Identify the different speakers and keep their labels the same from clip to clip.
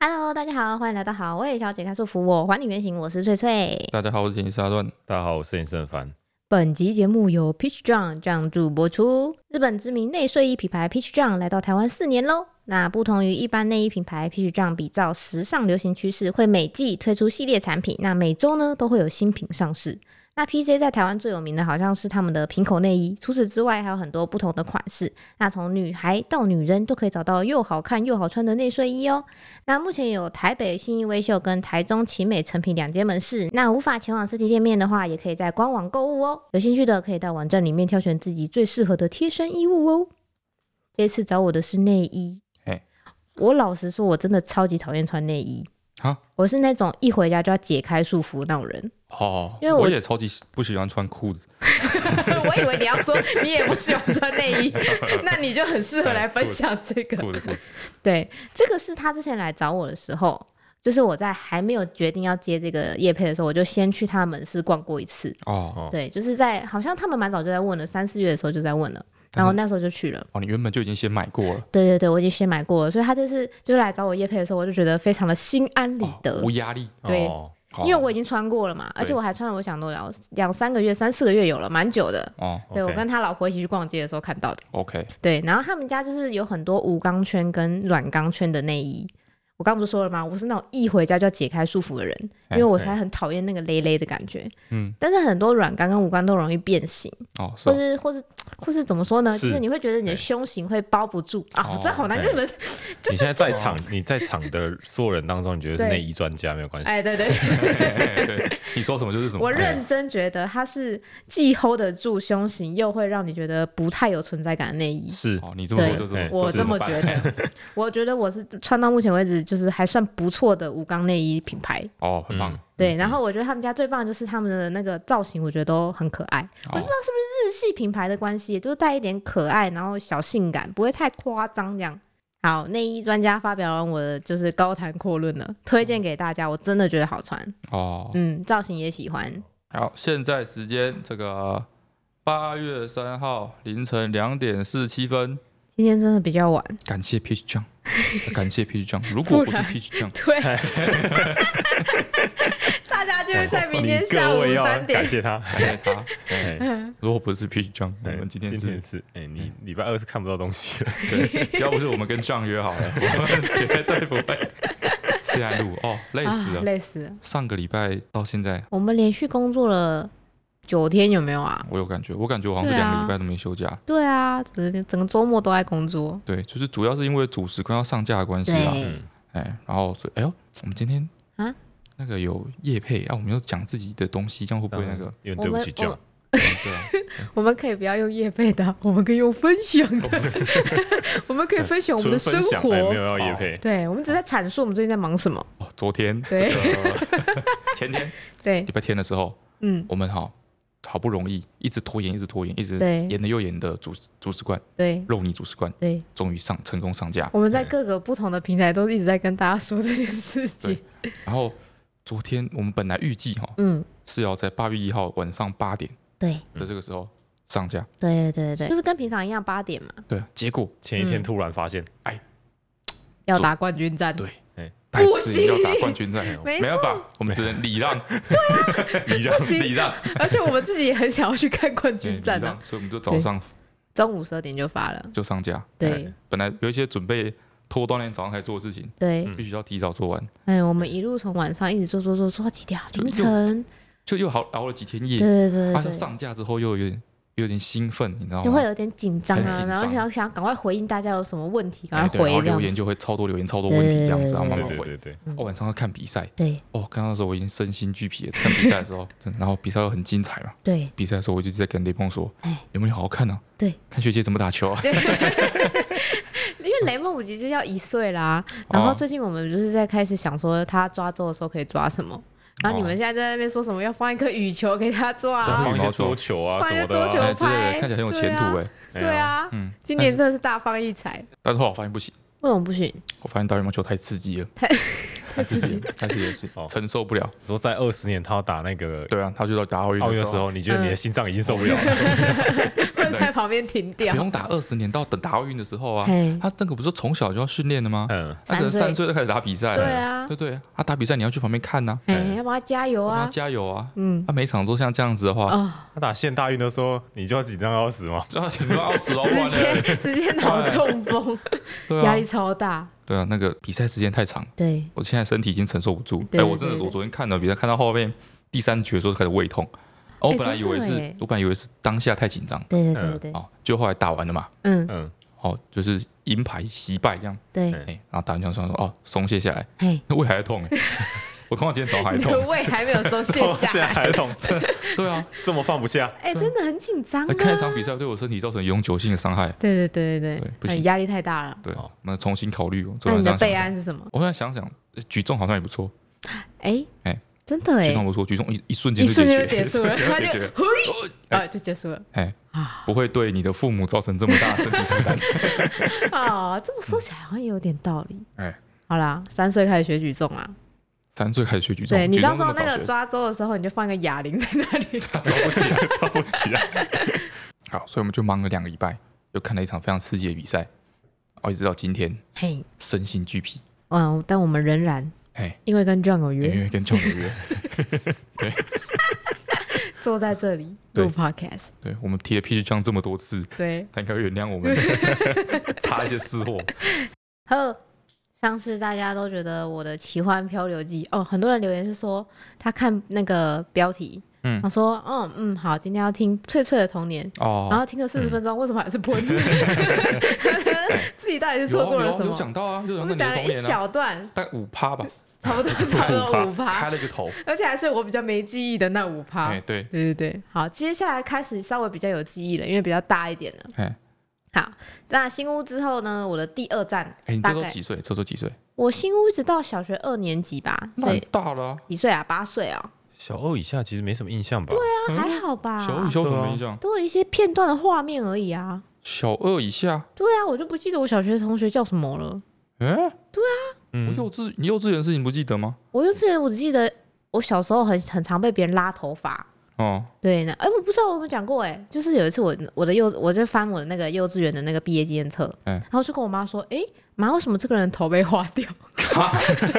Speaker 1: Hello，大家好，欢迎来到好味小姐开束缚我，还你原形，我是翠翠。
Speaker 2: 大家好，我是田沙段。
Speaker 3: 大家好，我是林胜凡。
Speaker 1: 本集节目由 Peach John 赞助播出。日本知名内睡衣品牌 Peach John 来到台湾四年喽。那不同于一般内衣品牌，Peach John 比照时尚流行趋势，会每季推出系列产品，那每周呢都会有新品上市。那 PJ 在台湾最有名的好像是他们的平口内衣，除此之外还有很多不同的款式。那从女孩到女人都可以找到又好看又好穿的内睡衣哦。那目前有台北信义威秀跟台中奇美成品两间门市。那无法前往实体店面的话，也可以在官网购物哦。有兴趣的可以到网站里面挑选自己最适合的贴身衣物哦。这次找我的是内衣
Speaker 2: 嘿，
Speaker 1: 我老实说，我真的超级讨厌穿内衣
Speaker 2: 哈。
Speaker 1: 我是那种一回家就要解开束缚那种人。
Speaker 2: 哦，
Speaker 1: 因为我
Speaker 2: 我也超级不喜欢穿裤 子，
Speaker 1: 我以为你要说你也不喜欢穿内衣，那你就很适合来分享这个。
Speaker 2: 裤子裤子。
Speaker 1: 对，这个是他之前来找我的时候，就是我在还没有决定要接这个业配的时候，我就先去他们室逛过一次。
Speaker 2: 哦
Speaker 1: 对，就是在好像他们蛮早就在问了，三四月的时候就在问了，然后那时候就去了。
Speaker 2: 哦，你原本就已经先买过了，
Speaker 1: 对对对，我已经先买过了，所以他这次就是来找我业配的时候，我就觉得非常的心安理
Speaker 2: 哦
Speaker 1: 得，
Speaker 2: 无压力。
Speaker 1: 对
Speaker 3: 哦
Speaker 2: 哦
Speaker 1: 因为我已经穿过了嘛，而且
Speaker 2: 对
Speaker 1: 我还穿了我想多两两三个月、三四个月有了，蛮久的。
Speaker 2: 哦
Speaker 1: 对我
Speaker 3: OK
Speaker 1: 跟他老婆一起去逛街的时候看到的。
Speaker 2: ，OK，
Speaker 1: 对，然后他们家就是有很多无钢圈跟软钢圈的内衣。我刚不是说了吗？我是那种一回家就要解开束缚的人，因
Speaker 2: 哎
Speaker 1: 为我才很讨厌那个勒勒的感觉。
Speaker 2: 嗯，
Speaker 1: 但是很多软钢跟无钢都容易变形，
Speaker 2: 哦，是
Speaker 1: 或
Speaker 2: 哦
Speaker 1: 是或是或是怎么说呢？就
Speaker 3: 是
Speaker 1: 是你会觉得你的胸型会包不住啊！
Speaker 2: 哦
Speaker 1: 这好难跟你们，
Speaker 3: 你现在在场，你在场的所有人当中，你觉得是内衣专家没有关系。
Speaker 1: 哎，对对，
Speaker 2: 哎对，你说什么就是什么。哎
Speaker 1: 我认真觉得它是既 hold 得住胸型，又会让你觉得不太有存在感的内衣。
Speaker 3: 是
Speaker 2: 哦，你这么说
Speaker 3: 对
Speaker 2: 就是
Speaker 3: 哎
Speaker 1: 我这么觉。
Speaker 2: 就是办
Speaker 1: 得，我觉得我是穿到目前为止就是还算不错的无钢内衣品牌。
Speaker 2: 哦，很棒
Speaker 3: 嗯。
Speaker 1: 对，然后我觉得他们家最棒的就是他们的那个造型，我觉得都很可爱。我不
Speaker 2: 哦
Speaker 1: 知道是不是日系品牌的关系，就是带一点可爱，然后小性感，不会太夸张这样。好，内衣专家发表完我的就是高谈阔论了，推
Speaker 3: 嗯
Speaker 1: 荐给大家，我真的觉得好穿，
Speaker 2: 哦，
Speaker 1: 嗯，造型也喜欢。
Speaker 2: 好，现在时间这个八月三号凌晨两点四十七分，
Speaker 1: 今天真的比 较晚，
Speaker 2: 感谢 Peach John，感谢 Peach John。如果不
Speaker 1: 突
Speaker 2: 是
Speaker 1: 然
Speaker 2: Peach John，
Speaker 1: 对， 大家就会在明天
Speaker 3: 哦你
Speaker 1: 下
Speaker 3: 各
Speaker 1: 午
Speaker 3: 位要
Speaker 1: 三
Speaker 3: 感
Speaker 1: 点。
Speaker 3: 谢他。
Speaker 2: 感谢他。
Speaker 3: 哎
Speaker 2: 如果不是 Peach John，我们今天
Speaker 3: 今
Speaker 2: 是哎
Speaker 3: 天是哎，你礼拜二是看不到东西的。
Speaker 2: 对，要不是我们跟仗约好了， 我们绝对不会下路哦，累死
Speaker 1: 啊
Speaker 2: 了。
Speaker 1: 累死了！
Speaker 2: 上个礼拜到现在，
Speaker 1: 我们连续工作了九天，有没有啊？
Speaker 2: 我有感觉，我感觉我好像是
Speaker 1: 对啊
Speaker 2: 两个礼拜都没休假。
Speaker 1: 对啊，整个整个周末都在工作。
Speaker 2: 对，就是主要是因为主食快要上架的关系啦。
Speaker 1: 对
Speaker 3: 嗯，
Speaker 2: 哎，然后所以，哎呦，我们今天
Speaker 1: 啊
Speaker 2: 啊，那个有叶配啊，我们要讲自己的东西，这样会不会那个？
Speaker 3: 因为对不起
Speaker 1: 我们
Speaker 3: John，
Speaker 2: 对啊，
Speaker 1: 我们可以不要用业配的，啊我们可以用分享的， 我们可以分享我们的
Speaker 3: 纯
Speaker 1: 生
Speaker 3: 分享哎，没
Speaker 1: 活。
Speaker 3: 有要叶配。
Speaker 1: 对，我们只是在阐述我们最近在忙什么。
Speaker 2: 哦，昨天
Speaker 1: 对
Speaker 2: 这个 前天
Speaker 1: 对
Speaker 2: 礼，拜天的时候，
Speaker 1: 嗯，
Speaker 2: 我们好好不容易一直拖延，一直拖延，一直
Speaker 1: 对
Speaker 2: 延的又延的主主食罐
Speaker 1: 对
Speaker 2: 肉泥主食罐，
Speaker 1: 对，
Speaker 2: 终于上成功上架。
Speaker 1: 我们在
Speaker 3: 对
Speaker 1: 各个不同的平台都一直在跟大家说这件事情
Speaker 2: 对。然后昨天我们本来预计哈
Speaker 1: 嗯，
Speaker 2: 是要在八月一号晚上八点
Speaker 1: 对
Speaker 2: 的这个时候上架，
Speaker 1: 对对对，就是跟平常一样八点嘛，
Speaker 2: 对，结果
Speaker 3: 前一
Speaker 1: 嗯
Speaker 3: 天突 然发现，
Speaker 1: 要打冠军战。
Speaker 2: 对戴
Speaker 1: 不
Speaker 2: 志颖要打
Speaker 1: 行
Speaker 2: 冠军战，哎
Speaker 1: 没
Speaker 2: 没办法，我们只能礼让，
Speaker 3: 你 让
Speaker 1: 不行
Speaker 2: 礼 让，
Speaker 1: 而且我们自己也很想要去看冠
Speaker 2: 对
Speaker 1: 军
Speaker 2: 礼
Speaker 1: 战呢、啊
Speaker 2: 让，所以我们就早上
Speaker 1: 中午十二点就发了。
Speaker 2: 就上架。哎
Speaker 1: 对
Speaker 2: 本来有一些准备拖到那天早上才做的事情，
Speaker 1: 对，
Speaker 3: 嗯
Speaker 2: 必须要提早做完，
Speaker 1: 哎，我们一路从晚上一直做做做做到几点啊？
Speaker 2: 就
Speaker 1: 凌晨。
Speaker 2: 就又熬熬了几天
Speaker 1: 对
Speaker 2: 夜。
Speaker 1: 对对对
Speaker 2: 他就
Speaker 1: 对。
Speaker 2: 上架之后又有点有点兴奋，你知道
Speaker 1: 就会
Speaker 2: 吗？
Speaker 1: 有点紧张
Speaker 2: 啊很
Speaker 1: 啊，
Speaker 2: 紧
Speaker 1: 然后
Speaker 2: 张
Speaker 1: 想要想要赶快回应大家有什么问题，赶
Speaker 2: 哎
Speaker 1: 快
Speaker 2: 对，
Speaker 1: 回
Speaker 2: 然后
Speaker 1: 这样
Speaker 2: 留言
Speaker 1: 子。
Speaker 2: 就会超多留言，超多问题这样子，然后
Speaker 1: 对
Speaker 2: 慢
Speaker 3: 对
Speaker 2: 慢
Speaker 3: 对
Speaker 2: 回。
Speaker 3: 对对，
Speaker 2: 哦，晚上要看比赛，
Speaker 1: 对
Speaker 2: 哦，看到的时候我已经身心俱疲了。看比赛的时候，真的然后比赛又很精彩嘛，
Speaker 1: 对
Speaker 2: 比赛的时候，我就一直在跟雷梦说
Speaker 1: 哎：“
Speaker 2: 有没有好好看啊？
Speaker 1: 对，
Speaker 2: 看学姐怎么打球啊
Speaker 1: 因为雷梦五级就要一岁啦，然后
Speaker 2: 哦
Speaker 1: 最近我们就是在开始想说他抓周的时候可以抓什么，然后你们
Speaker 2: 哦
Speaker 1: 现在就在那边说什么要放一颗羽球给他抓
Speaker 2: 抓
Speaker 1: 啊，
Speaker 3: 放一些桌球啊
Speaker 1: 放
Speaker 3: 什
Speaker 1: 一些
Speaker 3: 么
Speaker 1: 桌
Speaker 3: 的
Speaker 1: 球？”
Speaker 3: 啊，
Speaker 2: 哎，真的看起来很有前途
Speaker 1: 对
Speaker 2: 哎。
Speaker 3: 哎
Speaker 1: 对，啊，
Speaker 2: 嗯，
Speaker 1: 今年真的是大放异彩，
Speaker 2: 但是后来我发现不行，
Speaker 1: 为什么不行？
Speaker 2: 我发现打羽毛球太刺激了，
Speaker 1: 太
Speaker 2: 太刺激，了，太刺激
Speaker 3: 哦
Speaker 2: 了，承受不了。
Speaker 3: 你说在二十年他要打那个
Speaker 2: 对啊，他就到打奥运
Speaker 3: 奥运
Speaker 2: 的
Speaker 3: 的时
Speaker 2: 时候，
Speaker 3: 候，你觉得你的心脏已经受不了了？
Speaker 1: 会会在旁边停掉
Speaker 2: 不。用打二十年，到等打奥运的时候啊
Speaker 1: 嘿，
Speaker 2: 他那个不是从小就要训练的吗？
Speaker 3: 嗯，
Speaker 2: 他可能
Speaker 1: 三岁
Speaker 2: 三岁就开始打比赛
Speaker 1: 对
Speaker 2: 了，
Speaker 1: 啊，
Speaker 2: 哎对不对？他打比赛你要去旁边看呐，
Speaker 1: 哎，要帮他加油
Speaker 2: 帮他
Speaker 1: 啊！
Speaker 2: 加油啊！
Speaker 1: 嗯，
Speaker 2: 他每场都像这样子的话，
Speaker 1: 哦，
Speaker 3: 他打县大运的时候，你就要紧张要死吗？
Speaker 2: 就要挺多要死哦，不
Speaker 1: 直
Speaker 2: 然嘞
Speaker 1: 接直接脑中风，
Speaker 2: 对
Speaker 1: 压
Speaker 2: 啊
Speaker 1: 力，超大。
Speaker 2: 对啊，那个比赛时间太长，
Speaker 1: 对，
Speaker 2: 我现在身体已经承受不住。
Speaker 1: 对
Speaker 2: 哎，我真的
Speaker 1: 对对
Speaker 2: 我昨天看了比赛，看到后面第三局的时候就开始胃痛，哦我
Speaker 1: 哎
Speaker 2: 本来以为
Speaker 1: 真的
Speaker 2: 是
Speaker 1: 哎，
Speaker 2: 我本来以为是当下太紧张，
Speaker 1: 对对对对，
Speaker 2: 哦，就后来打完了嘛，
Speaker 1: 嗯，
Speaker 3: 嗯，
Speaker 2: 哦，就是银牌惜败这样，
Speaker 1: 对，
Speaker 3: 哎
Speaker 2: 哎，然后打完就算说哦松懈下来，
Speaker 1: 嘿，
Speaker 2: 胃还在痛哎， 我痛到今天早上还
Speaker 1: 你的
Speaker 2: 痛，
Speaker 1: 胃还没有 收 卸下
Speaker 3: 现在
Speaker 1: 来，
Speaker 3: 才懂，这
Speaker 2: 对啊，
Speaker 3: 这么放不下，
Speaker 1: 哎，真的很紧张
Speaker 2: 哎看一
Speaker 1: 啊。
Speaker 2: 场比赛对我身体造成永久性的伤害，
Speaker 1: 对对对对
Speaker 2: 对不
Speaker 1: 哎
Speaker 2: 行
Speaker 1: 压力太大了。
Speaker 2: 对，
Speaker 3: 哦
Speaker 2: 我们重新考虑。昨
Speaker 1: 那
Speaker 2: 晚
Speaker 1: 你的
Speaker 2: 上想
Speaker 1: 备
Speaker 2: 想，
Speaker 1: 案是什么？
Speaker 2: 我现在想想，呃举重好像也不错，
Speaker 1: 哎
Speaker 2: 哎，
Speaker 1: 真的
Speaker 2: 举重
Speaker 1: 哎，
Speaker 2: 不错，举重一一瞬间
Speaker 1: 一
Speaker 2: 就
Speaker 1: 瞬间就
Speaker 2: 解
Speaker 1: 结
Speaker 2: 决，
Speaker 1: 束了，
Speaker 2: 一瞬
Speaker 1: 他
Speaker 2: 间
Speaker 1: 就
Speaker 2: 就解决，
Speaker 1: 嘿，啊就结束了。
Speaker 2: 哎
Speaker 1: 啊，
Speaker 2: 不会对你的父母造成这么大的身体 负担。
Speaker 1: 啊，这么说起来好像也有点道理。
Speaker 2: 哎，
Speaker 1: 好啦，三岁开始学举重啊，
Speaker 2: 三岁开始学举重，
Speaker 1: 对你
Speaker 2: 举
Speaker 1: 到
Speaker 2: 重
Speaker 1: 时
Speaker 2: 这
Speaker 1: 候
Speaker 2: 么
Speaker 1: 那个
Speaker 2: 早学，
Speaker 1: 抓周的时候，你就放一个哑铃在那 里。
Speaker 3: 抓不起来，抓不起来。
Speaker 2: 好，所以我们就忙了两个礼拜，就看了一场非常刺激的比赛，哦，一直到今天
Speaker 1: 嘿，
Speaker 2: 身心俱疲，
Speaker 1: 嗯，但我们仍然
Speaker 2: 哎，
Speaker 1: 因为跟 John 有
Speaker 2: 因
Speaker 1: 约，
Speaker 2: 为跟教练 约，
Speaker 1: 坐在这里
Speaker 2: 对
Speaker 1: 录 podcast，
Speaker 2: 对我们提了 P G 酱这么多次，
Speaker 1: 对，
Speaker 2: 他应该会原谅我们插一些私 货。
Speaker 1: 呵。上次大家都觉得我的奇幻漂流记哦，很多人留言是说他看那个标题，
Speaker 2: 嗯
Speaker 1: 他说嗯嗯好，今天要听翠翠的童年，然
Speaker 2: 哦，
Speaker 1: 后听了四十分钟，为什么还是播？ 自己到底是
Speaker 2: 有
Speaker 1: 错
Speaker 2: 啊
Speaker 1: 过
Speaker 2: 有
Speaker 1: 了
Speaker 2: 啊
Speaker 1: 什
Speaker 2: 有
Speaker 1: 么？
Speaker 2: 讲到啊，有
Speaker 1: 我
Speaker 2: 讲到
Speaker 1: 们讲了
Speaker 2: 你的
Speaker 1: 一
Speaker 2: 童年啊，
Speaker 1: 小段，
Speaker 2: 大概五趴吧，
Speaker 1: 差不多差不多五
Speaker 2: 开
Speaker 1: 趴，
Speaker 2: 了一个头，
Speaker 1: 而且还是我比较没记忆的那五趴
Speaker 2: 哎，。对，
Speaker 1: 对对对，好，接下来开始稍微比较有记忆了，因为比较大一点了。
Speaker 2: 哎
Speaker 1: 好，那新屋之后呢，我的第二站
Speaker 2: 哎，你
Speaker 1: 大
Speaker 2: 这时候
Speaker 1: 概
Speaker 2: 几岁？这时候几岁？
Speaker 1: 我新屋一直到小学二年级吧，
Speaker 2: 那
Speaker 1: 所
Speaker 2: 很
Speaker 1: 以
Speaker 2: 大了啊，
Speaker 1: 几岁啊？八岁啊？
Speaker 3: 小二以下其实没什么印象吧？对
Speaker 1: 那
Speaker 2: 嗯
Speaker 1: 还好吧，
Speaker 2: 小二以下有什
Speaker 3: 对
Speaker 2: 么
Speaker 3: 啊
Speaker 2: 印象？
Speaker 1: 都有一些片段的画面而已啊。
Speaker 2: 小二以下，
Speaker 1: 对啊，我就不记得我小学同学叫什么了。
Speaker 2: 哎，
Speaker 1: 啊
Speaker 2: 我
Speaker 3: 嗯，
Speaker 2: 幼稚，你幼稚园的事情不记得吗？
Speaker 1: 我就记得，我只记得我小时候很很常被别人拉头发。
Speaker 2: 哦，
Speaker 1: 对，那哎、我不知道我有没有讲过哎、就是有一次我我的幼我就翻我的那个幼稚园的那个毕业纪念册，
Speaker 2: 嗯
Speaker 1: 然后就跟我妈说，哎、妈，为什么这个人头被划掉？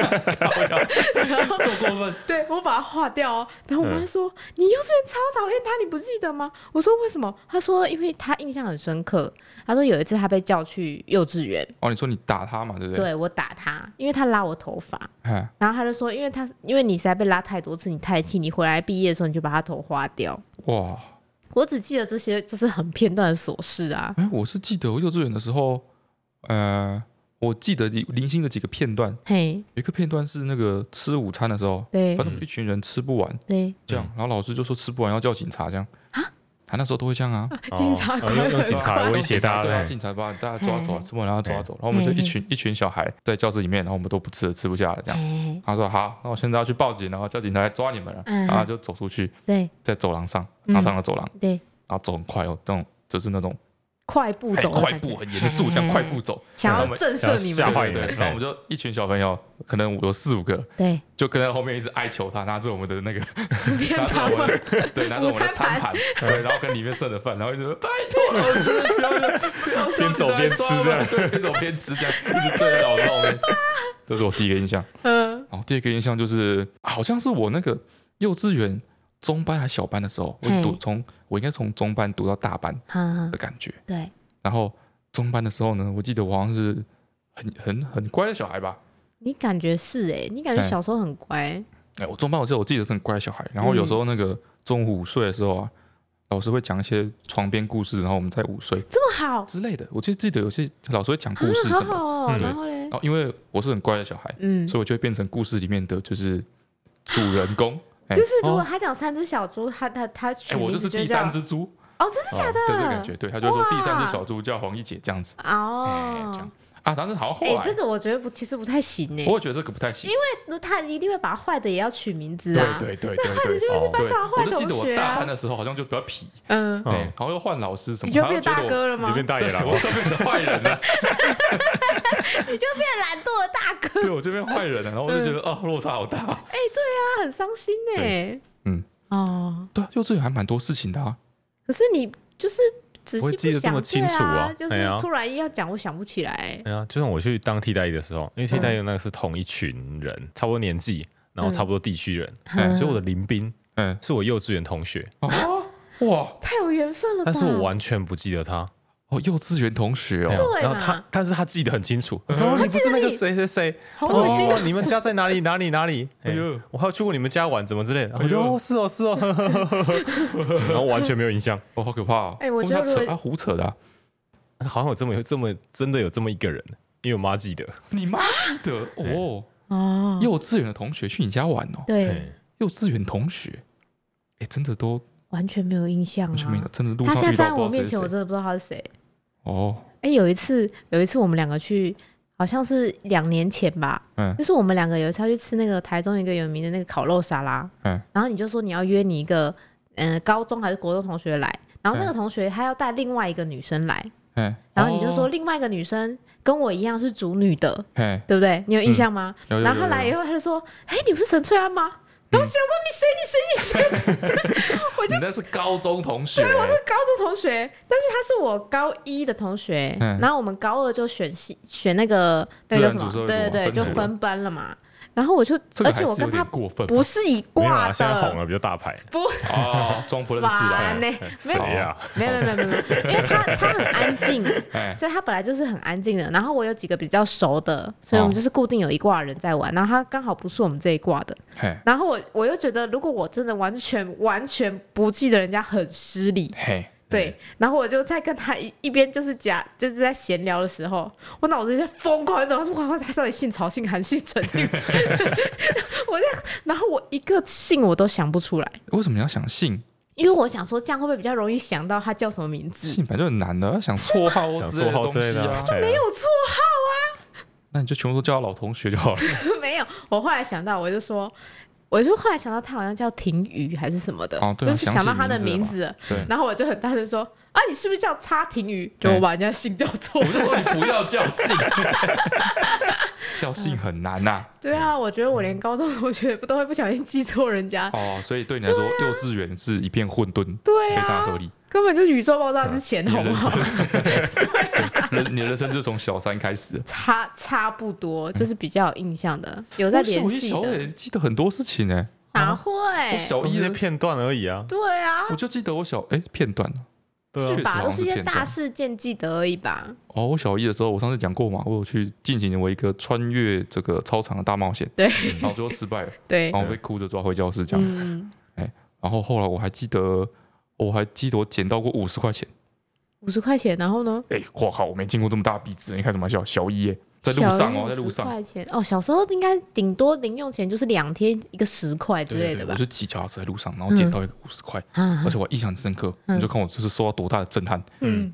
Speaker 2: 这么过分，嗯
Speaker 1: 对我把它划掉哦。然后我妈说：“你幼稚园超讨厌他，你不记得吗？”我说：“为什么？”她说：“因为她印象很深刻。”她说有一次她被叫去幼稚园，
Speaker 2: 哦，你说你打他嘛，对不
Speaker 1: 对
Speaker 2: 对？
Speaker 1: 我打她，因为她拉我头发。
Speaker 2: 哎，
Speaker 1: 然后她就说：“因为她因为你实在被拉太多次，你太气，你回来毕业的时候你就把她头划掉。
Speaker 2: 哇，”
Speaker 1: 我只记得这些，就是很片段的琐事啊。
Speaker 2: 哎，我是记得我幼稚园的时候，呃，我记得零零星的几个片段，
Speaker 1: 嘿，
Speaker 2: 有一个片段是那个吃午餐的时候，
Speaker 1: 对
Speaker 2: 反正我们一群人吃不完，
Speaker 1: 对，
Speaker 2: 这
Speaker 3: 嗯
Speaker 2: 样，然后老师就说吃不完要叫警察这样
Speaker 1: 啊
Speaker 2: 他那时候都会这样啊，
Speaker 3: 哦
Speaker 1: 警察
Speaker 3: 哦
Speaker 1: 快
Speaker 3: 用用
Speaker 1: 快
Speaker 3: 警察
Speaker 1: 快
Speaker 3: 威胁大
Speaker 2: 对
Speaker 3: 家
Speaker 2: 啊，
Speaker 3: 对
Speaker 2: 警察把大家抓走啊，
Speaker 1: 嘿
Speaker 2: 吃不完然后抓走，然后我
Speaker 1: 嘿
Speaker 2: 们就一
Speaker 1: 嘿
Speaker 2: 群一群小孩在教室里面，然后我们都不吃了，吃不下了这样。
Speaker 1: 哎，
Speaker 2: 他说好，那我现在要去报警，然后叫警察来抓你们了，
Speaker 1: 嗯
Speaker 2: 然后就走出去，
Speaker 1: 对
Speaker 2: 在走廊上，长长的走廊，
Speaker 1: 对，
Speaker 2: 然后走很快哦，那种就是那种
Speaker 1: 快步
Speaker 2: 很
Speaker 1: 走的
Speaker 2: 哎快
Speaker 1: 感觉，
Speaker 2: 步，很严肃，像快步走，
Speaker 1: 想
Speaker 2: 然
Speaker 1: 要
Speaker 2: 后我们
Speaker 1: 震慑嗯你
Speaker 3: 吓
Speaker 1: 们，
Speaker 3: 坏
Speaker 2: 对
Speaker 3: 你们
Speaker 2: 对，对然后我们就一群小朋友，可能有四五个，
Speaker 1: 对，
Speaker 2: 就跟在后面一直哀求他，拿着我们的那个，
Speaker 1: 别
Speaker 2: 拿着
Speaker 1: 把
Speaker 2: 我
Speaker 1: 我
Speaker 2: 们的， 对，拿着我们的
Speaker 1: 午餐
Speaker 2: 餐盘，对，然后跟里面剩的饭，然后就说拜托 老师，不要不要
Speaker 3: 边走边吃这样
Speaker 2: 对，边走边吃这样，一直追在老师后面。 这是我第一个印象，
Speaker 1: 嗯，
Speaker 2: 然后第二个印象就是，好像是我那个幼稚园中班还小班的时候，我
Speaker 1: 嘿
Speaker 2: 读从我应该从中班读到大班
Speaker 1: 哈哈
Speaker 2: 的，感觉。
Speaker 1: 对。
Speaker 2: 然后中班的时候呢，我记得我好像是很很很乖的小孩吧。
Speaker 1: 你感觉是哎、你感觉
Speaker 2: 哎
Speaker 1: 小时候很乖，
Speaker 2: 哎，我中班我记得我记得是很乖的小孩。然后有时候那个中午午睡的时候啊，老师会讲一些床边故事，然后我们在午睡
Speaker 1: 这么好，
Speaker 2: 之类的。我就记得有些老师会讲故事
Speaker 1: 啊、好
Speaker 2: 什么。
Speaker 1: 好哦、
Speaker 3: 嗯
Speaker 1: 然后嘞
Speaker 2: 然，后因为我是很乖的小孩，
Speaker 1: 嗯，
Speaker 2: 所以我就会变成故事里面的就是主人公。哎
Speaker 1: 就是如果他讲三只小猪，他他他取
Speaker 2: 哎，我
Speaker 1: 名
Speaker 2: 就
Speaker 1: 字
Speaker 2: 是第
Speaker 1: 叫
Speaker 2: 三只猪
Speaker 1: 哦，真的假的？
Speaker 2: 的这个感觉，对，他就会说
Speaker 1: 哇
Speaker 2: 第三只小猪叫黄一姐这样子，哎，这
Speaker 1: 哦
Speaker 2: 样，啊，但是好像后
Speaker 1: 哎、
Speaker 2: 来
Speaker 1: 这个我觉得不，其实不太行哎、
Speaker 2: 我会觉得这个不太行，
Speaker 1: 那他一定会把坏的也要取名字
Speaker 2: 对
Speaker 1: 啊，
Speaker 2: 对对对
Speaker 1: 那
Speaker 2: 对
Speaker 1: 你，就是
Speaker 3: 哦
Speaker 1: 班上的
Speaker 2: 我
Speaker 1: 坏
Speaker 2: 就记得
Speaker 1: 同
Speaker 2: 我
Speaker 1: 学
Speaker 2: 大
Speaker 1: 啊
Speaker 2: 班，的时候好像就比较痞，
Speaker 1: 嗯，
Speaker 2: 对
Speaker 3: 嗯，
Speaker 2: 好像又换老师什哦么，
Speaker 1: 你就
Speaker 2: 好像
Speaker 1: 变
Speaker 2: 觉得
Speaker 1: 大
Speaker 2: 我，
Speaker 1: 哥了
Speaker 3: 你
Speaker 1: 吗？
Speaker 3: 就变大野
Speaker 2: 对，
Speaker 3: 狼
Speaker 2: 我
Speaker 3: 了，
Speaker 2: 就变成坏人了，
Speaker 1: 你就变懒惰的大哥，
Speaker 2: 对我就变坏人了，然后我就觉得啊落差好大，
Speaker 1: 他很伤心哎、
Speaker 2: 嗯，
Speaker 1: 哦，
Speaker 2: 对啊，幼稚园还蛮多事情的啊，
Speaker 1: 可是你就是仔
Speaker 3: 不会
Speaker 1: 细
Speaker 3: 记得这
Speaker 1: 想
Speaker 3: 么清
Speaker 1: 对
Speaker 3: 楚
Speaker 1: 啊
Speaker 3: 啊，
Speaker 1: 就
Speaker 3: 哎
Speaker 1: 是
Speaker 3: 呀
Speaker 1: 突然要讲，我想不起来。
Speaker 3: 哎呀，就像我去当替代役的时候，因为替代役那个是同一群人，差不多年纪，然后差不多地区人，哎
Speaker 2: 嗯
Speaker 3: 所以我的林兵
Speaker 2: 嗯，哦
Speaker 3: 是我幼稚园同学，
Speaker 2: 啊哇，
Speaker 1: 太有缘分了吧？
Speaker 3: 但是我完全不记得他。
Speaker 2: 哦，幼稚园同学哦，
Speaker 1: 对嘛
Speaker 3: 然后他，但是他记得很清楚。我说哦你不是那个谁谁谁，
Speaker 1: 好恶心啊
Speaker 3: 哦你们家在哪里哪里哪里？
Speaker 2: 哎
Speaker 3: 哎
Speaker 2: 呦
Speaker 3: 我还有去过你们家玩，怎么之类的。我
Speaker 2: 哎
Speaker 3: 就
Speaker 2: 呦
Speaker 3: 哦是哦是哦，呵呵呵呵呵 然后完全没有印象。
Speaker 2: 哦，好可怕哦！
Speaker 1: 哎我觉
Speaker 2: 他
Speaker 1: 得如果
Speaker 2: 扯他胡扯的啊，
Speaker 3: 好像有这么有这么真的有这么一个人，因为我妈记得。
Speaker 2: 你妈记 得哦，
Speaker 1: 哦，
Speaker 2: 幼稚园的同学去你家玩哦，
Speaker 1: 对，
Speaker 3: 哎
Speaker 2: 幼稚园同学，哎，真的都
Speaker 1: 完全没有印象
Speaker 2: 完全没有，
Speaker 1: 啊。
Speaker 2: 真的路
Speaker 1: 他现在
Speaker 2: 上遇
Speaker 1: 站在
Speaker 2: 到
Speaker 1: 我
Speaker 2: 不知道
Speaker 1: 面
Speaker 2: 谁是
Speaker 1: 前，我
Speaker 2: 谁
Speaker 1: 真的不知道他是谁。
Speaker 2: 哦，
Speaker 1: 哎、有一次，有一次我们两个去，好像是两年前吧，
Speaker 2: 嗯
Speaker 1: 就是我们两个有一次要去吃那个台中一个有名的那个烤肉沙拉，
Speaker 2: 嗯
Speaker 1: 然后你就说你要约你一个，嗯、高中还是国中同学来，然后那个
Speaker 2: 嗯
Speaker 1: 同学他要带另外一个女生来，
Speaker 2: 哎，
Speaker 1: 然后你就说
Speaker 2: 哦，
Speaker 1: 另外一个女生跟我一样是主女的，
Speaker 2: 哎，
Speaker 1: 对不对？你有印象吗？
Speaker 2: 嗯有有
Speaker 1: 然后他
Speaker 2: 有有
Speaker 1: 来以
Speaker 2: 有嗯
Speaker 1: 后，他就说：“哎、你不是陈翠安吗？”然后我想说你谁你谁你谁，我就
Speaker 2: 你那是高中同学，欸
Speaker 1: 高中同学，但是他是我高一的同学，
Speaker 2: 嗯
Speaker 1: 然后我们高二就选系选那个那
Speaker 2: 自
Speaker 1: 个
Speaker 2: 然
Speaker 1: 什么
Speaker 2: 组社，会
Speaker 1: 对对
Speaker 2: 组
Speaker 1: 对，
Speaker 2: 嘛
Speaker 1: 就
Speaker 2: 分组
Speaker 1: 分班了嘛。然后我就，
Speaker 2: 这
Speaker 1: 而
Speaker 2: 个
Speaker 1: 且
Speaker 2: 还
Speaker 1: 我
Speaker 2: 是有
Speaker 1: 跟他
Speaker 2: 点过分啊吧，
Speaker 1: 不是一
Speaker 3: 没有
Speaker 1: 挂
Speaker 3: 啊，
Speaker 1: 的，
Speaker 3: 现在红了比较大牌，
Speaker 2: 哦，装不认识吧
Speaker 1: 烦？欸呢、
Speaker 3: 谁呀？
Speaker 1: 没有没有没有没有，因为他他很安静，
Speaker 2: 哎，
Speaker 1: 所以他本来就是很安静的。然后我有几个比较熟的，所以我们
Speaker 2: 哦
Speaker 1: 就是固定有一挂人在玩，然后他刚好不是我们这一挂的。
Speaker 2: 嘿，
Speaker 1: 然后我我又觉得，如果我真的完全完全不记得人家，很失礼。
Speaker 2: 嘿，
Speaker 1: 对，然后我就在跟他一一边就是假就是在闲聊的时候，我脑子就在疯狂地说，哇，他到底姓曹、姓韩、姓陈、姓陈？我在，然后我一个姓我都想不出来，
Speaker 2: 为什么你要想姓？
Speaker 1: 因为我想说这样会不会比较容易想到他叫什么名字？
Speaker 2: 姓本来就很难的，要想绰 号
Speaker 3: 想
Speaker 2: 之类
Speaker 3: 说
Speaker 2: 的
Speaker 3: 号
Speaker 2: 东
Speaker 3: 之类
Speaker 2: 西
Speaker 3: 的
Speaker 2: 啊
Speaker 3: 啊，，没
Speaker 1: 没有错，
Speaker 2: 那你就全部都叫他老同学就好了。
Speaker 1: 没有。我后来想到，我就说。我就后来想到他好像叫婷瑜还是什么的，
Speaker 2: 哦对啊
Speaker 1: 就是
Speaker 2: 想
Speaker 1: 想
Speaker 2: 起
Speaker 1: 到他的
Speaker 2: 名字了
Speaker 1: 名
Speaker 2: 嘛
Speaker 1: 字了，
Speaker 2: 对，
Speaker 1: 然后我就很大声说：“啊，你是不是叫差婷瑜？”就我把人家姓叫错了。
Speaker 2: 不要叫姓，叫姓很难呐、
Speaker 1: 对啊，我觉得我连高中同学不都会不小心记错人家，
Speaker 2: 嗯哦，所以对你来说，幼稚园是一片混沌，
Speaker 1: 嗯啊对
Speaker 2: 非常
Speaker 1: 啊
Speaker 2: 合，理。啊
Speaker 1: 根本就是宇宙爆炸之前，
Speaker 2: 你
Speaker 1: 好啊
Speaker 2: 的
Speaker 1: 不
Speaker 2: 人
Speaker 1: 好？
Speaker 2: 生，人你的人生就从小三开始了。
Speaker 1: 差差不多，就是比较有印象的，有在
Speaker 2: 我小
Speaker 1: 联
Speaker 2: 一、
Speaker 1: 系
Speaker 2: 小二
Speaker 1: 的，哎
Speaker 2: 也记得很多事情呢、
Speaker 1: 哪
Speaker 2: 我
Speaker 1: 会？
Speaker 2: 小
Speaker 3: 有一
Speaker 2: 一
Speaker 3: 些
Speaker 2: 的，
Speaker 3: 片段而已啊。
Speaker 1: 对啊
Speaker 2: 我，就记得我小哎、片段啊
Speaker 3: 对
Speaker 1: 是
Speaker 3: 啊，
Speaker 1: 吧？
Speaker 2: 确实好像
Speaker 1: 都是一
Speaker 2: 是
Speaker 1: 些
Speaker 2: 片
Speaker 1: 大
Speaker 2: 段
Speaker 1: 事件记得而已吧。
Speaker 2: 哦，我小一的时候，我上次讲过嘛，我有去进行我一个穿越这个操场的大冒险，
Speaker 1: 对，
Speaker 2: 然后最后失败了，
Speaker 1: 对，
Speaker 2: 然后被哭着抓回教哦室这样子。
Speaker 1: 嗯，
Speaker 2: 然后后来我还记得，我还记得我捡到过五十块钱。
Speaker 1: 五十块钱，然后呢？
Speaker 2: 哎、我靠，我没见过这么大的币值，你开什么玩笑？小一耶、在路
Speaker 1: 小
Speaker 2: 上
Speaker 1: 一
Speaker 2: 哦，在路
Speaker 1: 50
Speaker 2: 上，
Speaker 1: 块钱哦，小时候应该顶多零用钱就是两天一个十块之类的吧
Speaker 2: 我。就骑脚踏车在路上，然后捡到一个五十块，
Speaker 1: 啊
Speaker 2: 而且我印象很深刻，
Speaker 1: 嗯
Speaker 2: 你就看我就是受到多大的震撼。
Speaker 1: 嗯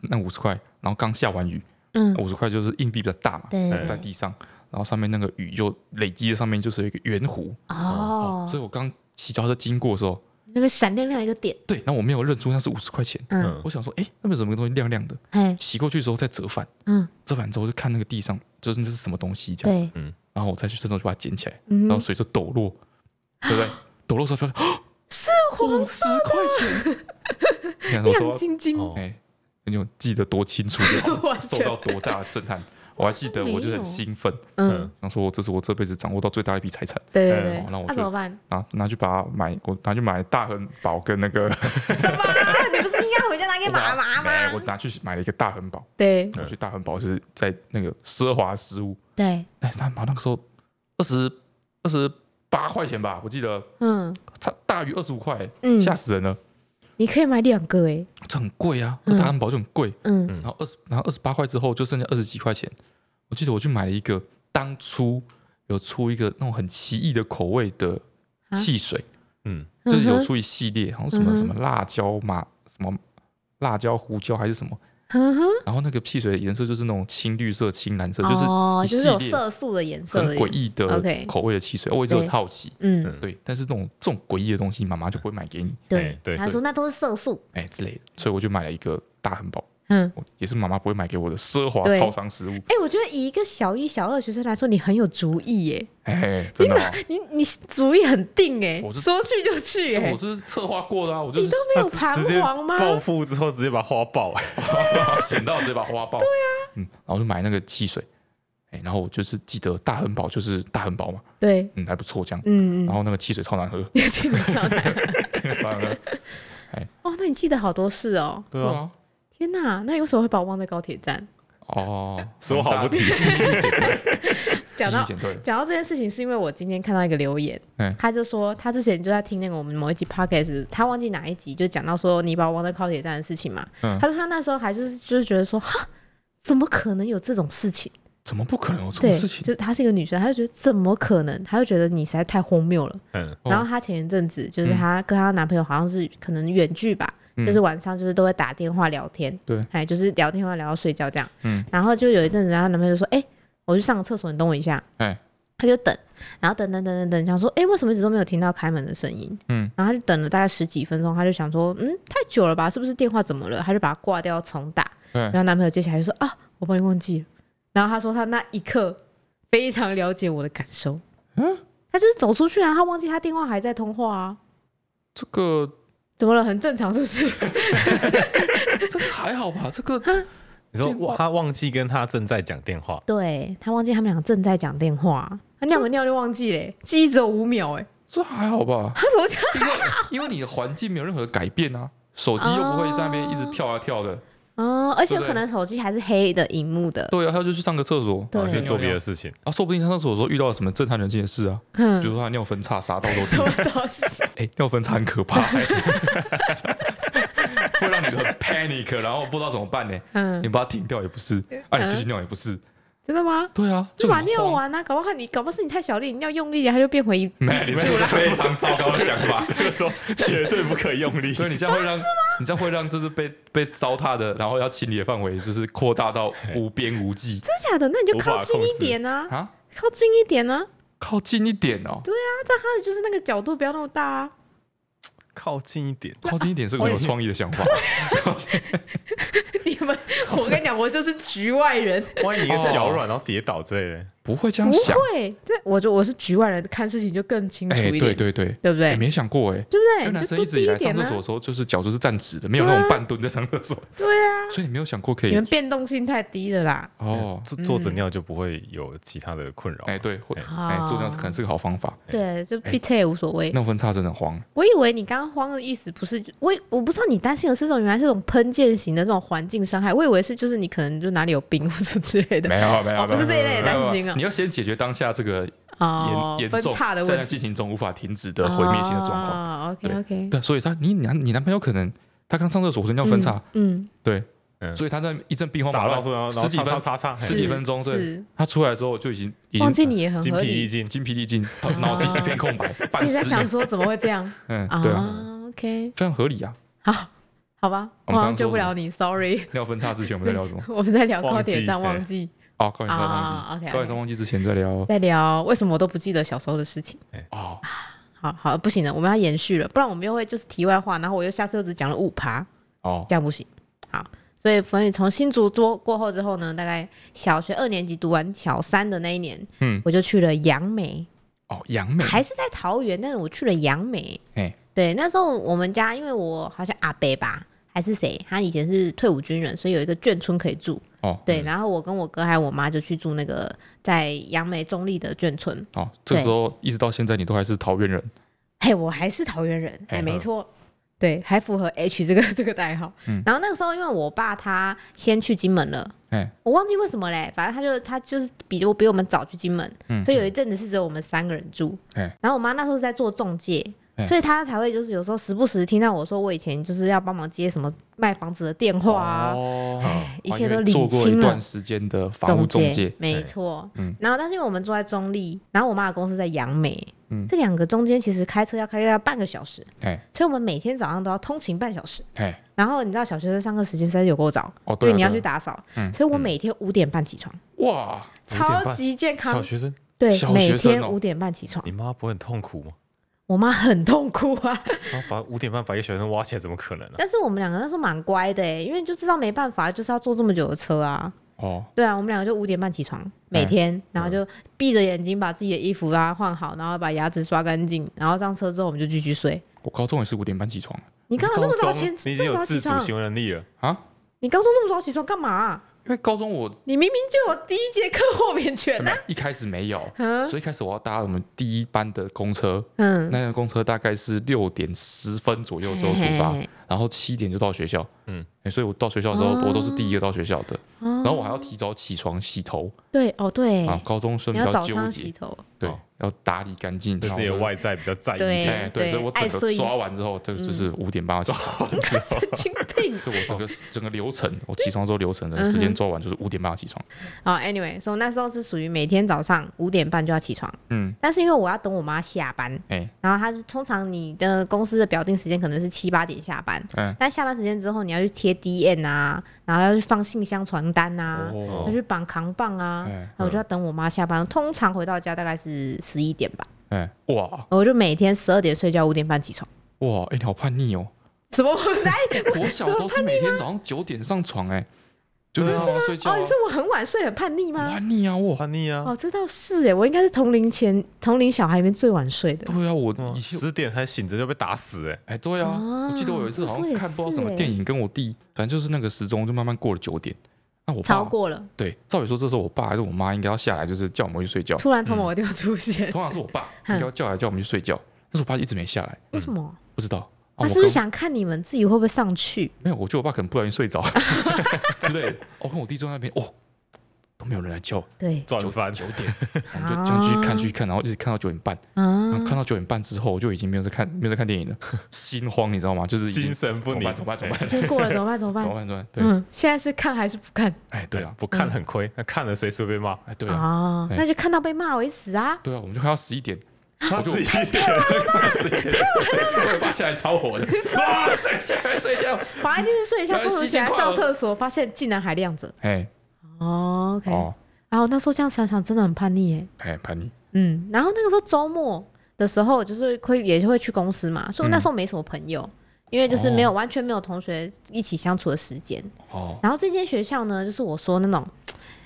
Speaker 2: 那五十块，然后刚下完雨，
Speaker 1: 嗯，
Speaker 2: 五十块就是硬币比较大嘛，
Speaker 1: 对对
Speaker 2: 哎在
Speaker 1: 对，
Speaker 2: 地上，然后上面那个雨就累积在上面，就是有一个圆弧。
Speaker 1: 哦，
Speaker 2: 所以我刚骑脚踏车经过的时候，
Speaker 1: 那边闪亮亮一个点，
Speaker 2: 对，然后我没有认出那是五十块钱，
Speaker 1: 嗯，
Speaker 3: 嗯，
Speaker 2: 我想说，哎、那边怎么有个东西亮亮的？
Speaker 1: 哎，
Speaker 2: 骑过去之后再折返，
Speaker 1: 嗯，
Speaker 2: 折返之后就看那个地上，就是那是什么东西这样，
Speaker 1: 对，
Speaker 2: 然后我再去伸手就把它捡起来，
Speaker 1: 嗯
Speaker 2: 然后水就抖落，对不对？抖落的时候发 现是五十 块钱，然后我
Speaker 1: 亮
Speaker 2: 啊说
Speaker 1: 晶晶，
Speaker 3: 哦
Speaker 2: 哎、你有记得多清楚就 好
Speaker 1: 完
Speaker 2: 了，
Speaker 1: 全
Speaker 2: 受到多大的震撼。我还记得，我就
Speaker 1: 没有
Speaker 2: 很兴奋，
Speaker 1: 嗯，
Speaker 2: 想说这是我这辈子掌握到最大的一笔财产，
Speaker 1: 对对
Speaker 3: 嗯
Speaker 1: 对
Speaker 2: 哦，那我
Speaker 1: 那
Speaker 2: 就
Speaker 1: 怎么办？
Speaker 2: 拿拿去把它买，我拿去买大恒宝跟那个，
Speaker 1: 什么？你不是应该回家拿给妈妈
Speaker 2: 哎我
Speaker 1: 吗？
Speaker 2: 拿去买了一个大恒宝，
Speaker 1: 对
Speaker 2: 我去大恒宝是在那个奢华失物，
Speaker 1: 对，
Speaker 2: 但是大恒宝那个时候二十二十八块钱吧，我记得
Speaker 1: 嗯
Speaker 2: 差大于二十五块，
Speaker 1: 嗯，
Speaker 2: 吓死人了，
Speaker 1: 你可以买两个哎，
Speaker 2: 这很贵啊，
Speaker 1: 嗯
Speaker 2: 大汉堡就很贵。
Speaker 1: 嗯
Speaker 3: 嗯
Speaker 2: 然后二十，然后二十八块之后就剩下二十几块钱。我记得我去买了一个，当初有出一个那种很奇异的口味的
Speaker 1: 啊
Speaker 2: 汽水，
Speaker 3: 嗯，
Speaker 2: 就是有
Speaker 1: 嗯哼
Speaker 2: 出一系列，好像什么、
Speaker 1: 嗯哼
Speaker 2: 什么辣椒麻什么辣椒胡椒还是什么，
Speaker 1: 嗯哼，
Speaker 2: 然后那个汽水的颜色就是那种青绿色、青蓝色，就是
Speaker 1: 哦，
Speaker 2: 一
Speaker 1: 就是有
Speaker 2: 系列
Speaker 1: 色素的颜色
Speaker 2: 很
Speaker 1: 的，
Speaker 2: 诡异
Speaker 1: ，OK
Speaker 2: 的口味的汽水。我一直
Speaker 1: 对
Speaker 2: 很好奇，
Speaker 1: 嗯，
Speaker 3: 嗯
Speaker 2: 对，但是那种这种诡异的东西，妈妈就不会买给你，
Speaker 1: 对
Speaker 3: 哎对
Speaker 1: 他说那都是色素，
Speaker 2: 哎之类的，所以我就买了一个大汉堡，
Speaker 1: 嗯，
Speaker 2: 也是妈妈不会买给我的奢华
Speaker 1: 对
Speaker 2: 超商食物。
Speaker 1: 哎、我觉得以一个小一、小二学生来说，你很有主意耶，
Speaker 2: 哎、真的、哦，
Speaker 1: 你你主意很定哎
Speaker 2: 我，是
Speaker 1: 说去就去哎
Speaker 2: 我，是策划过的啊，我就是
Speaker 1: 你都没有
Speaker 3: 他
Speaker 1: 彷
Speaker 3: 直直接
Speaker 1: 徨吗？
Speaker 3: 暴富之后直接把花爆，哎
Speaker 2: 捡到直接把花 爆。对啊，嗯，然后就买那个汽水，哎、然后我就是记得大亨堡就是大亨堡嘛，
Speaker 1: 对，
Speaker 2: 嗯，还不错这样。
Speaker 1: 嗯嗯，
Speaker 2: 然后那个汽水超难喝，啊
Speaker 1: 你记得 超难
Speaker 2: 真的超 难喝。
Speaker 1: 哦，那你记得好多事哦。
Speaker 3: 对啊，，
Speaker 1: 天哪，那你为什么会把我忘在高铁站？
Speaker 2: 哦，
Speaker 3: 说好不提
Speaker 2: 记忆减退，
Speaker 1: 讲
Speaker 2: 记
Speaker 1: 到
Speaker 2: 忆减退，
Speaker 1: 讲到这件事情，是因为我今天看到一个留言，
Speaker 2: 嗯
Speaker 1: 他就说他之前就在听那个我们某一集 podcast，他忘记哪一集就讲到说你把我忘在高铁站的事情嘛，
Speaker 2: 嗯
Speaker 1: 他说他那时候还就是就是觉得说哈。怎么可能有这种事情？
Speaker 2: 怎么不可能有这
Speaker 1: 对，
Speaker 2: 种事情？
Speaker 1: 就是她是一个女生，她就觉得怎么可能？她就觉得你实在太荒谬了。
Speaker 3: 嗯，
Speaker 2: 哦
Speaker 1: 然后她前一阵子就是她跟她男朋友好像是可能远距吧，
Speaker 2: 嗯
Speaker 1: 就是晚上就是都会打电话聊天，
Speaker 2: 对
Speaker 1: 哎，就是聊天话聊到睡觉这样。
Speaker 2: 嗯，
Speaker 1: 然后就有一阵子，她男朋友就说：“哎、我去上个厕所，你等我一下。”
Speaker 2: 哎，
Speaker 1: 她就等，然后等等等等等，想说：“哎、为什么一直都没有听到开门的声音？”
Speaker 2: 嗯，
Speaker 1: 然后她就等了大概十几分钟，她就想说：“嗯，太久了吧？是不是电话怎么了？”她就把它挂掉重打。
Speaker 2: 对
Speaker 1: 然，后男朋友接起来就说：“啊，我帮你忘记了。”然后他说他那一刻非常了解我的感受。
Speaker 2: 嗯
Speaker 1: 他就是走出去啊，他忘记他电话还在通话啊，
Speaker 2: 这个
Speaker 1: 怎么了？很正常是不是？
Speaker 2: 这个还好吧？这个
Speaker 3: 你
Speaker 2: 这
Speaker 3: 说
Speaker 2: 哇
Speaker 3: 他忘记跟他正在讲电话，
Speaker 1: 对他忘记他们俩正在讲电话，他尿个尿就忘记嘞、记忆只有五秒哎、
Speaker 2: 这还好吧？
Speaker 1: 他怎 么讲？
Speaker 2: 因为因为你的环境没有任何改变啊，手机又不会在那边一直跳啊跳的。
Speaker 1: 哦，而且有
Speaker 2: 对不对
Speaker 1: 可能手机还是黑的荧幕的，
Speaker 2: 对啊，他就去上个厕所，
Speaker 1: 对
Speaker 2: 然后
Speaker 3: 去
Speaker 2: 去
Speaker 3: 做别
Speaker 2: 的
Speaker 3: 的事情，
Speaker 2: 啊，说不定他上厕所的时候遇到了什么震撼人心的事啊，
Speaker 1: 嗯
Speaker 2: 比，如说他尿分叉啥到都是
Speaker 1: 什，么东西？
Speaker 2: 哎，尿分叉很可怕， 会让你很 panic，然后不知道怎么办呢？
Speaker 1: 嗯
Speaker 2: 你，把它停掉也不是，啊，你继续尿也不是，
Speaker 1: 真的吗？
Speaker 2: 对啊，
Speaker 1: 就把
Speaker 2: 很
Speaker 1: 它尿
Speaker 2: 慌。
Speaker 1: 完啊，搞不好嗯你搞不好是你太小力，你尿用力了，它就变回一。
Speaker 2: 没，你这个非常糟糕的想法，
Speaker 3: 这个时候 绝对不可以用力，
Speaker 2: 所以你这样会
Speaker 1: 哦
Speaker 2: 让、你这样会让就是被被糟蹋的，然后要清理的范围就是扩大到无边无际
Speaker 1: 真的假的？那你就
Speaker 3: 无法
Speaker 1: 靠近
Speaker 3: 控
Speaker 1: 一
Speaker 3: 制
Speaker 1: 点啊，
Speaker 2: 啊！
Speaker 1: 靠近一点啊。
Speaker 2: 靠近一点哦，
Speaker 1: 那就是那个角度不要那么大啊。
Speaker 3: 靠近一点，
Speaker 2: 靠近一点是个很有创意的想法。
Speaker 1: 你们，我跟你讲，我就是局外人，
Speaker 3: 万一你一
Speaker 1: 哦
Speaker 3: 个脚软然后跌倒之类的，
Speaker 2: 不会这
Speaker 1: 不
Speaker 2: 样想，
Speaker 1: 会。对，我就我是局外人，看事情就更清楚
Speaker 2: 哎、
Speaker 1: 一点，
Speaker 2: 对对对，
Speaker 1: 对不对？
Speaker 2: 哎、没想过哎、
Speaker 1: 对不
Speaker 2: 因
Speaker 1: 对？
Speaker 2: 为
Speaker 1: 你
Speaker 2: 男
Speaker 1: 就
Speaker 2: 生
Speaker 1: 多
Speaker 2: 一直以
Speaker 1: 低
Speaker 2: 来
Speaker 1: 一
Speaker 2: 上
Speaker 1: 点
Speaker 2: 厕所
Speaker 1: 啊。
Speaker 2: 的时候，就是脚就是站直的，没有那种半蹲在上厕所，
Speaker 1: 对啊，
Speaker 2: 所以你没有想过可
Speaker 1: 你
Speaker 2: 以
Speaker 1: 们变动性太低了啦。
Speaker 2: 哦，
Speaker 3: 坐坐
Speaker 1: 嗯
Speaker 3: 着尿就不会有其他的困扰
Speaker 2: 哎、。对，会哎、
Speaker 1: 啊
Speaker 2: 做这样可能是个好方法。
Speaker 1: 对，就 B T 也无所谓。
Speaker 2: 哎那种分叉真的很慌，
Speaker 1: 我以为你刚刚慌的意思不是我，我不知道你担心的是这种，原来是这种喷溅型的这种环境伤害。我以为是就是你可能就哪里有病 或者之类的
Speaker 2: 没有没有，
Speaker 1: 哦不是
Speaker 2: 没
Speaker 1: 这
Speaker 2: 有
Speaker 1: 一类的
Speaker 2: 没有
Speaker 1: 担
Speaker 2: 没有
Speaker 1: 心啊
Speaker 2: 你要先解决当下这个
Speaker 1: 哦
Speaker 2: 严，严
Speaker 1: 分
Speaker 2: 重
Speaker 1: 叉的
Speaker 2: 在
Speaker 1: 问
Speaker 2: 那
Speaker 1: 题哦
Speaker 2: 进行中无法停止的毁灭性的状况。
Speaker 1: 况。OK
Speaker 2: 对
Speaker 1: OK，
Speaker 2: 对，所以他你男你男朋友可能他刚上厕所所以尿分叉，
Speaker 1: 嗯，
Speaker 3: 嗯
Speaker 2: 所以他在一阵兵荒马
Speaker 3: 撒到
Speaker 2: 乱，
Speaker 3: 处，然后然后
Speaker 2: 十几
Speaker 3: 擦
Speaker 2: 分
Speaker 3: 擦擦擦，
Speaker 1: 嗯
Speaker 2: 十几分钟
Speaker 1: 是
Speaker 2: 对
Speaker 1: 是
Speaker 2: 他出来的时候就已经已
Speaker 1: 忘
Speaker 2: 经
Speaker 1: 记你也很
Speaker 3: 精
Speaker 1: 合
Speaker 3: 疲力
Speaker 1: 理。
Speaker 3: 尽，
Speaker 2: 精疲力尽，头脑筋一片空 白，半
Speaker 1: 你在
Speaker 2: 失
Speaker 1: 想
Speaker 2: 忆。
Speaker 1: 说怎么会这样？
Speaker 2: 嗯， 对啊，
Speaker 1: 啊，OK，
Speaker 2: 非常合理啊。
Speaker 1: 好，好吧，我
Speaker 2: 我
Speaker 1: 好
Speaker 2: 们哦刚
Speaker 1: 像
Speaker 2: 刚说
Speaker 1: 救不了你，sorry。
Speaker 2: 尿分叉之前我们在聊什么？
Speaker 1: 我们在聊高
Speaker 3: 忘记
Speaker 1: 铁站，
Speaker 3: 哎
Speaker 1: 忘记
Speaker 2: 哦，高远山
Speaker 1: 啊
Speaker 2: 忘记，
Speaker 1: ，OK，
Speaker 2: 高远山忘记之前在聊
Speaker 1: 在聊为什么我都不记得小时候的事情。
Speaker 2: 哦，
Speaker 1: 好好，不行了，我们要延续了，不然我们又会就是题外话，然后我又下次又只讲了五趴，
Speaker 2: 哦，
Speaker 1: 这样不行。好，所以所以从新竹桌过后之后呢，大概小学二年级读完小三的那一年，
Speaker 2: 嗯，
Speaker 1: 我就去了杨梅，
Speaker 2: 哦，杨梅，
Speaker 1: 还是在桃园，但是我去了杨梅。
Speaker 2: 哎，
Speaker 1: 对，那时候我们家，因为我好像阿伯吧，还是谁，他以前是退伍军人，所以有一个眷村可以住。
Speaker 2: 哦，
Speaker 1: 对，然后我跟我哥还有我妈就去住那个在杨梅中立的眷村。
Speaker 2: 哦，这
Speaker 1: 对
Speaker 2: 时候一直到现在你都还是桃园人，
Speaker 1: 嘿，我还是桃园人，哎、
Speaker 2: 哎
Speaker 1: 没
Speaker 2: 嗯
Speaker 1: 错。对，还符合 H 这个这个代号。
Speaker 2: 嗯
Speaker 1: 然后那个时候，因为我爸他先去金门了，
Speaker 2: 哎，
Speaker 1: 我忘记为什么嘞，反正他就他就是比我比我们早去金门，
Speaker 2: 嗯
Speaker 1: 所以有一阵子是只有我们三个人住。
Speaker 2: 哎
Speaker 1: 然后我妈那时候是在做中介，
Speaker 2: 哎
Speaker 1: 所以她才会就是有时候时不时听到我说我以前就是要帮忙接什么卖房子的电话啊，
Speaker 2: 哦
Speaker 1: 哎一
Speaker 2: 哦
Speaker 1: 切
Speaker 2: 因为
Speaker 1: 都理
Speaker 2: 做过一
Speaker 1: 清了
Speaker 2: 段。时间的房屋中介，
Speaker 1: 没错。
Speaker 2: 嗯
Speaker 1: 然后但是因为我们住在中立，然后我妈的公司在杨梅，
Speaker 2: 嗯
Speaker 1: 这两个中间其实开车要开要半个小时，
Speaker 2: 哎
Speaker 1: 所以我们每天早上都要通勤半小时。
Speaker 2: 哎，
Speaker 1: 然后你知道小学生上课时间实在是有够早，
Speaker 2: 哦，
Speaker 1: 因
Speaker 2: 对
Speaker 1: 为
Speaker 2: 啊，
Speaker 1: 你要
Speaker 2: 对
Speaker 1: 去
Speaker 2: 啊
Speaker 1: 打扫，
Speaker 2: 嗯
Speaker 1: 所以我每天五点半起床，
Speaker 2: 哇，
Speaker 3: 5点半
Speaker 1: 超级健
Speaker 3: 小
Speaker 1: 康。
Speaker 3: 学生，
Speaker 1: 对，
Speaker 2: 小
Speaker 1: 每
Speaker 2: 学生
Speaker 1: 天
Speaker 2: 哦
Speaker 1: 五点半起床
Speaker 3: 你，妈不会很痛苦吗？
Speaker 1: 我妈很痛苦啊。
Speaker 3: 然后把五点半把一个学生挖起来，怎么可能呢、啊
Speaker 1: 但是我们两个那时候蛮乖的哎，因为就知道没办法，就是要坐这么久的车啊。
Speaker 2: 哦，
Speaker 1: 对啊，我们两个就五点半起
Speaker 2: 哎
Speaker 1: 床，每
Speaker 2: 嗯
Speaker 1: 天，然后就闭着眼睛把自己的衣服啊换好，然后把牙齿刷干净，然后上车之后我们就继续睡。
Speaker 2: 我高中也是五点半起床
Speaker 1: 你刚
Speaker 3: 是
Speaker 1: 刚那
Speaker 3: 高
Speaker 1: 么早
Speaker 3: 中
Speaker 1: 起，
Speaker 3: 你已
Speaker 1: 这么
Speaker 3: 经有
Speaker 1: 早起
Speaker 3: 自主
Speaker 1: 床，
Speaker 3: 行为能力了，
Speaker 2: 啊，
Speaker 1: 你高中那么早起床干嘛啊、
Speaker 2: 因为高中我
Speaker 1: 你明明就有第一节课豁免权
Speaker 2: 没
Speaker 1: 呐、
Speaker 2: 有一开始没有，
Speaker 1: 嗯
Speaker 2: 所以一开始我要搭我们第一班的公车，
Speaker 1: 嗯，
Speaker 2: 那辆公车大概是六点十分左右之后出发
Speaker 1: 嘿嘿嘿，
Speaker 2: 然后七点就到学校。嗯
Speaker 3: 嗯，
Speaker 2: 所以我到学校的时候，
Speaker 1: 哦
Speaker 2: 我都是第一个到学校的，
Speaker 1: 然
Speaker 2: 然后我还要提早起床洗头
Speaker 1: 对哦对，
Speaker 2: 啊。高中生
Speaker 1: 你
Speaker 2: 比
Speaker 1: 要
Speaker 2: 较
Speaker 1: 早
Speaker 2: 纠
Speaker 1: 上洗
Speaker 2: 结，
Speaker 1: 头，
Speaker 2: 对
Speaker 3: 哦，
Speaker 2: 要打理干净，
Speaker 3: 对自己的外在比较在意一
Speaker 1: 对
Speaker 3: 点。
Speaker 2: 哎，对，
Speaker 1: 对
Speaker 2: 所以我
Speaker 1: 爱
Speaker 2: 整
Speaker 1: 睡嗯
Speaker 2: 个抓完之后，这个就是五点半要起床。
Speaker 1: 神经病。
Speaker 2: 就我整个整个流 程，我起床之后流程，整个时
Speaker 1: 嗯
Speaker 2: 间抓完就是五点半要起床。
Speaker 1: 好，anyway，所以那时候是属于每天早上五点半就要起床，
Speaker 2: 嗯，
Speaker 1: 但是因为我要等我妈下班，
Speaker 2: 哎，
Speaker 1: 然后她是通常你的公司的表定时间可能是七八点下班，
Speaker 2: 嗯，
Speaker 1: 但下班时间之后你要去贴 DN 啊，然后要去放信箱传单啊，要
Speaker 2: 哦，
Speaker 1: 去绑扛棒啊，
Speaker 2: 哎
Speaker 1: 然后我就要等我妈下班，通常回到家大概是十一点吧，
Speaker 2: 哎，哇
Speaker 1: 我就每天十二点睡觉，五点半起床。
Speaker 2: 哇，哎，你好叛逆哦。
Speaker 1: 什么？哎，
Speaker 2: 国小都是每天早上九点上床、哎，九点上床睡觉、
Speaker 1: 哦，
Speaker 2: 啊
Speaker 1: 你，说我很晚睡，很叛逆吗？
Speaker 2: 叛逆啊，我
Speaker 3: 叛逆啊！
Speaker 1: 哦，这倒是哎，我应该是同龄前同龄小孩里面最晚睡的。
Speaker 2: 对啊，我以前
Speaker 3: 嗯十点还醒着就被打死哎、
Speaker 2: 哎、对啊，
Speaker 1: 啊
Speaker 2: 我记得我有一次好像看不知道什么电影，跟我弟，反正就是那个时钟就慢慢过了九点，那我
Speaker 1: 超
Speaker 2: 爸
Speaker 1: 过了，
Speaker 2: 对，照理说这时候我爸还是我妈应该要下来，就是叫我们去睡觉，
Speaker 1: 突然从某个地方出现，
Speaker 2: 通常是我 爸应该要叫来叫我们去睡觉，但是我爸一直没下来，
Speaker 1: 为什么？
Speaker 2: 不知道。啊
Speaker 1: 他
Speaker 2: 我
Speaker 1: 是不是
Speaker 2: 跟
Speaker 1: 想看你们自己会不会上去？
Speaker 2: 没有，我觉得我爸可能不小心睡着 之类的。我、跟我弟坐在那边，哦，都没有人来叫，
Speaker 1: 对，
Speaker 3: 转翻
Speaker 2: 九 点，我们就这样继续看继续看，然后一直看到九点半。然
Speaker 1: 啊
Speaker 2: 后，看到九点半之后，我就已经没有在看，没有在看电影了， 心慌，你知道吗？就是已经
Speaker 3: 心神不
Speaker 2: 怎么
Speaker 3: 宁
Speaker 2: 办？怎么办？怎么 办？
Speaker 1: 时间过了怎么办？ 怎么
Speaker 2: 怎
Speaker 1: 办？
Speaker 2: 么办？怎么办？对，
Speaker 1: 嗯，现在是看还是不看
Speaker 2: 哎，对啊，
Speaker 3: 不
Speaker 1: 嗯
Speaker 3: 看很亏，那看了随时被骂。
Speaker 2: 哎，对啊，
Speaker 1: 啊？
Speaker 2: 哎
Speaker 1: 那就看到被骂为止啊！
Speaker 2: 对啊，我们就看到十一点，
Speaker 3: 他
Speaker 2: 就
Speaker 3: 十一 点，
Speaker 2: 我有爸下来吵我 的，哇，睡下来睡觉，
Speaker 1: 反正就是睡一下，
Speaker 2: 哎
Speaker 1: 中途
Speaker 2: 时
Speaker 1: 起
Speaker 2: 间
Speaker 1: 来
Speaker 2: 快
Speaker 1: 上
Speaker 2: 了
Speaker 1: 厕所，发现竟然还亮着。
Speaker 2: 哎，
Speaker 1: 哦，OK。
Speaker 2: 哦，
Speaker 1: 然后那时候这样想想，真的很叛逆耶。
Speaker 2: 哎，叛逆，
Speaker 1: 嗯，然后那个时候周末的时候，就是会也是会去公司嘛，
Speaker 2: 嗯
Speaker 1: 所以我那时候没什么朋友，因为就是没有、完全没有同学一起相处的时间。
Speaker 2: 哦，
Speaker 1: 然后这间学校呢，就是我说那种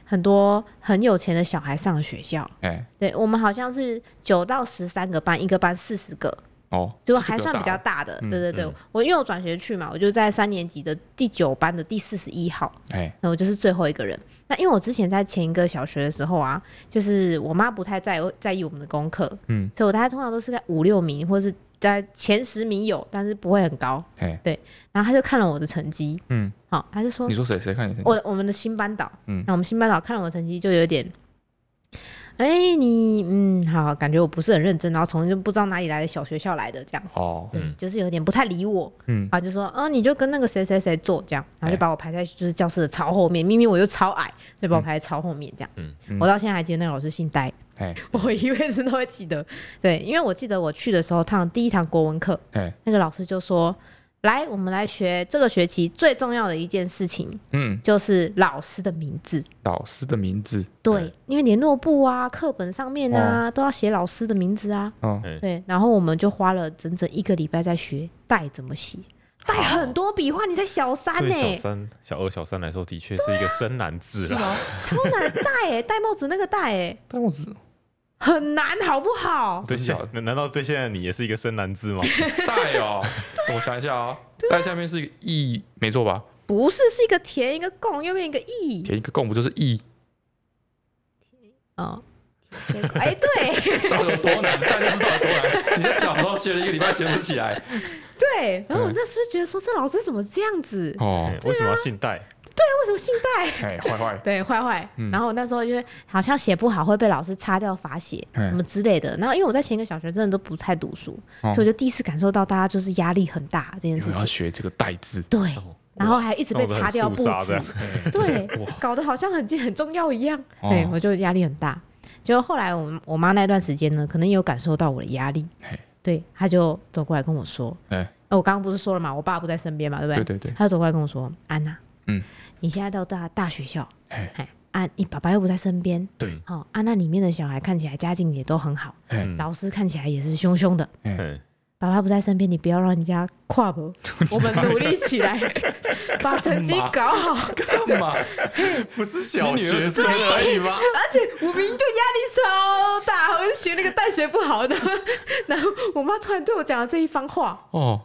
Speaker 1: 很多很有钱的小孩上的学校，
Speaker 2: 哎，
Speaker 1: 对我们好像是九到十三个班，一个班四十个，
Speaker 2: 哦，
Speaker 1: 就
Speaker 2: 这
Speaker 1: 啊还算比较
Speaker 2: 大，
Speaker 1: 大的。
Speaker 2: 嗯
Speaker 1: 对对对，
Speaker 3: 嗯
Speaker 1: 我因为我转学去嘛，我就在三年级的第九班的第四十一号。
Speaker 2: 哎，
Speaker 1: 那我就是最后一个人。那因为我之前在前一个小学的时候啊，就是我妈不太在在意我们的功课，
Speaker 2: 嗯，
Speaker 1: 所以我大概通常都是在五六名或是在前十名有，但是不会很高。
Speaker 2: 哎，
Speaker 1: 然后她就看了我的成绩，
Speaker 2: 嗯，
Speaker 1: 好、她就说
Speaker 2: 你说谁？谁看你？
Speaker 1: 哦我我们的新班导，
Speaker 2: 嗯
Speaker 1: 嗯，那我们新班导看了我的成绩就有点。哎、你嗯，好，感觉我不是很认真，然后从就不知道哪里来的小学校来的这样，
Speaker 2: 哦，
Speaker 1: 对，
Speaker 3: 嗯
Speaker 1: 就是有点不太理我，
Speaker 2: 嗯，
Speaker 1: 啊，就说，嗯、你就跟那个谁谁谁坐这样，然后就
Speaker 2: 哎
Speaker 1: 把我排在就是教室的超后面，明明我就超矮，就把我排在超后面这样。
Speaker 3: 嗯
Speaker 2: 嗯
Speaker 1: 我到现在还记得那个老师姓戴，
Speaker 2: 哎，
Speaker 1: 我一辈子都会记得。对，因为我记得我去的时候，他第一堂国文课，
Speaker 2: 哎，
Speaker 1: 那个老师就说，来，我们来学这个学期最重要的一件事情，
Speaker 2: 嗯，
Speaker 1: 就是老师的名字。
Speaker 2: 老师的名字，
Speaker 3: 嗯
Speaker 1: 对，因为联络簿啊、课本上面啊，都要写老师的名字啊。
Speaker 2: 哦，
Speaker 3: 哎
Speaker 1: 对，然后我们就花了整整一个礼拜在学带怎么写，带很多笔画，你才小三欸呢、
Speaker 3: 对小三、小二、小三来说，的确是一个生难字啊啦。
Speaker 1: 超难戴哎、戴帽子那个戴哎、
Speaker 2: 但我只
Speaker 1: 很难好不好？
Speaker 3: 对，
Speaker 2: 真假
Speaker 3: 现
Speaker 2: 的
Speaker 3: 难难道对现在你也是一个生难 字吗？
Speaker 2: 带哦， 我想一下啊，带下面是一个义，没错吧？
Speaker 1: 不是，是一个田一个共，右边一个义
Speaker 2: 填一个共不就是义？
Speaker 1: 哦。田共哎、对
Speaker 2: 到底有多难？大家知道有多难？你在小时候学了一个礼拜学不起来
Speaker 1: 对，然后我那时候就觉得说，这老师怎么这样子？
Speaker 2: 哦
Speaker 3: 哎，为什么要信贷？
Speaker 1: 他为什么姓戴？
Speaker 2: 哎，坏坏，
Speaker 1: 对，坏坏。然后我那时候因为好像写不好会被老师擦掉罚写
Speaker 2: 嗯
Speaker 1: 什么之类的。然后因为我在前一个小学真的都不太读书，
Speaker 2: 哦
Speaker 1: 所以我就第一次感受到大家就是压力很大这件
Speaker 2: 有
Speaker 1: 事
Speaker 2: 人要
Speaker 1: 情。
Speaker 2: 学这个代字，
Speaker 1: 对
Speaker 3: 哦，
Speaker 1: 然后还一直被
Speaker 3: 弄得很
Speaker 1: 擦掉布
Speaker 3: 肃杀这
Speaker 1: 子
Speaker 3: 样。
Speaker 1: 对，搞得好像很很重要一样。
Speaker 2: 哦
Speaker 1: 对，我就压力很大。结果后来我我妈那段时间呢，可能也有感受到我的压力
Speaker 2: 嘿，
Speaker 1: 对，她就走过来跟我说，
Speaker 2: 哎
Speaker 1: 呃我刚刚不是说了嘛，我爸不在身边嘛，对不对？
Speaker 2: 对对对，
Speaker 1: 啊她就走过来跟我说，安娜，
Speaker 2: 嗯，
Speaker 1: 你现在到大大学校，
Speaker 2: 哎
Speaker 1: 哎，啊，你爸爸又不在身边，
Speaker 3: 对，
Speaker 1: 好、啊，那里面的小孩看起来家境也都很好，
Speaker 2: 嗯
Speaker 1: 老师看起来也是凶凶的，
Speaker 3: 嗯
Speaker 1: 爸爸不在身边，你不要让人家跨步，我们努力起来，把成绩搞好，
Speaker 2: 干嘛？
Speaker 3: 不是小
Speaker 2: 你女儿
Speaker 3: 学
Speaker 2: 是
Speaker 3: 生而已吗？
Speaker 1: 而且我明明就压力超大，我就学那个蛋学不好的，然后我妈突然对我讲了这一番话，
Speaker 2: 哦，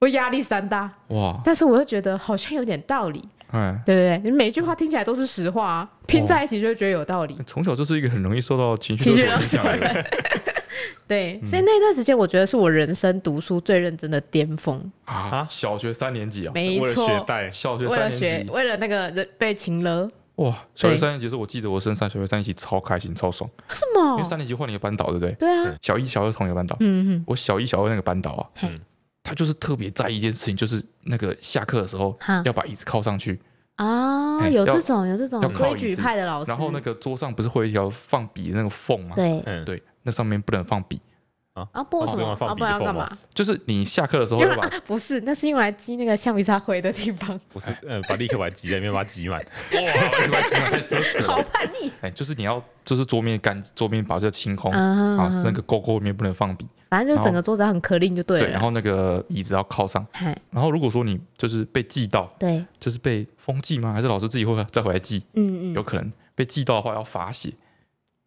Speaker 1: 我压力山大，
Speaker 2: 哇，
Speaker 1: 但是我又觉得好像有点道理，
Speaker 2: 哎，
Speaker 1: 对不对？你每一句话听起来都是实话、啊，拼在一起就会觉得有道 理。
Speaker 2: 从小就是一个很容易受到情绪
Speaker 1: 情绪
Speaker 2: 勒索的人，
Speaker 1: 对，所以那段时间我觉得是我人生读书最认真的巅峰，
Speaker 2: 啊！小学三年级啊，
Speaker 1: 没
Speaker 3: 为了
Speaker 1: 错。
Speaker 3: 学贷，
Speaker 2: 小学
Speaker 1: 为了
Speaker 2: 三
Speaker 1: 学
Speaker 2: 年，级，
Speaker 1: 为了那个人被擒了，
Speaker 2: 哇，小学三年级的时候，我记得我升三，小学三年级超开心超爽，
Speaker 1: 什
Speaker 2: 因
Speaker 1: 么
Speaker 2: 为？三年级换了一个班导，对不对？
Speaker 1: 对啊，
Speaker 2: 小一、小二同一个班导，
Speaker 1: 哦嗯嗯，
Speaker 2: 我小一、小二那个班导啊
Speaker 3: 嗯
Speaker 1: 嘿，
Speaker 2: 他就是特别在意一件事情，就是那个下课的时候
Speaker 1: 哈
Speaker 2: 要把椅子靠上去，
Speaker 1: 啊，
Speaker 2: 哎
Speaker 1: 有
Speaker 2: 要
Speaker 1: 这种有这种
Speaker 2: 要靠
Speaker 1: 规
Speaker 2: 椅
Speaker 1: 矩
Speaker 2: 子
Speaker 1: 派的老师，
Speaker 2: 然后那个哎桌上不是会有一条放笔的那个缝吗？
Speaker 1: 对
Speaker 3: 嗯，
Speaker 2: 对，那上面不能放笔，
Speaker 1: 啊，不然为
Speaker 3: 哦
Speaker 1: 什
Speaker 3: 这
Speaker 1: 么
Speaker 3: 样放
Speaker 1: 啊，
Speaker 3: 笔
Speaker 1: 不然要
Speaker 3: 缝
Speaker 1: 干
Speaker 3: 哦
Speaker 1: 嘛？
Speaker 2: 就是你下课 的时候
Speaker 1: 用
Speaker 2: 要
Speaker 1: 来
Speaker 2: 把
Speaker 1: 啊，不是，那是用来积那个橡皮擦灰的地方，
Speaker 3: 不是，呃，把立刻把它挤在里面，把它挤满。
Speaker 2: 太奢侈
Speaker 1: 好
Speaker 2: 了。
Speaker 1: 叛逆
Speaker 2: 哎，就是你要，就是桌面干，桌面把这清空啊，
Speaker 1: 啊
Speaker 2: 那个勾勾里面不能放笔，
Speaker 1: 反正就
Speaker 2: 然
Speaker 1: 整
Speaker 2: 后
Speaker 1: 个桌子很可令就对
Speaker 2: 对，然
Speaker 1: 了，
Speaker 2: 后那个椅子要靠上。
Speaker 1: 嘿，
Speaker 2: 然后如果说你就是被记到，
Speaker 1: 对，
Speaker 2: 就是被封记吗？还是老师自己会再回来记？
Speaker 1: 嗯
Speaker 2: 有
Speaker 1: 嗯，
Speaker 2: 可能被记到的话要罚写，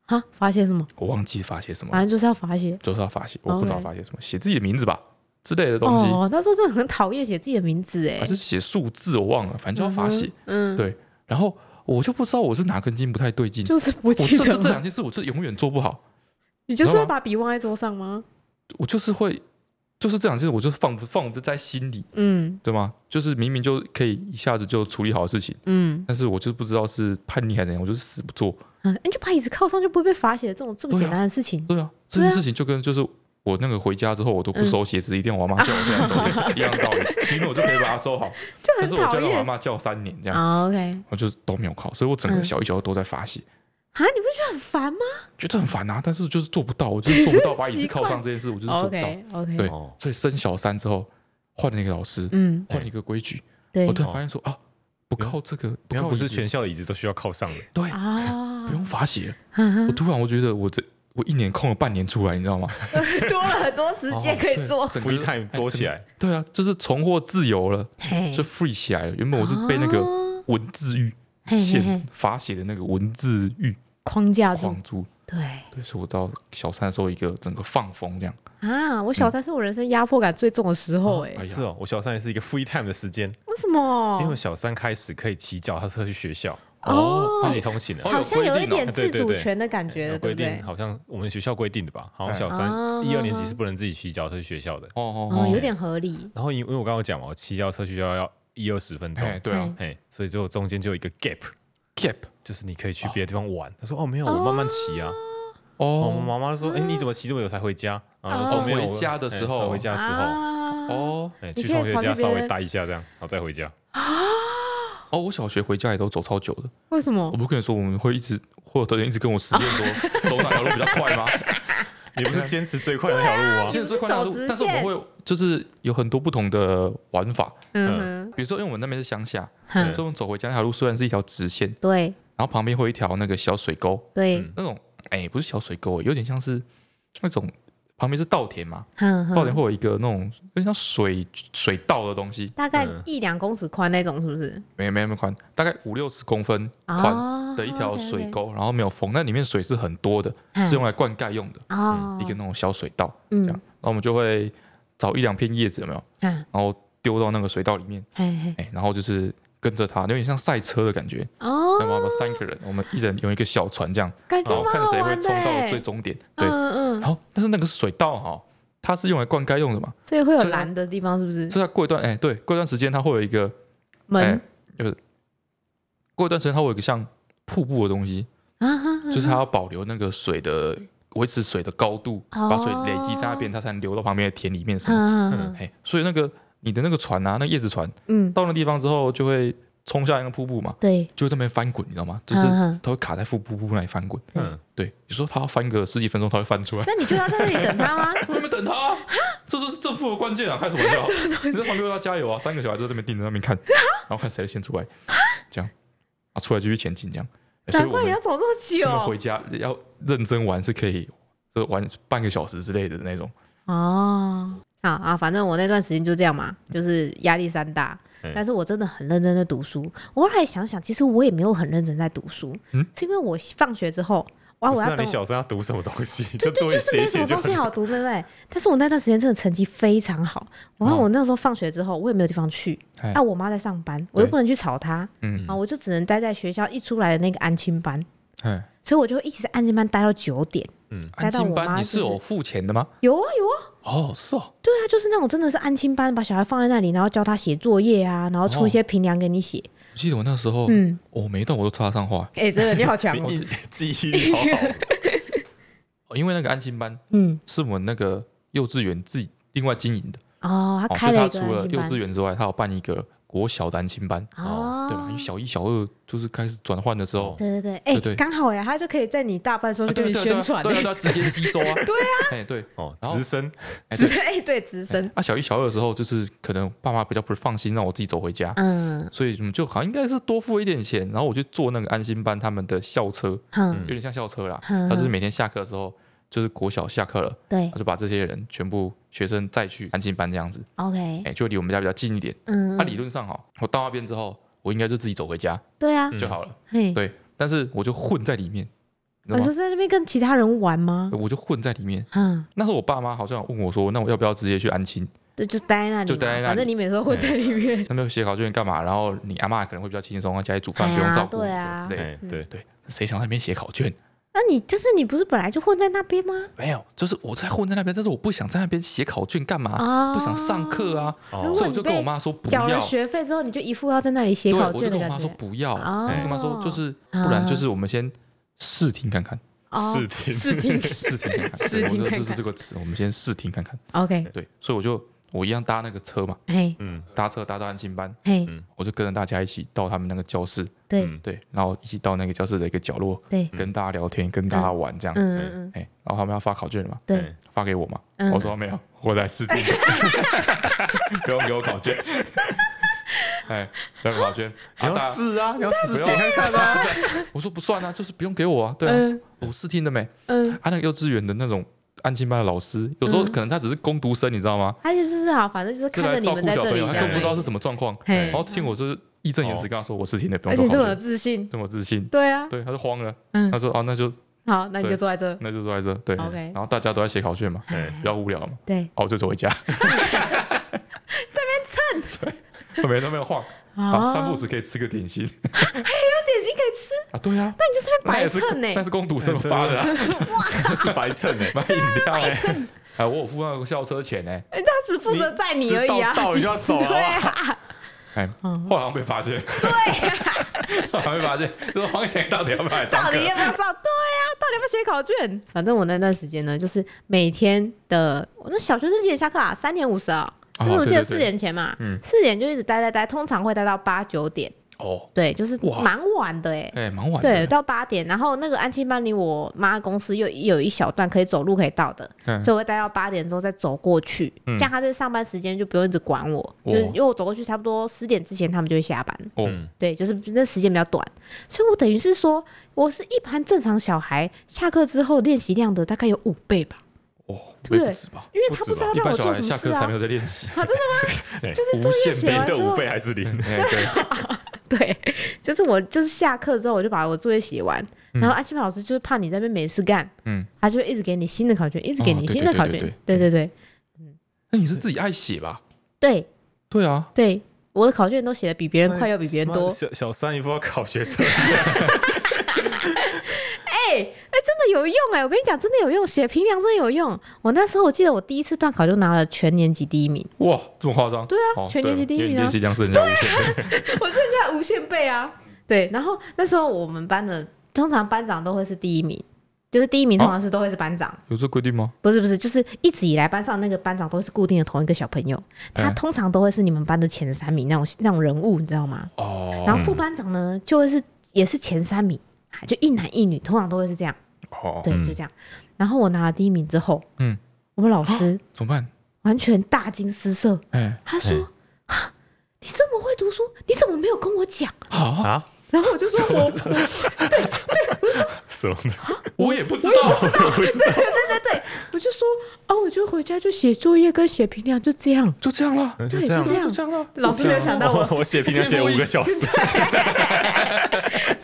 Speaker 1: 哈，罚写什么？
Speaker 2: 我忘记罚写什么
Speaker 1: 反
Speaker 2: 了，
Speaker 1: 正就是要罚写。
Speaker 2: 就是要罚写，我不知道
Speaker 1: OK
Speaker 2: 罚写什么，写自己的名字吧之类的东西，啊
Speaker 1: 哦，那时候真的很讨厌写自己的名字，哎
Speaker 2: 还，是写数字我忘了，反正就要罚写。
Speaker 1: 嗯哼，嗯，
Speaker 2: 对然后我就不知道我是哪根筋不太对劲，
Speaker 1: 就是不
Speaker 2: 我
Speaker 1: 记
Speaker 2: 这
Speaker 1: 得
Speaker 2: 这这
Speaker 1: 嘛。
Speaker 2: 两件事我这永远做不好，
Speaker 1: 你就是
Speaker 2: 知道
Speaker 1: 会
Speaker 2: 吗
Speaker 1: 把笔忘在桌上吗？
Speaker 2: 我就是会，就是这两件事我就放不放不在心里，
Speaker 1: 嗯
Speaker 2: 对吗？就是明明就可以一下子就处理好的事情，
Speaker 1: 嗯，
Speaker 2: 但是我就不知道是叛逆还是怎样，我就是死不做。
Speaker 1: 嗯，你就把椅子靠上就不会被罚写，这种这么简单的事情，
Speaker 2: 对啊，这
Speaker 1: 对啊
Speaker 2: 件事情就跟就是。我那个回家之后，我都不
Speaker 1: 嗯
Speaker 2: 收鞋子，一定要我妈叫我现在收，一样道 理。明明我就可以把它收好，
Speaker 1: 就
Speaker 2: 但
Speaker 1: 很
Speaker 2: 是我
Speaker 1: 讨
Speaker 2: 叫到我
Speaker 1: 厌。
Speaker 2: 妈叫三年这样，
Speaker 1: 啊，OK，
Speaker 2: 我就都没有考，所以我整个
Speaker 1: 嗯
Speaker 2: 小一、小二都在罚写，
Speaker 1: 啊，你不觉得很烦吗
Speaker 2: 觉得很烦啊。但是就是做不到，我就是做不到把椅
Speaker 1: 奇
Speaker 2: 子靠
Speaker 1: 怪
Speaker 2: 上这件事，我就是做不到。
Speaker 1: ？OK OK，
Speaker 2: 对
Speaker 3: 哦，
Speaker 2: 所以升小三之后，换了一个老师，
Speaker 1: 嗯，
Speaker 2: 换了一个规矩，
Speaker 1: 对
Speaker 2: 我突
Speaker 3: 哦
Speaker 2: 然发现说啊，不靠这个，不靠
Speaker 3: 然后不是
Speaker 2: 椅子
Speaker 3: 全校的椅子都需要靠上的，
Speaker 2: 对，
Speaker 1: 啊，
Speaker 2: 哎不用罚写了。
Speaker 1: 哼哼
Speaker 2: 我突然我觉得我这我一年空了半年出来，你知道吗？
Speaker 1: 多了很多时间可以做。
Speaker 2: 整
Speaker 3: free
Speaker 2: 个
Speaker 3: time 多起来，
Speaker 2: 对啊，就是重获自由了，
Speaker 1: 嘿
Speaker 2: 就 free 起来了。原本我是被那个
Speaker 1: 啊
Speaker 2: 文字狱
Speaker 1: 嘿嘿
Speaker 2: 限
Speaker 1: 嘿
Speaker 2: 制罚写的那个文字狱
Speaker 1: 框架住，
Speaker 2: 框住，
Speaker 1: 对
Speaker 2: 对，所以我到小三的时候一个整个放风这样。
Speaker 1: 啊，我小三是我人生压迫感最重的时候，哎，
Speaker 2: 嗯哎呀
Speaker 3: 是，哦，我小三也是一个 free time 的时间，
Speaker 1: 为什么
Speaker 3: 因为？我小三开始可以骑脚踏车去学校，
Speaker 1: 哦
Speaker 3: 自己通勤了
Speaker 2: 哦。
Speaker 1: 好像有一
Speaker 2: 有规定哦
Speaker 1: 点自
Speaker 3: 对对
Speaker 1: 主
Speaker 3: 对
Speaker 1: 权的感觉
Speaker 3: 有
Speaker 1: 了，对
Speaker 3: 规
Speaker 1: 不对
Speaker 3: 定？好像我们学校规定的吧，好像
Speaker 2: 哎
Speaker 3: 小三
Speaker 1: 啊
Speaker 3: 一二年级是不能自己骑脚踏车去学校的。
Speaker 2: 哦哦
Speaker 1: 哦，有点合理。
Speaker 3: 然后因因为我刚刚有讲嘛，我骑脚踏车去学校要一二十分钟，
Speaker 2: 哎，对
Speaker 1: 嗯
Speaker 2: 啊
Speaker 3: 哎，所以就中间就有一个 gap，
Speaker 2: ，gap
Speaker 3: 就是你可以去别的地方玩。他说哦没有，我慢慢骑啊。哦，
Speaker 2: 哦
Speaker 3: 我妈妈说哎你怎么骑这么久才回家？然后我
Speaker 1: 哦
Speaker 3: 说没有
Speaker 2: 回家的
Speaker 3: 我哎
Speaker 2: 时候
Speaker 3: 回家的时候，
Speaker 1: 啊，
Speaker 2: 哦
Speaker 3: 哎
Speaker 1: 你
Speaker 3: 去
Speaker 1: 可以
Speaker 3: 同学
Speaker 1: 跑去
Speaker 3: 家
Speaker 1: 别
Speaker 3: 稍微
Speaker 1: 人
Speaker 3: 待一下这样，然后再回 家。
Speaker 2: 哦，我小学回家也都走超久的。
Speaker 1: 为什么
Speaker 2: 我？不跟你说，我们会一直或者人一直跟我实验 说走哪条路比较快吗？
Speaker 3: 你不是坚持最快的那
Speaker 1: 啊
Speaker 3: 条路吗？啊
Speaker 2: 其实最快那条
Speaker 1: 走
Speaker 2: 路
Speaker 1: 直，线
Speaker 2: 但是我们会就是有很多不同的玩法。
Speaker 1: 嗯
Speaker 2: 比如说，因为我们那边是乡下，
Speaker 1: 哼，
Speaker 3: 嗯
Speaker 1: 哼
Speaker 2: 所以我们走回家那条路虽然是一条直线，
Speaker 1: 对
Speaker 2: 然后旁边会有一条那个小水沟，
Speaker 1: 对，
Speaker 3: 嗯
Speaker 2: 那种哎不是小水沟，有点像是那种旁边是稻田嘛，
Speaker 1: 哼
Speaker 2: 稻田
Speaker 1: 哼，
Speaker 2: 嗯会有一个那种有点像水水道的东西，
Speaker 1: 大概
Speaker 3: 嗯
Speaker 1: 一两公尺宽那种，是不是？
Speaker 2: 没没那么宽，大概五六十公分宽
Speaker 1: 哦，
Speaker 2: 的一条水
Speaker 1: OK，OK，
Speaker 2: 沟，然后没有封，那里面水是很多的，
Speaker 1: 嗯
Speaker 2: 是用来灌溉用的。
Speaker 1: 哦，
Speaker 2: 一个那种小水稻，
Speaker 1: 嗯
Speaker 2: 这样，然后我们就会找一两片叶子，有没有？
Speaker 1: 嗯，
Speaker 2: 然后丢到那个水稻里面，
Speaker 1: 嘿嘿，
Speaker 2: 哎、然后就是跟着它，有点像赛车的感觉。那么我
Speaker 1: 哦，
Speaker 2: 们三个人，我们一人用一个小船这样，
Speaker 1: 感
Speaker 2: 然
Speaker 1: 觉
Speaker 2: 后
Speaker 1: 蛮
Speaker 2: 看
Speaker 1: 好
Speaker 2: 谁会
Speaker 1: 玩的
Speaker 2: 冲到
Speaker 1: 欸
Speaker 2: 最终点。对，
Speaker 1: 嗯嗯嗯，
Speaker 2: 然后但是那个水稻哈、它是用来灌溉用的嘛，
Speaker 1: 所以会有
Speaker 2: 所以它
Speaker 1: 蓝的地方，是不是？
Speaker 2: 所以它过一段，哎、对，过一段时间它会有一个，哎、
Speaker 1: 门
Speaker 2: 就是过一段时间它会有一个像瀑布的东西，
Speaker 1: 啊哈，哈
Speaker 2: 哎就是它要保留那个水的。维持水的高度，
Speaker 1: 哦
Speaker 2: 把水累积在那边，它才能流到旁边的田里面什么的。
Speaker 1: 嗯嗯
Speaker 3: 嗯
Speaker 2: 哎，所以那个你的那个船啊，那叶子船
Speaker 1: 嗯，
Speaker 2: 到那地方之后，就会冲下一个瀑布嘛，
Speaker 1: 对，
Speaker 2: 就在那边翻滚，你知道吗？就是
Speaker 1: 嗯嗯
Speaker 2: 它会卡在瀑布那里翻滚。
Speaker 3: 嗯，
Speaker 2: 对，你说它要翻个十几分钟，它会翻出来。
Speaker 1: 那你就要在那里等他吗？
Speaker 2: 我们等它啊，这就是正负的 关键啊！开什么玩笑？你在旁边为它加油啊！三个小孩就在那边盯着那边看，然后看谁先出来，这样啊，出来继续前进这样。哎， 所以
Speaker 1: 难
Speaker 2: 我
Speaker 1: 怪你
Speaker 2: 们
Speaker 1: 要走这么久
Speaker 2: 所以我们回家要认真玩是可以，就玩半个小时之类的那种。
Speaker 1: 哦。好啊，反正我那段时间就这样嘛，就是压力山大。
Speaker 3: 嗯
Speaker 1: 但是我真的很认真在读书。我后来想想，其实我也没有很认真在读书，
Speaker 2: 嗯
Speaker 1: 是因为我放学之后，哇，
Speaker 3: 不
Speaker 1: 我
Speaker 3: 是
Speaker 1: 要
Speaker 3: 啊，
Speaker 1: 等
Speaker 3: 你
Speaker 1: 我
Speaker 3: 小时候要读什么东西，就作
Speaker 1: 就
Speaker 3: 业
Speaker 1: 是
Speaker 3: 写
Speaker 1: 没
Speaker 3: 一
Speaker 1: 什
Speaker 3: 写
Speaker 1: 么
Speaker 3: 就
Speaker 1: 东西
Speaker 3: 好。
Speaker 1: 好读，妹妹。但是我那段时间真的成绩非常好，然
Speaker 3: 哦
Speaker 1: 后我那时候放学之后，我也没有地方去，
Speaker 2: 哎
Speaker 1: 啊，我妈在上班，我又不能去吵她，
Speaker 2: 嗯，
Speaker 1: 啊，我就只能待在学校一出来的那个安亲班，
Speaker 2: 哎，
Speaker 1: 所以我就一直在安亲班待到九点。待
Speaker 2: 安
Speaker 1: 到
Speaker 2: 静
Speaker 1: 我妈
Speaker 2: 班你
Speaker 1: 就是
Speaker 2: 是有付钱的吗？
Speaker 1: 有啊有啊，
Speaker 2: 哦，是哦，
Speaker 1: 对啊，就是那种真的是安亲班，把小孩放在那里，然后教他写作业啊，然后
Speaker 2: 哦
Speaker 1: 出一些评量给你写。
Speaker 2: 我记得我那时候，
Speaker 1: 嗯，
Speaker 2: 我每一段我都插上话，
Speaker 1: 哎、真的你好强
Speaker 3: 你
Speaker 1: 哦。
Speaker 3: 你记 忆力好好，
Speaker 2: 哦因为那个安亲班
Speaker 1: 嗯，
Speaker 2: 是我们那个幼稚园自己另外经营的，
Speaker 1: 哦，他
Speaker 2: 哦，
Speaker 1: 开
Speaker 2: 就
Speaker 1: 了
Speaker 2: 他
Speaker 1: 一个
Speaker 2: 除了
Speaker 1: 安亲
Speaker 2: 幼稚
Speaker 1: 班。
Speaker 2: 园之外，他有办一个国小的安亲班，
Speaker 1: 哦，
Speaker 2: 对吧？因为小一、小二就是开始转换的时候，
Speaker 1: 对对对，哎、
Speaker 2: 对对
Speaker 1: 刚好呀，他就可以在你大班的时候
Speaker 2: 啊
Speaker 1: 就跟
Speaker 2: 对
Speaker 1: 你
Speaker 2: 对
Speaker 1: 宣传、
Speaker 2: 对，
Speaker 1: 欸，
Speaker 2: 对啊，对啊，直接吸收啊，对啊，哎对，
Speaker 3: 哦，
Speaker 2: 然后
Speaker 3: 直升
Speaker 2: 哎
Speaker 1: 直哎、对直升，
Speaker 2: 啊，小一、小二的时候，就是可能爸妈比较不放心让我自己走回家，
Speaker 1: 嗯
Speaker 2: 所以我们就好像应该是多付一点钱，然后我去坐那个安心班他们的校车，
Speaker 1: 哼
Speaker 2: 有，点像校车啦，
Speaker 1: 嗯
Speaker 2: 他就是每天下课的时候，就是国小下课了，
Speaker 1: 对
Speaker 2: 他就把这些人全部学生载去安心班这样子，
Speaker 1: ，OK，
Speaker 2: 哎，就离我们家比较近一点。
Speaker 1: 嗯，
Speaker 2: 啊那理论上哈，我到那边之后，我应该就自己走回家
Speaker 1: 对啊，
Speaker 3: 嗯
Speaker 2: 就好了，
Speaker 1: 嘿，
Speaker 2: 对，但是我就混在里面，你
Speaker 1: 我
Speaker 2: 知道
Speaker 1: 就
Speaker 2: 吗？
Speaker 1: 在那边跟其他人玩吗？
Speaker 2: 我就混在里面。
Speaker 1: 嗯，
Speaker 2: 那时候我爸妈好像有问我说，那我要不要直接去安 亲？
Speaker 1: 对，就待在那里嘛，
Speaker 2: 就待在那里哎
Speaker 1: 反正你每次都混在里面。
Speaker 2: 他们写考卷干嘛？然后你阿嬷可能会比较轻松，啊，家里煮饭
Speaker 1: 哎呀
Speaker 2: 不用照顾
Speaker 1: 对
Speaker 2: 你
Speaker 1: 啊
Speaker 2: 什么之类的。
Speaker 3: 哎，对，
Speaker 2: 对，谁想在那边写考卷？
Speaker 1: 那你就是你不是本来就混在那边吗？
Speaker 2: 没有，就是我在混在那边，但是我不想在那边写考卷干嘛？
Speaker 1: 啊
Speaker 2: 不想上课。啊，
Speaker 1: 如
Speaker 3: 哦
Speaker 1: 果，
Speaker 2: 所以我就跟我妈说不
Speaker 1: 缴了
Speaker 2: 要。
Speaker 1: 学费之后，你就一副要在那里写
Speaker 2: 对，
Speaker 1: 考
Speaker 2: 我就
Speaker 1: 卷的
Speaker 2: 跟
Speaker 1: 感
Speaker 2: 我妈
Speaker 1: 觉
Speaker 2: 说。不要。哎
Speaker 1: 哦
Speaker 2: 我跟我妈说就是，
Speaker 1: 啊
Speaker 2: 不然就是我们先试听 看看，
Speaker 1: 哦
Speaker 3: 试听
Speaker 1: 试听
Speaker 2: 试听看看，
Speaker 1: 试
Speaker 2: 对
Speaker 1: 听
Speaker 2: 我
Speaker 1: 看看
Speaker 2: 就是这个词，我们先试听看看。
Speaker 1: ，OK，
Speaker 2: 对，所以我就我一样搭那个车嘛，
Speaker 1: 嘿，
Speaker 3: 嗯，
Speaker 2: 搭车搭到安庆班，
Speaker 1: 嘿，
Speaker 3: 嗯
Speaker 2: 我就跟着大家一起到他们那个教室，
Speaker 1: 对，
Speaker 3: 嗯
Speaker 2: 对，然后一起到那个教室的一个角落，
Speaker 1: 对，
Speaker 2: 跟大家聊天，跟大家玩这样
Speaker 1: 嗯。嗯嗯，
Speaker 2: 哎，然后他们要发考卷嘛，
Speaker 1: 对
Speaker 3: 哎，
Speaker 2: 发给我嘛，
Speaker 1: 嗯
Speaker 2: 我说没有，我在试听， 不用给我考卷。哎，不要给我考卷，
Speaker 3: 你要
Speaker 2: 啊大
Speaker 3: 试啊，你要试
Speaker 2: 不
Speaker 3: 写
Speaker 2: 要
Speaker 3: 看看啊。
Speaker 2: 我说不算啊，就是不用给我啊，对啊，
Speaker 1: 嗯
Speaker 2: 我试听了没？啊
Speaker 1: 嗯，
Speaker 2: 他那个幼稚园的那种安亲班的老师，有时候
Speaker 1: 嗯
Speaker 2: 可能他只是攻读生，你知道吗？
Speaker 1: 他就是好，反正就是
Speaker 2: 是
Speaker 1: 看着
Speaker 2: 来
Speaker 1: 你
Speaker 2: 照
Speaker 1: 们
Speaker 2: 顾
Speaker 1: 在
Speaker 2: 小
Speaker 1: 这
Speaker 2: 朋
Speaker 1: 里
Speaker 2: 友，他
Speaker 1: 这
Speaker 2: 根
Speaker 1: 样
Speaker 2: 本不知道
Speaker 1: 而
Speaker 2: 是什么哦状况，
Speaker 1: 嘿
Speaker 2: 然后听我就是义正言辞跟他说我试听的，不
Speaker 1: 已，而
Speaker 2: 用
Speaker 1: 且哦哎这
Speaker 2: 给我
Speaker 1: 么
Speaker 2: 考
Speaker 1: 有
Speaker 2: 卷，
Speaker 1: 自信，
Speaker 2: 这么自信。
Speaker 1: 对啊，
Speaker 2: 对，他就慌了，
Speaker 1: 嗯
Speaker 2: 他，说哦，那就
Speaker 1: 好，那你就
Speaker 2: 对
Speaker 1: 坐在这，
Speaker 2: 那就坐在这，对。
Speaker 1: OK
Speaker 2: 然后大家都在写考卷嘛，
Speaker 3: 哎
Speaker 2: 比较无聊嘛，
Speaker 1: 对，
Speaker 2: 哦，我就走回家， 这边蹭，每天都没有晃，啊，三步
Speaker 1: 哦，
Speaker 2: 子可以吃个点心
Speaker 1: 点心可以吃，
Speaker 2: 啊，对啊，
Speaker 1: 那你就顺便
Speaker 2: 那
Speaker 1: 白
Speaker 2: 也是
Speaker 1: 蹭呢
Speaker 2: 那。是公读生 发的啊，
Speaker 3: 是白蹭哎，
Speaker 2: 买饮料哎，哎，我有付那个校车钱哎，
Speaker 1: 哎，他只负责载你而已啊，
Speaker 3: 你到
Speaker 1: 其
Speaker 3: 到你
Speaker 1: 实
Speaker 3: 就要走了
Speaker 1: 对啊，
Speaker 2: 哎，
Speaker 1: 嗯
Speaker 2: 后来好像被发现，对， 好像被发现，就是黄钱到底要不要来上
Speaker 1: 到
Speaker 2: 课
Speaker 1: 底？要不要上？对啊，到底要不要写考卷？反正我那段时间呢，就是每天的，我那小学生几点下课啊？三点五十啊，
Speaker 2: 哦
Speaker 1: 就是我记得
Speaker 2: 对对对
Speaker 1: 四点前嘛
Speaker 2: 嗯，
Speaker 1: 四点就一直待待待，通常会待到八九点，
Speaker 2: 哦，
Speaker 1: 对，就是
Speaker 2: 哇
Speaker 1: 蛮晚的哎。
Speaker 2: 哎，蛮晚
Speaker 1: 对，
Speaker 2: 的，
Speaker 1: 到八点，然后那个安亲班离我妈公司又有一小段可以走路可以到的，
Speaker 2: 嗯
Speaker 1: 所以我会待到八点之后再走过去，
Speaker 2: 嗯
Speaker 1: 这样他在上班时间就不用一直管我，就是因为我走过去差不多十点之前他们就会下班，
Speaker 2: 哦，
Speaker 3: 嗯
Speaker 1: 对，就是那时间比较短，所以我等于是说我是一般正常小孩下课之后练习量的大概有五倍吧，
Speaker 2: 哦，
Speaker 1: 对不对
Speaker 2: 不止吧？
Speaker 1: 因为他
Speaker 3: 不
Speaker 1: 不知
Speaker 3: 止吧
Speaker 1: 道
Speaker 2: 一
Speaker 1: 让
Speaker 2: 般
Speaker 1: 我
Speaker 2: 小
Speaker 1: 做
Speaker 2: 孩
Speaker 1: 什
Speaker 2: 下
Speaker 1: 么事
Speaker 2: 课才没
Speaker 1: 啊，
Speaker 2: 有在练习， 哎
Speaker 1: 就是啊
Speaker 2: 无
Speaker 1: 作业
Speaker 2: 限
Speaker 1: 写
Speaker 2: 倍
Speaker 1: 完
Speaker 3: 你
Speaker 1: 之
Speaker 3: 的
Speaker 1: 后
Speaker 3: 五，倍还是零？
Speaker 2: 哎，对，
Speaker 1: 啊对， 就是我就是下课之后我就把我作业写完，然后安亲班老师就是怕你在那边没事干，
Speaker 2: 嗯，
Speaker 1: 他就会一直给你新的考卷，一直给
Speaker 2: 哦
Speaker 1: 你
Speaker 2: 对
Speaker 1: 新
Speaker 2: 对
Speaker 1: 的
Speaker 2: 对
Speaker 1: 考
Speaker 2: 对
Speaker 1: 卷，对对对
Speaker 2: 那你是自己爱写吧？
Speaker 1: 对
Speaker 2: 对啊，
Speaker 1: 对，我的考卷都写的比别人快，又比别人多，
Speaker 2: 哎
Speaker 3: 小小三一副要考学生，
Speaker 1: 真的有用哎、我跟你讲，真的有用，写评量真的有用。我那时候我记得我第一次段考就拿了全年级第一名，
Speaker 2: 哇，这么夸张？
Speaker 1: 对啊
Speaker 2: 哦
Speaker 1: 全年级第一
Speaker 2: 因为你
Speaker 1: 名啊啊
Speaker 2: 练习量是人家无限倍，
Speaker 1: 我剩下无限倍啊。对，然后那时候我们班的通常班长都会是第一名，就是第一名通常是都会是班长，
Speaker 2: 有这规定吗？
Speaker 1: 不是不是，就是一直以来班上那个班长都是固定的同一个小朋友，他
Speaker 2: 嗯
Speaker 1: 通常都会是你们班的前三名那种那种人物，你知道吗？
Speaker 2: 哦
Speaker 1: 然后副班长呢，就会是也是前三名，就一男一女，通常都会是这样，
Speaker 2: 哦，
Speaker 1: 对，
Speaker 3: 嗯
Speaker 1: 就这样。然后我拿了第一名之后，
Speaker 2: 嗯，哦
Speaker 1: 我们老师
Speaker 2: 怎么办？
Speaker 1: 完全大惊失色，
Speaker 2: 哎，
Speaker 1: 他说：“啊，你这么会读书，你怎么没有跟我讲？
Speaker 2: 好啊，
Speaker 3: 啊，
Speaker 1: 然后我就说我，我对
Speaker 3: 什么的，
Speaker 2: 我也不知道，
Speaker 3: 我不知道，
Speaker 1: 我就说啊，我就回家就写作业跟写评量，就这样。
Speaker 2: 就这样了，
Speaker 3: 嗯
Speaker 1: 对，
Speaker 3: 这样
Speaker 1: 就这样，
Speaker 2: 就这样了。
Speaker 1: 老师没有想到 我，
Speaker 3: 我我写评论写了五个小时，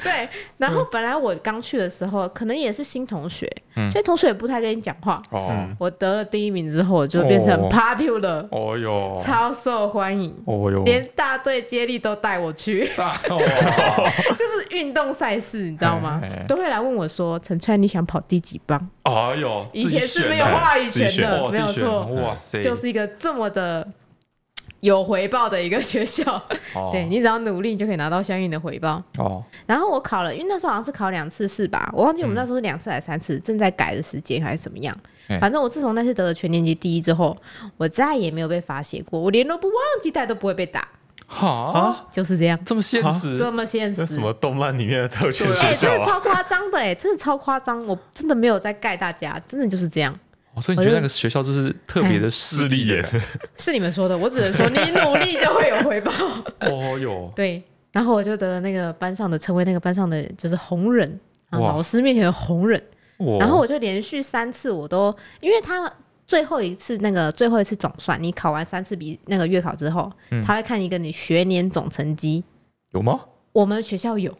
Speaker 1: 对。然后本来我刚去的时候，可能也是新同学，
Speaker 2: 嗯
Speaker 1: 所以同学也不太跟你讲话。
Speaker 2: 哦，
Speaker 1: 我得了第一名之后，我就变成
Speaker 2: 哦
Speaker 1: popular，、
Speaker 2: 哦哟，
Speaker 1: 超受欢迎，
Speaker 2: 哦哟，
Speaker 1: 连大队接力都带我去，
Speaker 2: 大哦，
Speaker 1: 就是运动赛事，你知道吗
Speaker 2: 哎哎哎？
Speaker 1: 都会来问我说：“陈川，你想跑第几棒
Speaker 2: 哎 呦？”，
Speaker 1: 以前是没有
Speaker 3: 的
Speaker 1: 话语权
Speaker 3: 自己选
Speaker 1: 的，
Speaker 2: 哇，
Speaker 1: 没有
Speaker 2: 哎自己选哦
Speaker 1: 错。
Speaker 2: 哇塞，
Speaker 1: 就是一个这么的有回报的一个学校。
Speaker 2: 哦
Speaker 1: 对你只要努力，你就可以拿到相应的回报。
Speaker 2: 哦，
Speaker 1: 然后我考了，因为那时候好像是考两次试吧，我忘记我们那时候是两次还是三次，正在改的时间还是怎么样
Speaker 2: 哎。
Speaker 1: 反正我自从那次得了全年级第一之后，我再也没有被罚写过，我连萝卜忘记带都不会被打，
Speaker 2: 哈，
Speaker 1: 就是这样，
Speaker 2: 这么现实，
Speaker 1: 啊这么现
Speaker 3: 那
Speaker 1: 实
Speaker 3: 什。么动漫里面的特权
Speaker 2: 对
Speaker 1: 哎、
Speaker 3: 学
Speaker 1: 真
Speaker 3: 校
Speaker 1: 的
Speaker 3: 啊？
Speaker 1: 超夸张的哎、真的超夸张，我真的没有在盖大家，真的就是这样，
Speaker 2: 哦所以你觉得那个学校就是特别的势
Speaker 3: 势
Speaker 2: 利
Speaker 3: 利
Speaker 2: 眼
Speaker 3: 眼，
Speaker 1: 是你们说的，我只能说你努力就会有回报。
Speaker 2: 哦哟，
Speaker 1: 对，然后我就得了那个班上的，成为那个班上的就是红人，啊、
Speaker 2: 哇
Speaker 1: 老师面前的红人。
Speaker 2: 哇
Speaker 1: 然后我就连续三次我都，因为他最后一次那个最后一次总算，你考完三次比那个月考之后，
Speaker 2: 嗯
Speaker 1: 他会看一个你学年总成绩。
Speaker 2: 有吗？
Speaker 1: 我们学校有，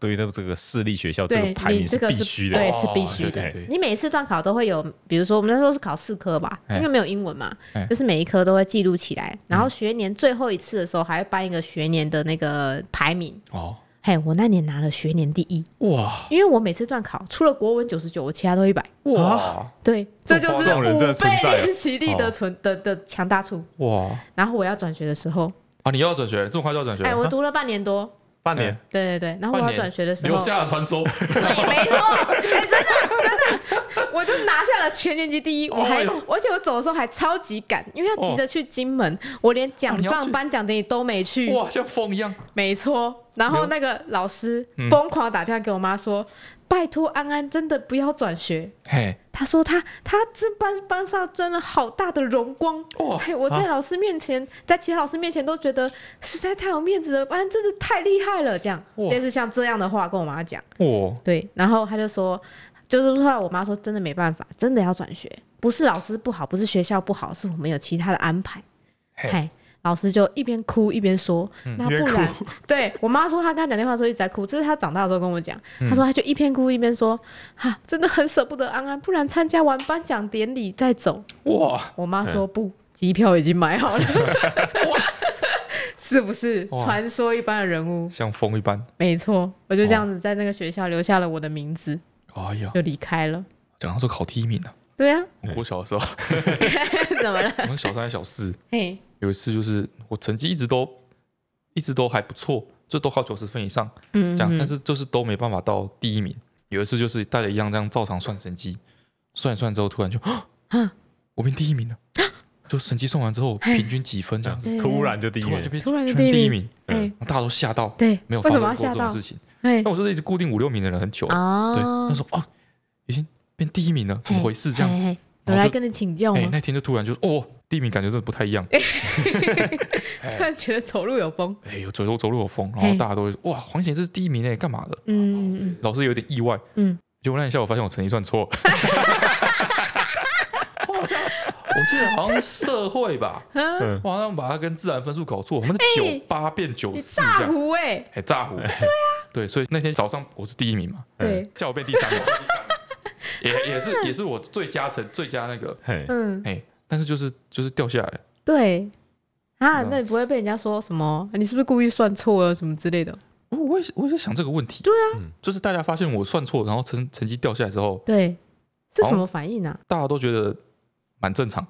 Speaker 3: 对于那这个私立学校这
Speaker 1: 对
Speaker 3: 个排
Speaker 1: 你
Speaker 3: 名
Speaker 1: 这
Speaker 3: 是
Speaker 1: 个
Speaker 3: 必须的，
Speaker 1: 对，
Speaker 2: 哦
Speaker 1: 是必须的。
Speaker 2: 对对对
Speaker 1: 你每一次段考都会有，比如说我们那时候是考四科吧，
Speaker 2: 哎
Speaker 1: 因为没有英文嘛，
Speaker 2: 哎
Speaker 1: 就是每一科都会记录起来。然后学年最后一次的时候，还会颁一个学年的那个排名。
Speaker 2: 哦，
Speaker 1: 嘿，我那年拿了学年第一。
Speaker 2: 哇
Speaker 1: 因为我每次段考除了国文九十九，我其他都一百。
Speaker 2: 哇
Speaker 1: 对，这
Speaker 2: 这
Speaker 1: 就
Speaker 2: 种
Speaker 1: 是
Speaker 3: 这种人真的
Speaker 1: 五
Speaker 3: 存在
Speaker 1: 倍其力的存的的强大处。
Speaker 2: 哇！
Speaker 1: 然后我要转学的时候，
Speaker 2: 啊，你又要转学了，这么快就要转学了？
Speaker 1: 哎，我读了半年多，
Speaker 3: 半年
Speaker 1: 对对对。然后我
Speaker 2: 半
Speaker 1: 要
Speaker 2: 年
Speaker 1: 转学的时
Speaker 2: 留
Speaker 1: 候，
Speaker 2: 下了传说，
Speaker 1: 对，没错，哎，真的真的，我就拿下了全年级第一。我还
Speaker 2: 哎呦，
Speaker 1: 而且我走的时候还超级赶，因为要急着去金门，我连
Speaker 2: 哦
Speaker 1: 奖
Speaker 2: 你要
Speaker 1: 状
Speaker 2: 去
Speaker 1: 颁奖典礼都没去。
Speaker 2: 哇，像风一样，
Speaker 1: 没错，然后那个老师
Speaker 2: 嗯
Speaker 1: 疯狂打电话给我妈说：“拜托安安，真的不要转学，
Speaker 2: 嘿，
Speaker 1: 他说他他这班班上真的好大的荣光，
Speaker 2: 哇啊
Speaker 1: 嘿我在老师面前，在其他老师面前都觉得实在太有面子了，班真的太厉害了，这样
Speaker 2: 哇
Speaker 1: 类似像这样的话跟我妈讲，
Speaker 2: 哇，
Speaker 1: 对，然后他就说，就是后来我妈说真的没办法，真的要转学，不是老师不好，不是学校不好，是我们有其他的安排，
Speaker 2: 嘿
Speaker 1: 嗨。老师就一边哭一边说：“那
Speaker 3: 嗯一边
Speaker 1: 不
Speaker 3: 哭
Speaker 1: 然，对我妈说，她跟她讲电话的时候一直在哭，这是她长大的时候跟我讲。
Speaker 3: 嗯
Speaker 1: 她说，她就一边哭一边说：‘啊，真的很舍不得安安，不然参加完颁奖典礼再 走。
Speaker 2: 哇，’
Speaker 1: 我妈说不，机票已经买好了。 是不是
Speaker 2: 哇
Speaker 1: 传说一般的人物？
Speaker 2: 像风一般，
Speaker 1: 没错，我就这样子在那个学校留下了我的名字，
Speaker 2: 哎呀，
Speaker 1: 就离开了。
Speaker 2: 讲到说考第一名呢，
Speaker 1: 对啊，
Speaker 2: 我国小的时候，
Speaker 1: 怎么了？
Speaker 2: 我们小三还小四，
Speaker 1: 嘿，
Speaker 2: 有一次就是我成绩一直都一直都还不错，就都考九十分以上
Speaker 1: 嗯
Speaker 2: 这样，
Speaker 1: 嗯
Speaker 2: 但是就是都没办法到第一名。有一次就是带着一样这样照常算成绩，算一算之后突然就，啊我变第一名了，
Speaker 1: 啊
Speaker 2: 就成绩算完之后平均几分这样子，
Speaker 1: 对
Speaker 3: 突然就第一
Speaker 2: 突然就变
Speaker 3: 名，
Speaker 1: 啊突然就
Speaker 2: 全
Speaker 1: 第
Speaker 2: 第
Speaker 1: 一
Speaker 2: 一
Speaker 1: 名
Speaker 2: 名，嗯
Speaker 1: 哎
Speaker 2: 然后大家都吓到，
Speaker 1: 对，
Speaker 2: 没有
Speaker 1: 为
Speaker 2: 发
Speaker 1: 什
Speaker 2: 生
Speaker 1: 么要
Speaker 2: 过这
Speaker 1: 吓
Speaker 2: 种
Speaker 1: 到
Speaker 2: 事？情。
Speaker 1: 哎
Speaker 2: 那，我就是一直固定五六名的人很久了，
Speaker 1: 哦，
Speaker 2: 对，那时候哦已经变第一名了，怎么回事这样？
Speaker 1: 嘿嘿
Speaker 2: 然
Speaker 1: 有
Speaker 2: 后
Speaker 1: 来
Speaker 2: 就
Speaker 1: 跟你请教
Speaker 2: 哎，
Speaker 1: 吗？
Speaker 2: 那天就突然就哦，第一名感觉真的不太一样，
Speaker 1: 突然觉得走路有风，
Speaker 2: 哎，有走路走路有风，然后
Speaker 1: 嘿
Speaker 2: 大家都会说哇，黄贤是第一名哎，干嘛的？
Speaker 1: 嗯嗯
Speaker 2: 老师有点意外，
Speaker 1: 嗯，
Speaker 2: 结果那一下我发现我成绩算错了， 我好像我记得好像是社会吧，
Speaker 1: 嗯啊，
Speaker 2: 我好像把它跟自然分数搞错，我们是
Speaker 1: 哎
Speaker 2: 九八变九
Speaker 1: 你
Speaker 2: 四这
Speaker 1: 大
Speaker 2: 样，
Speaker 1: 胡哎，
Speaker 2: 哎，炸胡，对啊，对，所以那天早上我是第一名嘛，
Speaker 1: 对，
Speaker 2: 叫我变第三 名，也也是也是我最佳成最佳那个，
Speaker 3: 嘿，
Speaker 1: 嗯，
Speaker 2: 哎，但是就是就是掉下来，
Speaker 1: 对。啊，
Speaker 2: 嗯
Speaker 1: 那你不会被人家说什么？你是不是故意算错了什么之类的？
Speaker 2: 我我也是我也在想这个问题，
Speaker 1: 对
Speaker 2: 啊，就是大家发现我算错，然后成成绩掉下来之后，
Speaker 1: 对，是
Speaker 2: 好
Speaker 1: 什么反应啊？
Speaker 2: 大家都觉得蛮正常，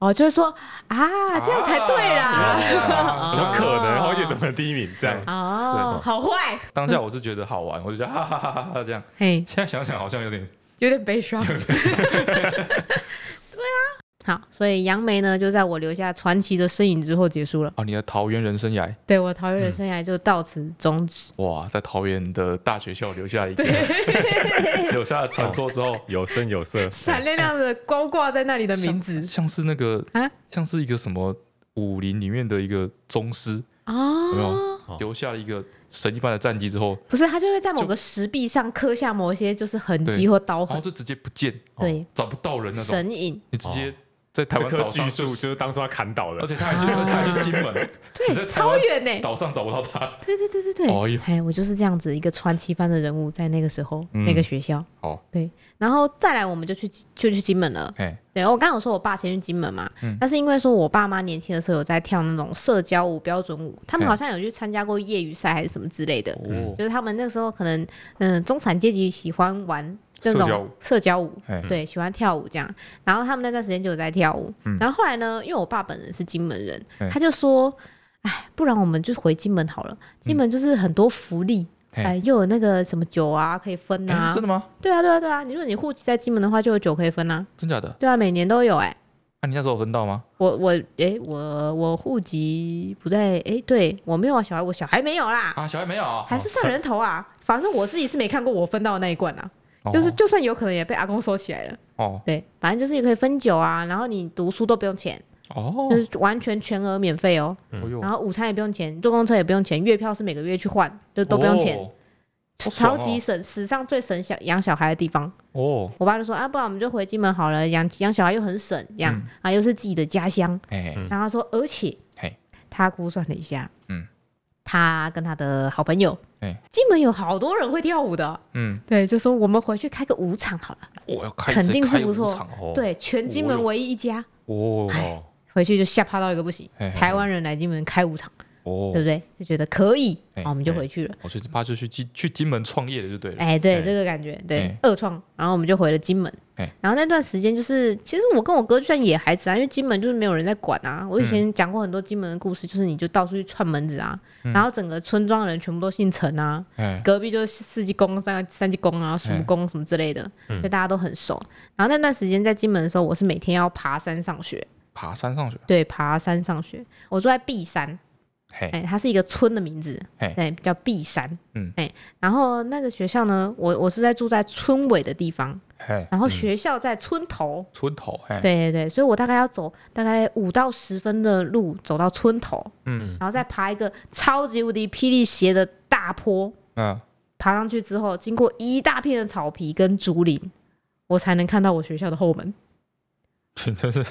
Speaker 1: 哦，就是说啊，这样才对啦
Speaker 2: 啊，对啊
Speaker 3: 怎么可能？
Speaker 1: 哦
Speaker 3: 而且怎么第一名这样？
Speaker 1: 哦，好坏，
Speaker 2: 当下我是觉得好玩，我就觉得哈哈哈哈哈这样。
Speaker 1: 嘿，
Speaker 2: 现在想想好像有点
Speaker 1: 有点悲伤。 对啊，好，所以杨梅呢，就在我留下传奇的身影之后结束了。
Speaker 2: 哦，你的桃园人生涯
Speaker 1: 对我桃园人生涯就到此终止。
Speaker 2: 哇，在桃园的大学校留下一个留下传说 之后，
Speaker 3: 有声有色，
Speaker 1: 闪亮亮的高挂在那里的名字
Speaker 2: 像是那个
Speaker 1: 啊
Speaker 2: 像是一个什么武林里面的一个宗师，
Speaker 1: 哦，
Speaker 2: 有没有
Speaker 3: 哦
Speaker 2: 留下了一个神一般的战绩之后，
Speaker 1: 不是，它就会在某个石壁上刻下某些就是痕迹
Speaker 2: 对
Speaker 1: 或刀
Speaker 2: 然后
Speaker 1: 痕，
Speaker 2: 就直接不见，
Speaker 1: 哦
Speaker 2: 哦
Speaker 1: 对，
Speaker 2: 找不到人那种，
Speaker 1: 神影，
Speaker 2: 你直接在台
Speaker 3: 这
Speaker 2: 湾
Speaker 3: 棵
Speaker 2: 岛
Speaker 3: 巨
Speaker 2: 上
Speaker 3: 树
Speaker 2: 就，
Speaker 3: 就是是当初他砍倒
Speaker 2: 而
Speaker 3: 的，
Speaker 2: 且他还去，
Speaker 1: 啊
Speaker 2: 而且他还去金门 你在
Speaker 1: 对，
Speaker 2: 台
Speaker 1: 超
Speaker 2: 湾
Speaker 1: 远呢，
Speaker 2: 岛上找不到他。
Speaker 1: 对对对对对，
Speaker 2: 哎呦
Speaker 1: 哎，我就是这样子一个传奇般的人物，在那个时候、
Speaker 2: 嗯
Speaker 1: 那个学校，
Speaker 2: 好，
Speaker 1: 对，然后再来我们就去就去金门了。
Speaker 2: 哎，
Speaker 1: 对，我刚刚有说我爸先去金门嘛，
Speaker 2: 嗯
Speaker 1: 但是因为说我爸妈年轻的时候有在跳那种社交舞、标准舞，他们
Speaker 2: 嘿
Speaker 1: 好像有去参加过业余赛还是什么之类的，
Speaker 2: 哦，
Speaker 1: 就是他们那时候可能嗯、中产阶级喜欢玩那
Speaker 2: 社交
Speaker 1: 种
Speaker 2: 舞
Speaker 1: 社交舞，
Speaker 2: 哎，
Speaker 1: 对，喜欢跳舞这样。然后他们那段时间就有在跳舞。然后后来呢，因为我爸本人是金门人，
Speaker 2: 嗯对嗯
Speaker 1: 他就说：“哎，不然我们就回金门好了。金门就是很多福利，
Speaker 2: 嘿
Speaker 1: 哎，又有那个什么酒啊可以分
Speaker 2: 哎
Speaker 1: 啊
Speaker 2: 真。的吗？
Speaker 1: 对啊，对啊，对啊。你说你户籍在金门的话，就有酒可以分啊。
Speaker 2: 真假的？
Speaker 1: 对啊，每年都有哎、
Speaker 2: 啊，你那时候有分到吗？
Speaker 1: 我我哎我我户籍不在哎，对我没有啊，小孩我小孩没有啦，
Speaker 2: 啊，小孩没有啊，
Speaker 1: 还是算人头啊。反正我自己是没看过我分到的那一罐啊，
Speaker 2: 哦
Speaker 1: 就是就算有可能也被阿公收起来了。
Speaker 2: 哦
Speaker 1: 对，反正就是也可以分酒啊，然后你读书都不用钱，
Speaker 2: 哦
Speaker 1: 就，是完全全额免费哦。
Speaker 2: 哎呦
Speaker 1: 然后午餐也不用钱，坐公车也不用钱，月票是每个月去换，就都不用钱，
Speaker 2: 哦
Speaker 1: 超级省，史上最省小养小孩的地方。
Speaker 2: 哦，
Speaker 1: 我爸就说啊，不然我们就回金门好了，养养小孩又很省，这样、
Speaker 2: 嗯
Speaker 1: 啊又是自己的家乡。
Speaker 2: 哎
Speaker 3: 嗯
Speaker 1: 然后他说，而且
Speaker 2: 嘿
Speaker 1: 他估算了一下，
Speaker 2: 嗯，
Speaker 1: 他跟他的好朋友
Speaker 2: 哎，
Speaker 1: 金门有好多人会跳舞的，
Speaker 2: 嗯，
Speaker 1: 对，就说我们回去开个舞场好了，
Speaker 2: 我要开
Speaker 1: 肯定
Speaker 2: 直接
Speaker 1: 是
Speaker 2: 开
Speaker 1: 不错
Speaker 2: 舞场
Speaker 3: 哦，
Speaker 1: 对，全金门唯一一家。
Speaker 2: 哦
Speaker 3: 哦，
Speaker 1: 回去就吓趴到一个不行
Speaker 2: 嘿嘿，嘿
Speaker 1: 台湾人来金门开舞场，对
Speaker 2: 哦
Speaker 1: 不，对？就觉得可以，
Speaker 2: 嘿
Speaker 1: 好，我们就回去了。
Speaker 2: 我所以他就去金去金门创业的就对了，
Speaker 1: 哎，对
Speaker 3: 嘿
Speaker 1: 这个感觉，对
Speaker 2: 嘿
Speaker 1: 二创，然后我们就回了金门
Speaker 2: 嘿。
Speaker 1: 然后那段时间就是，其实我跟我哥就像野孩子啊，因为金门就是没有人在管啊。我以前讲过很多金门的故事，就是你就到处去串门子啊，然后整个村庄的人全部都姓陈啊，
Speaker 2: 哎，
Speaker 1: 隔壁就是四季公、三三季公啊、什么公什么之类的，就大家都很熟。然后那段时间在金门的时候，我是每天要爬山上学，
Speaker 2: 爬山上去，
Speaker 1: 对，爬山上学。我住在碧山，
Speaker 2: 嘿，
Speaker 1: 哎、它是一个村的名字，
Speaker 2: 嘿
Speaker 1: 对，叫碧山，
Speaker 2: 嗯
Speaker 1: 哎、然后那个学校呢，我我是在住在村尾的地方，
Speaker 2: 嘿，
Speaker 1: 然后学校在村头，
Speaker 2: 村头，嗯嘿，
Speaker 1: 对对对，所以我大概要走大概五到十分的路走到村头，
Speaker 2: 嗯，
Speaker 1: 然后再爬一个超级无敌霹雳斜的大坡，
Speaker 2: 嗯，
Speaker 1: 爬上去之后，经过一大片的草皮跟竹林，我才能看到我学校的后门。
Speaker 2: 真是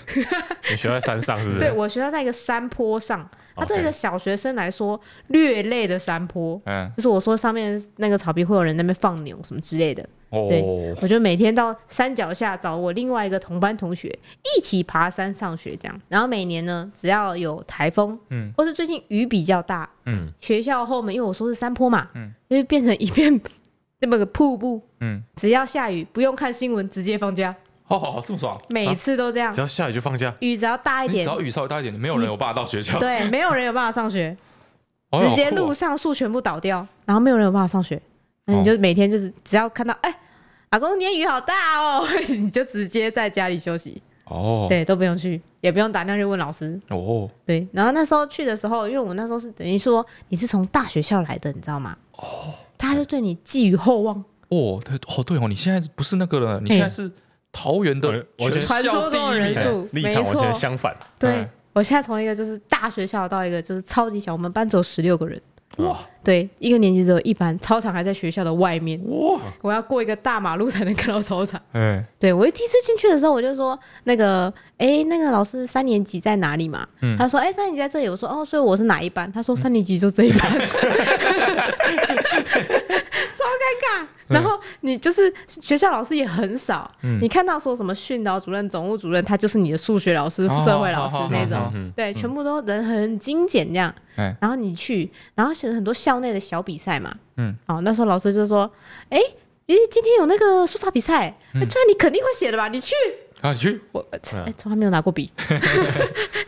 Speaker 3: 你学在山上是不是？
Speaker 1: 对我学校在一个山坡上，它对一个小学生来说略累的山坡，
Speaker 2: 嗯
Speaker 1: 就是我说上面那个草皮会有人在那边放牛什么之类的，
Speaker 2: 哦，
Speaker 1: 我就每天到山脚下找我另外一个同班同学一起爬山上学这样。然后每年呢，只要有台风，
Speaker 2: 嗯
Speaker 1: 或是最近雨比较大，
Speaker 2: 嗯
Speaker 1: 学校后面因为我说是山坡嘛，
Speaker 2: 嗯
Speaker 1: 就会变成一片那么个瀑布。
Speaker 2: 嗯，
Speaker 1: 只要下雨，不用看新闻，直接放假，
Speaker 2: 哦，这么爽，
Speaker 1: 每次都这样。
Speaker 3: 只要下雨就放假，
Speaker 1: 雨只要大一
Speaker 2: 啊哎你只
Speaker 1: 点，
Speaker 2: 要雨稍微大一点，没有人有办法到学校，
Speaker 1: 对，没有人有办法上学。
Speaker 2: 哎呦
Speaker 1: 直接
Speaker 2: 好酷哦
Speaker 1: 路上树全部倒掉，然后没有人有办法上学，那
Speaker 2: 哦
Speaker 1: 你就每天就是只要看到哎。阿公，今天雨好大哦！ 你就直接在家里休息，
Speaker 2: 哦，
Speaker 1: 对，都不用去，也不用打电话去问老师，
Speaker 2: 哦，
Speaker 1: 对。然后那时候去的时候，因为我那时候是等于说你是从大学校来的，你知道吗？哦，他就对你寄予厚望，
Speaker 2: 哦，对，哦，对哦，你现在不是那个了，你现在是桃园的
Speaker 3: 我我觉得
Speaker 1: 嗯
Speaker 2: 全
Speaker 1: 传
Speaker 2: 校
Speaker 1: 说
Speaker 2: 第
Speaker 1: 中
Speaker 2: 一
Speaker 1: 的人
Speaker 2: 名，
Speaker 1: 数，
Speaker 3: 立
Speaker 1: 没
Speaker 3: 场完全
Speaker 1: 错。
Speaker 3: 相反。
Speaker 1: 对
Speaker 2: 哎，
Speaker 1: 我现在从一个就是大学校到一个就是超级小，我们班只有十六个人，
Speaker 3: 哇，
Speaker 1: 对，一个年级只有一班，操场还在学校的外面，
Speaker 2: 哇，
Speaker 1: 我要过一个大马路才能看到操场。
Speaker 2: 哎，
Speaker 1: 对我一第一次进去的时候，我就说那个，哎，那个老师三年级在哪里嘛？
Speaker 2: 嗯
Speaker 1: 他说，哎，三年级在这里。我说，哦，所以我是哪一班？他说三年级就 这一班， 超尴尬。
Speaker 2: 嗯
Speaker 1: 然后你就是学校老师也很少，你看到说什么训导主任、总务主任，他就是你的数学老师、
Speaker 2: 哦
Speaker 1: 社会老师
Speaker 2: 好好
Speaker 1: 那种。
Speaker 2: 好好
Speaker 3: 嗯，
Speaker 1: 对，全部都人很精简这样。
Speaker 2: 哎
Speaker 1: 然后你去，然后是很多校内的小比赛嘛。
Speaker 2: 嗯，
Speaker 1: 哦，那时候老师就说：“哎、咦，今天有那个书法比赛，哎川、你肯定会写的吧？你去。
Speaker 2: 嗯啊，你去，
Speaker 1: 我”呃哎，从来没有拿过 笔，他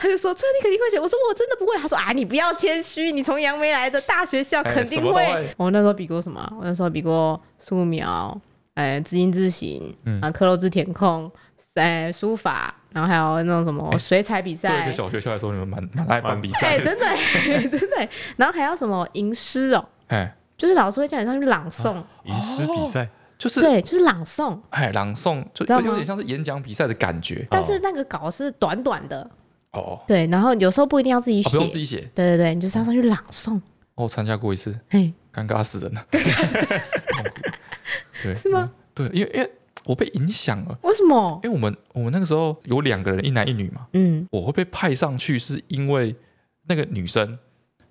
Speaker 1: 就说：“川，你肯定会写。”我说：“我真的不会。”他说：“啊，你不要谦虚，你从杨梅来的大学校
Speaker 2: 哎
Speaker 1: 肯定
Speaker 2: 什么都
Speaker 1: 会。
Speaker 2: 会
Speaker 1: 我那时候比过什么啊？我那时候比过素描，哎、字音字形，
Speaker 2: 嗯
Speaker 1: 啊，克漏字填空，哎、书法，然后还有那种什么水彩比
Speaker 2: 哎对一
Speaker 1: 赛
Speaker 2: 个，小学校来说，你们蛮蛮爱办比
Speaker 1: 哎、
Speaker 2: 赛的，
Speaker 1: 真的、 欸，真的欸、然后还要什么吟诗哦，
Speaker 2: 哎，
Speaker 1: 就是老师会叫你上去朗诵，
Speaker 3: 吟诗比赛
Speaker 2: 就是
Speaker 1: 对，就是朗诵。
Speaker 2: 哎，朗诵就
Speaker 1: 知道吗
Speaker 2: 有点像是演讲比赛的感觉
Speaker 1: 但是那个稿是短短的，
Speaker 2: 哦，
Speaker 1: 对，然后有时候不一定要自己
Speaker 2: 啊
Speaker 1: 写，
Speaker 2: 不用自己写，哦
Speaker 1: 对对对，你就是要上去朗诵。
Speaker 2: 我参加过一次，
Speaker 1: 嘿，
Speaker 2: 尴尬死 人了，痛苦。对，嗯
Speaker 1: 是吗？
Speaker 2: 对，因为因为我被影响了，
Speaker 1: 为什么？
Speaker 2: 因为我们我们那个时候有两个人，一男一女嘛，
Speaker 1: 嗯
Speaker 2: 我会被派上去是因为那个女生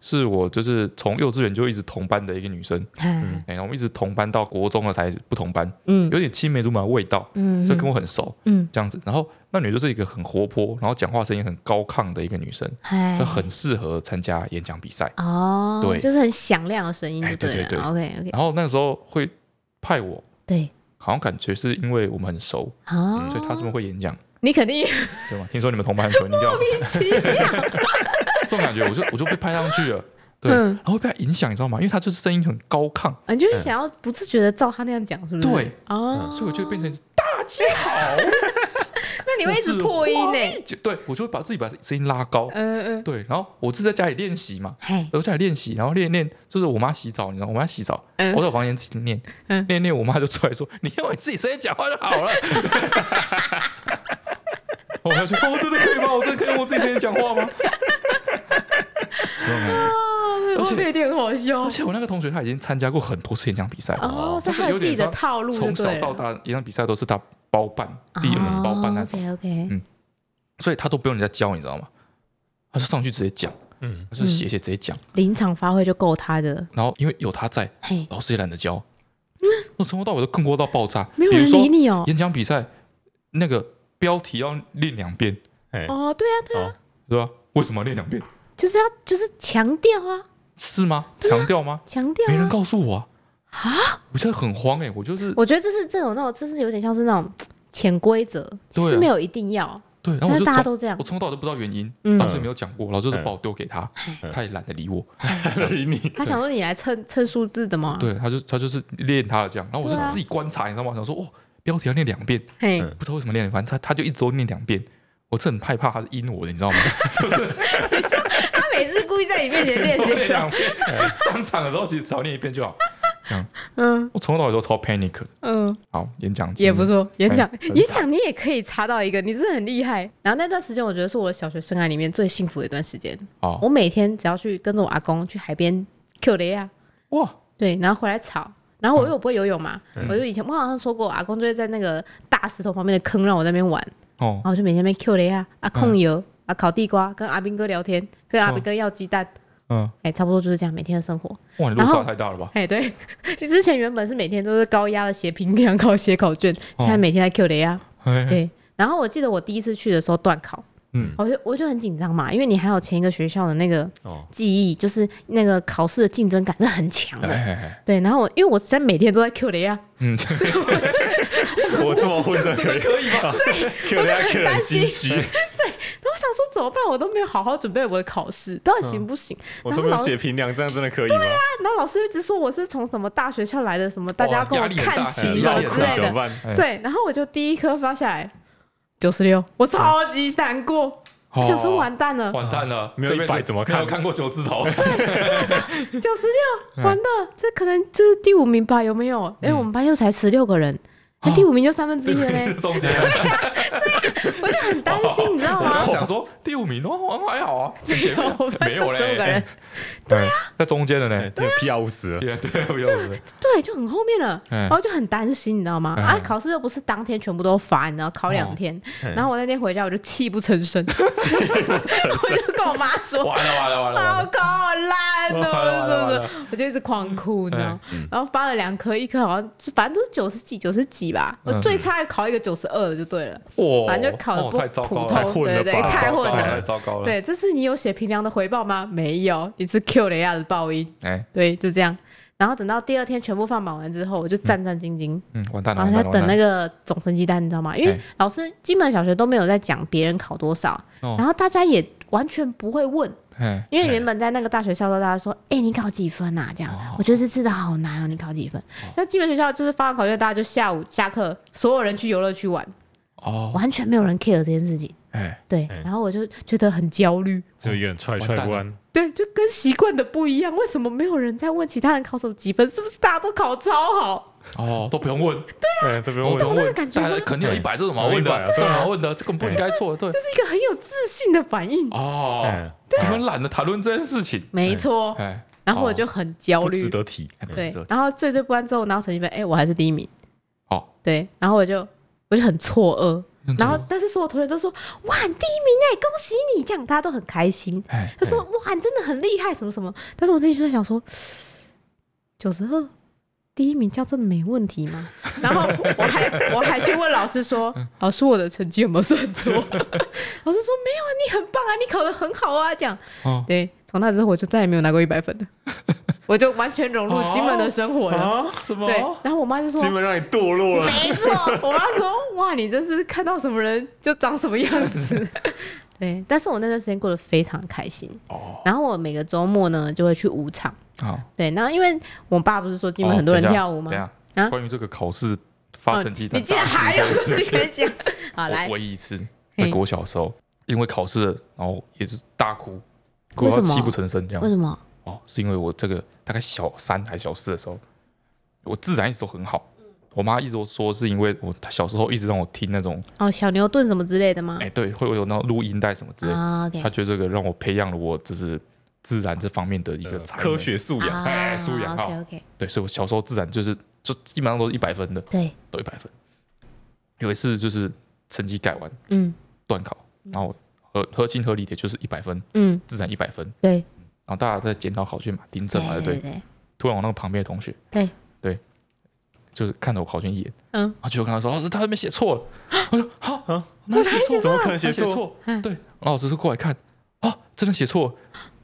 Speaker 2: 是我就是从幼稚园就一直同班的一个女生，
Speaker 1: 嗯
Speaker 2: 哎、我们一直同班到国中了才不同班，
Speaker 1: 嗯
Speaker 2: 有点青梅竹马的味道，
Speaker 1: 嗯，
Speaker 2: 所以跟我很熟
Speaker 1: 嗯
Speaker 2: 这样子。然后那女就是一个很活泼，然后讲话声音很高亢的一个女生，
Speaker 1: 嗨
Speaker 2: 就很适合参加演讲比赛。
Speaker 1: 哦，
Speaker 2: 对
Speaker 1: 就是很响亮的声音就
Speaker 2: 哎对
Speaker 1: 了。
Speaker 2: 对对
Speaker 1: OK OK，
Speaker 2: 然后那个时候会派我，
Speaker 1: 对，
Speaker 2: 好像感觉是因为我们很熟，
Speaker 1: 哦，
Speaker 2: 嗯所以她这么会演讲，
Speaker 1: 你肯定
Speaker 2: 对吗？听说你们同班很熟，你 一定要这种感觉， 我就我就被派上去了。对，
Speaker 1: 嗯
Speaker 2: 然后被她影响，你知道吗？因为她就是声音很高亢，
Speaker 1: 啊，你就是想 要不自觉的照他那样讲，是不是？
Speaker 2: 对，
Speaker 1: 哦，
Speaker 2: 所以我就变成一只
Speaker 1: 那你会一直破音欸 呢？
Speaker 2: 就对我就会把自己把声音拉高。
Speaker 1: 嗯嗯，
Speaker 2: 对，然后我是在家里练习嘛，
Speaker 1: 嘿，
Speaker 2: 我在家里练习，然后练练，就是我妈洗澡，你知道，我妈洗澡，
Speaker 1: 嗯
Speaker 2: 我在我房间自己练
Speaker 1: 嗯，
Speaker 2: 练练，我妈就出来说：“你用你自己声音讲话就好了。” 我要说：“哦，真的可以吗？我真的可以用我自己声音讲话吗？”
Speaker 1: 哦，
Speaker 2: 而
Speaker 1: 会
Speaker 2: 且
Speaker 1: 不会有点好笑
Speaker 2: 而？且我那个同学他已经参加过很多次演讲比赛了，
Speaker 1: 哦，是
Speaker 2: 他就
Speaker 1: 他有
Speaker 2: 有
Speaker 1: 自己
Speaker 2: 点
Speaker 1: 的
Speaker 2: 像
Speaker 1: 套路，
Speaker 2: 从小到大演讲比赛都是他包办，第
Speaker 1: 哦
Speaker 2: 一轮包办那种，
Speaker 1: OK OK，
Speaker 2: 所以他都不用人家教，你知道吗？他就上去直接讲，
Speaker 3: 嗯，
Speaker 2: 他就写写直接讲，
Speaker 1: 临场发挥就够他的，
Speaker 2: 然后因为有他在，
Speaker 1: 嘿，
Speaker 2: 老师也懒得教。我从头到尾都困惑到爆炸。
Speaker 1: 没有
Speaker 2: 比如
Speaker 1: 人
Speaker 2: 说
Speaker 1: 理你哦。
Speaker 2: 演讲比赛那个标题要练两遍，
Speaker 3: 哎，
Speaker 1: 哦，对啊，对啊，
Speaker 3: 好，
Speaker 2: 对吧？为什么要练两遍？
Speaker 1: 就是要就是强调啊，
Speaker 2: 是吗？强调吗？
Speaker 1: 强调
Speaker 2: 没人
Speaker 1: 啊。
Speaker 2: 告诉我啊！我现在很慌哎、我就是
Speaker 1: 我觉得这是这种那种，这是有点像是那种潜规则，其
Speaker 2: 对
Speaker 1: 实
Speaker 2: 啊
Speaker 1: 没有一定要，
Speaker 2: 对，然后
Speaker 1: 但
Speaker 2: 我就是
Speaker 1: 大家
Speaker 2: 从
Speaker 1: 都这样
Speaker 2: 我。从头到尾都不知道原因，
Speaker 1: 嗯
Speaker 2: 老师也没有讲过，老师就
Speaker 3: 嗯
Speaker 2: 把我丢给他，他也懒得理我。
Speaker 3: 理你，
Speaker 1: 他想说你来蹭蹭数字的嘛？，
Speaker 2: 对，他就他就是练他的这样，然后我就
Speaker 1: 嗯对啊
Speaker 2: 自己观察，你知道吗？想说哦，标题要念两遍，
Speaker 1: 嘿，
Speaker 3: 嗯
Speaker 2: 不知道为什么练，反正他他就一直都念两遍，我是很害怕他是阴我的，你知道吗？
Speaker 1: 他每次故意在你面前 练
Speaker 2: 多
Speaker 1: 习
Speaker 2: 练
Speaker 1: 手，
Speaker 2: 两遍，哎上场的时候其实只要念一遍就好。这样，
Speaker 1: 嗯
Speaker 2: 我从头到尾都超 panic 的。
Speaker 1: 嗯，
Speaker 2: 好，演讲经
Speaker 1: 也不
Speaker 2: 验
Speaker 1: 错。演讲
Speaker 2: 哎很
Speaker 1: 演
Speaker 2: 惨
Speaker 1: 讲你也可以查到一个，你真的很厉害。然后那段时间，我觉得是我小学生涯里面最幸福的一段时间。
Speaker 2: 哦
Speaker 1: 我每天只要去跟着我阿公去海边 Q 雷亚，
Speaker 2: 哇，
Speaker 1: 对，然后回来炒。然
Speaker 2: 嗯
Speaker 1: 后我因为我不会游泳嘛，我就以前我好像说过，我阿公就会在那个大石头旁边的坑让我在那边玩，
Speaker 2: 哦嗯
Speaker 1: 然后我就每天在那边 Q 雷亚啊控油、啊烤地瓜，跟阿兵哥聊天，跟阿
Speaker 2: 哦
Speaker 1: 兵哥要鸡蛋，
Speaker 2: 嗯，
Speaker 1: 哎、差不多就是这样每天的生活。
Speaker 2: 哇，你
Speaker 1: 然
Speaker 2: 落
Speaker 1: 后
Speaker 2: 差太大了吧？
Speaker 1: 哎，对， 之前原本是每天都是高压的写 评量考写考卷，现
Speaker 2: 哦
Speaker 1: 在每天在 Q 雷啊。
Speaker 2: 哎，
Speaker 1: 对，然后我记得我第一次去的时候断考，
Speaker 2: 嗯，
Speaker 1: 我就我就很紧张嘛，因为你还有前一个学校的那个
Speaker 3: 哦，
Speaker 1: 记忆，就是那个考试的竞争感是很强
Speaker 2: 哎
Speaker 1: 的。
Speaker 2: 哎，哎
Speaker 1: 对，然后我因为我现在每天都在 Q 雷啊，
Speaker 2: 嗯，
Speaker 3: 我 这么混着可以可以吗？可能可能心虚，
Speaker 1: 然后我想说怎么办，我都没有好好准备我的考试，到底行不行？
Speaker 2: 嗯
Speaker 1: 啊
Speaker 3: 我都没有写评量，这样真的可以吗？哎
Speaker 1: 然后老师一直说我是从什么大学校来的，什么大家
Speaker 2: 哇
Speaker 1: 要跟我
Speaker 2: 压力很
Speaker 1: 看
Speaker 2: 大
Speaker 1: 齐
Speaker 2: 哎
Speaker 1: 什
Speaker 2: 压
Speaker 1: 么
Speaker 2: 力很
Speaker 1: 之
Speaker 2: 大
Speaker 1: 类
Speaker 3: 怎么
Speaker 1: 的。
Speaker 3: 办？
Speaker 2: 哎
Speaker 1: 对，然后我就第一科发下来九十六，我超级难过。我想说
Speaker 2: 哦
Speaker 1: 完蛋了，
Speaker 2: 完蛋了，
Speaker 3: 没有
Speaker 2: 这辈子
Speaker 3: 一百怎么看
Speaker 2: 没有看过九 字头？，
Speaker 1: 九十六，完了，这可能就是第五名吧？有没有？因为我们班又才十六个人，那第五名就三分之一了嘞
Speaker 2: 中间，
Speaker 1: 我就很担心，你知道
Speaker 2: 我
Speaker 1: 吗？
Speaker 2: 刚想说第五名哦，还好 啊，前面
Speaker 1: 我们
Speaker 2: 没有
Speaker 1: 15个人
Speaker 2: 嘞，对啊，在中间的
Speaker 3: 哎，
Speaker 2: 嘞，
Speaker 3: 对，P R 五十，
Speaker 2: 对对，不要死，
Speaker 1: 对，就很后面了，
Speaker 2: 嗯
Speaker 1: 然后就很担心，你知道吗？
Speaker 2: 嗯
Speaker 1: 啊，考试又不是当天全部都罚，你知道，考两天。
Speaker 2: 哦哎
Speaker 1: 然后我那天回家，我就泣不成声， 我就跟我妈 说，
Speaker 2: 完了完了完了完
Speaker 1: 好
Speaker 2: 了，
Speaker 1: 高好烂
Speaker 2: 完了完了
Speaker 1: 哦，
Speaker 2: 完
Speaker 1: 是
Speaker 2: 了哎
Speaker 1: 不是？我就一直狂哭，你知道？然后发了两科，一科好像就反正都是九十几、九十几吧，我
Speaker 2: 嗯
Speaker 1: 最差也考一个九十二的就对了。
Speaker 2: 哇，
Speaker 1: 反正就考得
Speaker 2: 哦
Speaker 1: 不
Speaker 2: 太糟
Speaker 1: 普
Speaker 2: 糕
Speaker 1: 通
Speaker 2: 了，
Speaker 3: 太，混
Speaker 1: 对
Speaker 3: 了
Speaker 1: 对，
Speaker 3: 吧
Speaker 1: 太
Speaker 2: 糟
Speaker 1: 混
Speaker 2: 糕了，
Speaker 1: 了
Speaker 2: 太。糟糕了，
Speaker 1: 对，这是你有写评量的回报吗？没有，你是 Q 雷亚的报音。
Speaker 2: 哎，
Speaker 1: 对，就这样。然后等到第二天全部放榜完之后，我就战战兢兢，
Speaker 2: 嗯，完蛋了，
Speaker 1: 然后
Speaker 2: 完
Speaker 1: 在
Speaker 2: 蛋
Speaker 1: 等
Speaker 2: 了，
Speaker 1: 那
Speaker 2: 个，
Speaker 1: 个总成绩单，你知道吗？因为
Speaker 2: 哎
Speaker 1: 老师基本小学都没有在讲别人考多少，
Speaker 2: 哦
Speaker 1: 然后大家也完全不会问，
Speaker 2: 哎，
Speaker 1: 因为原本在那个大学校都大家说，哎、你考几分啊？这样，我觉得这次的好难哦，你考几分？那基本学校就是发完考卷，大家就下午下课，所有人去游乐区玩，
Speaker 2: 哦，
Speaker 1: 完全没有人 care 这件事情。
Speaker 2: 哎，
Speaker 1: 对，
Speaker 3: 哎
Speaker 1: 然后我就觉得很焦虑，
Speaker 3: 只有一个人踹踹不完，
Speaker 1: 对，就跟习惯的不一样。为什么没有人在问其他人考什么几分？是不是大家都考超好？
Speaker 2: 哦，都不用问，
Speaker 3: 哎，都不用
Speaker 2: 我
Speaker 3: 问
Speaker 2: 懂，
Speaker 1: 那个感觉
Speaker 2: 大
Speaker 1: 吗
Speaker 2: 家肯哎定有一百，这怎么
Speaker 3: 有
Speaker 2: 问
Speaker 3: 100啊
Speaker 2: 的？这
Speaker 3: 对啊
Speaker 2: 怎么问的？这根本不应该错，对
Speaker 1: 这。啊是一个很有自信的反应。
Speaker 2: 呃哦，
Speaker 3: 哎，
Speaker 2: 你们懒得谈论这件事情，
Speaker 1: 没错。
Speaker 2: 哎，
Speaker 1: 然然后我就很焦
Speaker 3: 哦哎不
Speaker 1: 虑
Speaker 3: 值，得提。
Speaker 2: 还不
Speaker 1: 对
Speaker 2: 值得，
Speaker 1: 然后最最不安之后，然后成绩表，哎、我还是第一名，
Speaker 2: 哦，
Speaker 1: 对，然后我就我就很错愕，
Speaker 2: 认
Speaker 1: 然后
Speaker 2: 真
Speaker 1: 但是所有同学都说哇，你第一名哎、恭喜你，这样大家都很开心，
Speaker 2: 哎，
Speaker 1: 他说哇，你真的很厉害，什么什么，但是我内心就在想说，九十二。第一名这样真的没问题吗？ 然后我还我还去问老师说，
Speaker 3: 嗯
Speaker 1: 老师我的成绩有没有算错？ 老师说没有啊，你很棒啊，你考得很好啊，这样。
Speaker 2: 哦
Speaker 1: 对，从那之后我就再也没有拿过一百分了， 我就完全融入金门的生活了。
Speaker 2: 哦
Speaker 3: 啊，什么
Speaker 1: 对，然后我妈就说：“
Speaker 3: 金门让你堕落了，
Speaker 1: 没错。”我妈说：“哇，你真是看到什么人就长什么样子。” 对，但是我那段时间过得非常开心。
Speaker 2: 哦
Speaker 1: 然后我每个周末呢就会去舞场。
Speaker 2: 好，
Speaker 1: 对，然后因为我爸不是说金门
Speaker 2: 哦
Speaker 1: 很多人
Speaker 2: 等一下
Speaker 1: 跳舞吗
Speaker 2: 等？一
Speaker 1: 啊哦
Speaker 2: 下，关于这个考试发成绩
Speaker 1: 你
Speaker 2: 单
Speaker 1: 竟
Speaker 2: 打
Speaker 1: 然
Speaker 2: 分
Speaker 1: 还
Speaker 2: 这
Speaker 1: 有
Speaker 2: 件
Speaker 1: 事
Speaker 2: 事
Speaker 1: 情
Speaker 2: 情，
Speaker 1: 可以讲？好，来
Speaker 2: 我，唯一一次
Speaker 1: 嘿
Speaker 2: 在国小的时候，因为考试了，然后也是大哭，哭
Speaker 1: 为什
Speaker 2: 到
Speaker 1: 么
Speaker 2: 泣不成声这样
Speaker 1: 为。什么？
Speaker 2: 哦，是因为我这个大概小三还小四的时候，我自然一直都很好。我妈一直都说是因为我她小时候一直让我听那种，
Speaker 1: 哦，小牛顿什么之类的吗
Speaker 2: 哎、？对，会有那种录音带什么之类的，
Speaker 1: 啊，OK，
Speaker 2: 她觉得这个让我培养了我就是自然这方面的一个才能
Speaker 3: 呃科，学素养。
Speaker 2: 哎素养好
Speaker 1: 啊 OK OK，
Speaker 2: 对，所以我小时候自然就是就基本上都是一百分的，
Speaker 1: 对，
Speaker 2: 都一百分。有一次就是成绩改完
Speaker 1: 嗯
Speaker 2: 断考，然后合合情合理的就是一百分，
Speaker 1: 嗯，
Speaker 2: 自然一百分，
Speaker 1: 对，
Speaker 2: 然后大家在检讨考卷嘛，订正嘛，对不
Speaker 1: 对
Speaker 2: 对？
Speaker 1: 对，
Speaker 2: 突然我那个旁边的同学，
Speaker 1: 对
Speaker 2: 对，就是看着我考卷一眼，
Speaker 1: 嗯
Speaker 2: 然后就跟他说：“老师，他那边写错了。”我说：“哈，
Speaker 3: 啊
Speaker 2: 哪里写错？
Speaker 3: 怎么可能
Speaker 2: 嗯写
Speaker 3: 写错？
Speaker 2: 错？”
Speaker 1: 嗯
Speaker 2: 对，然后老师就过来看，啊，真的写错了，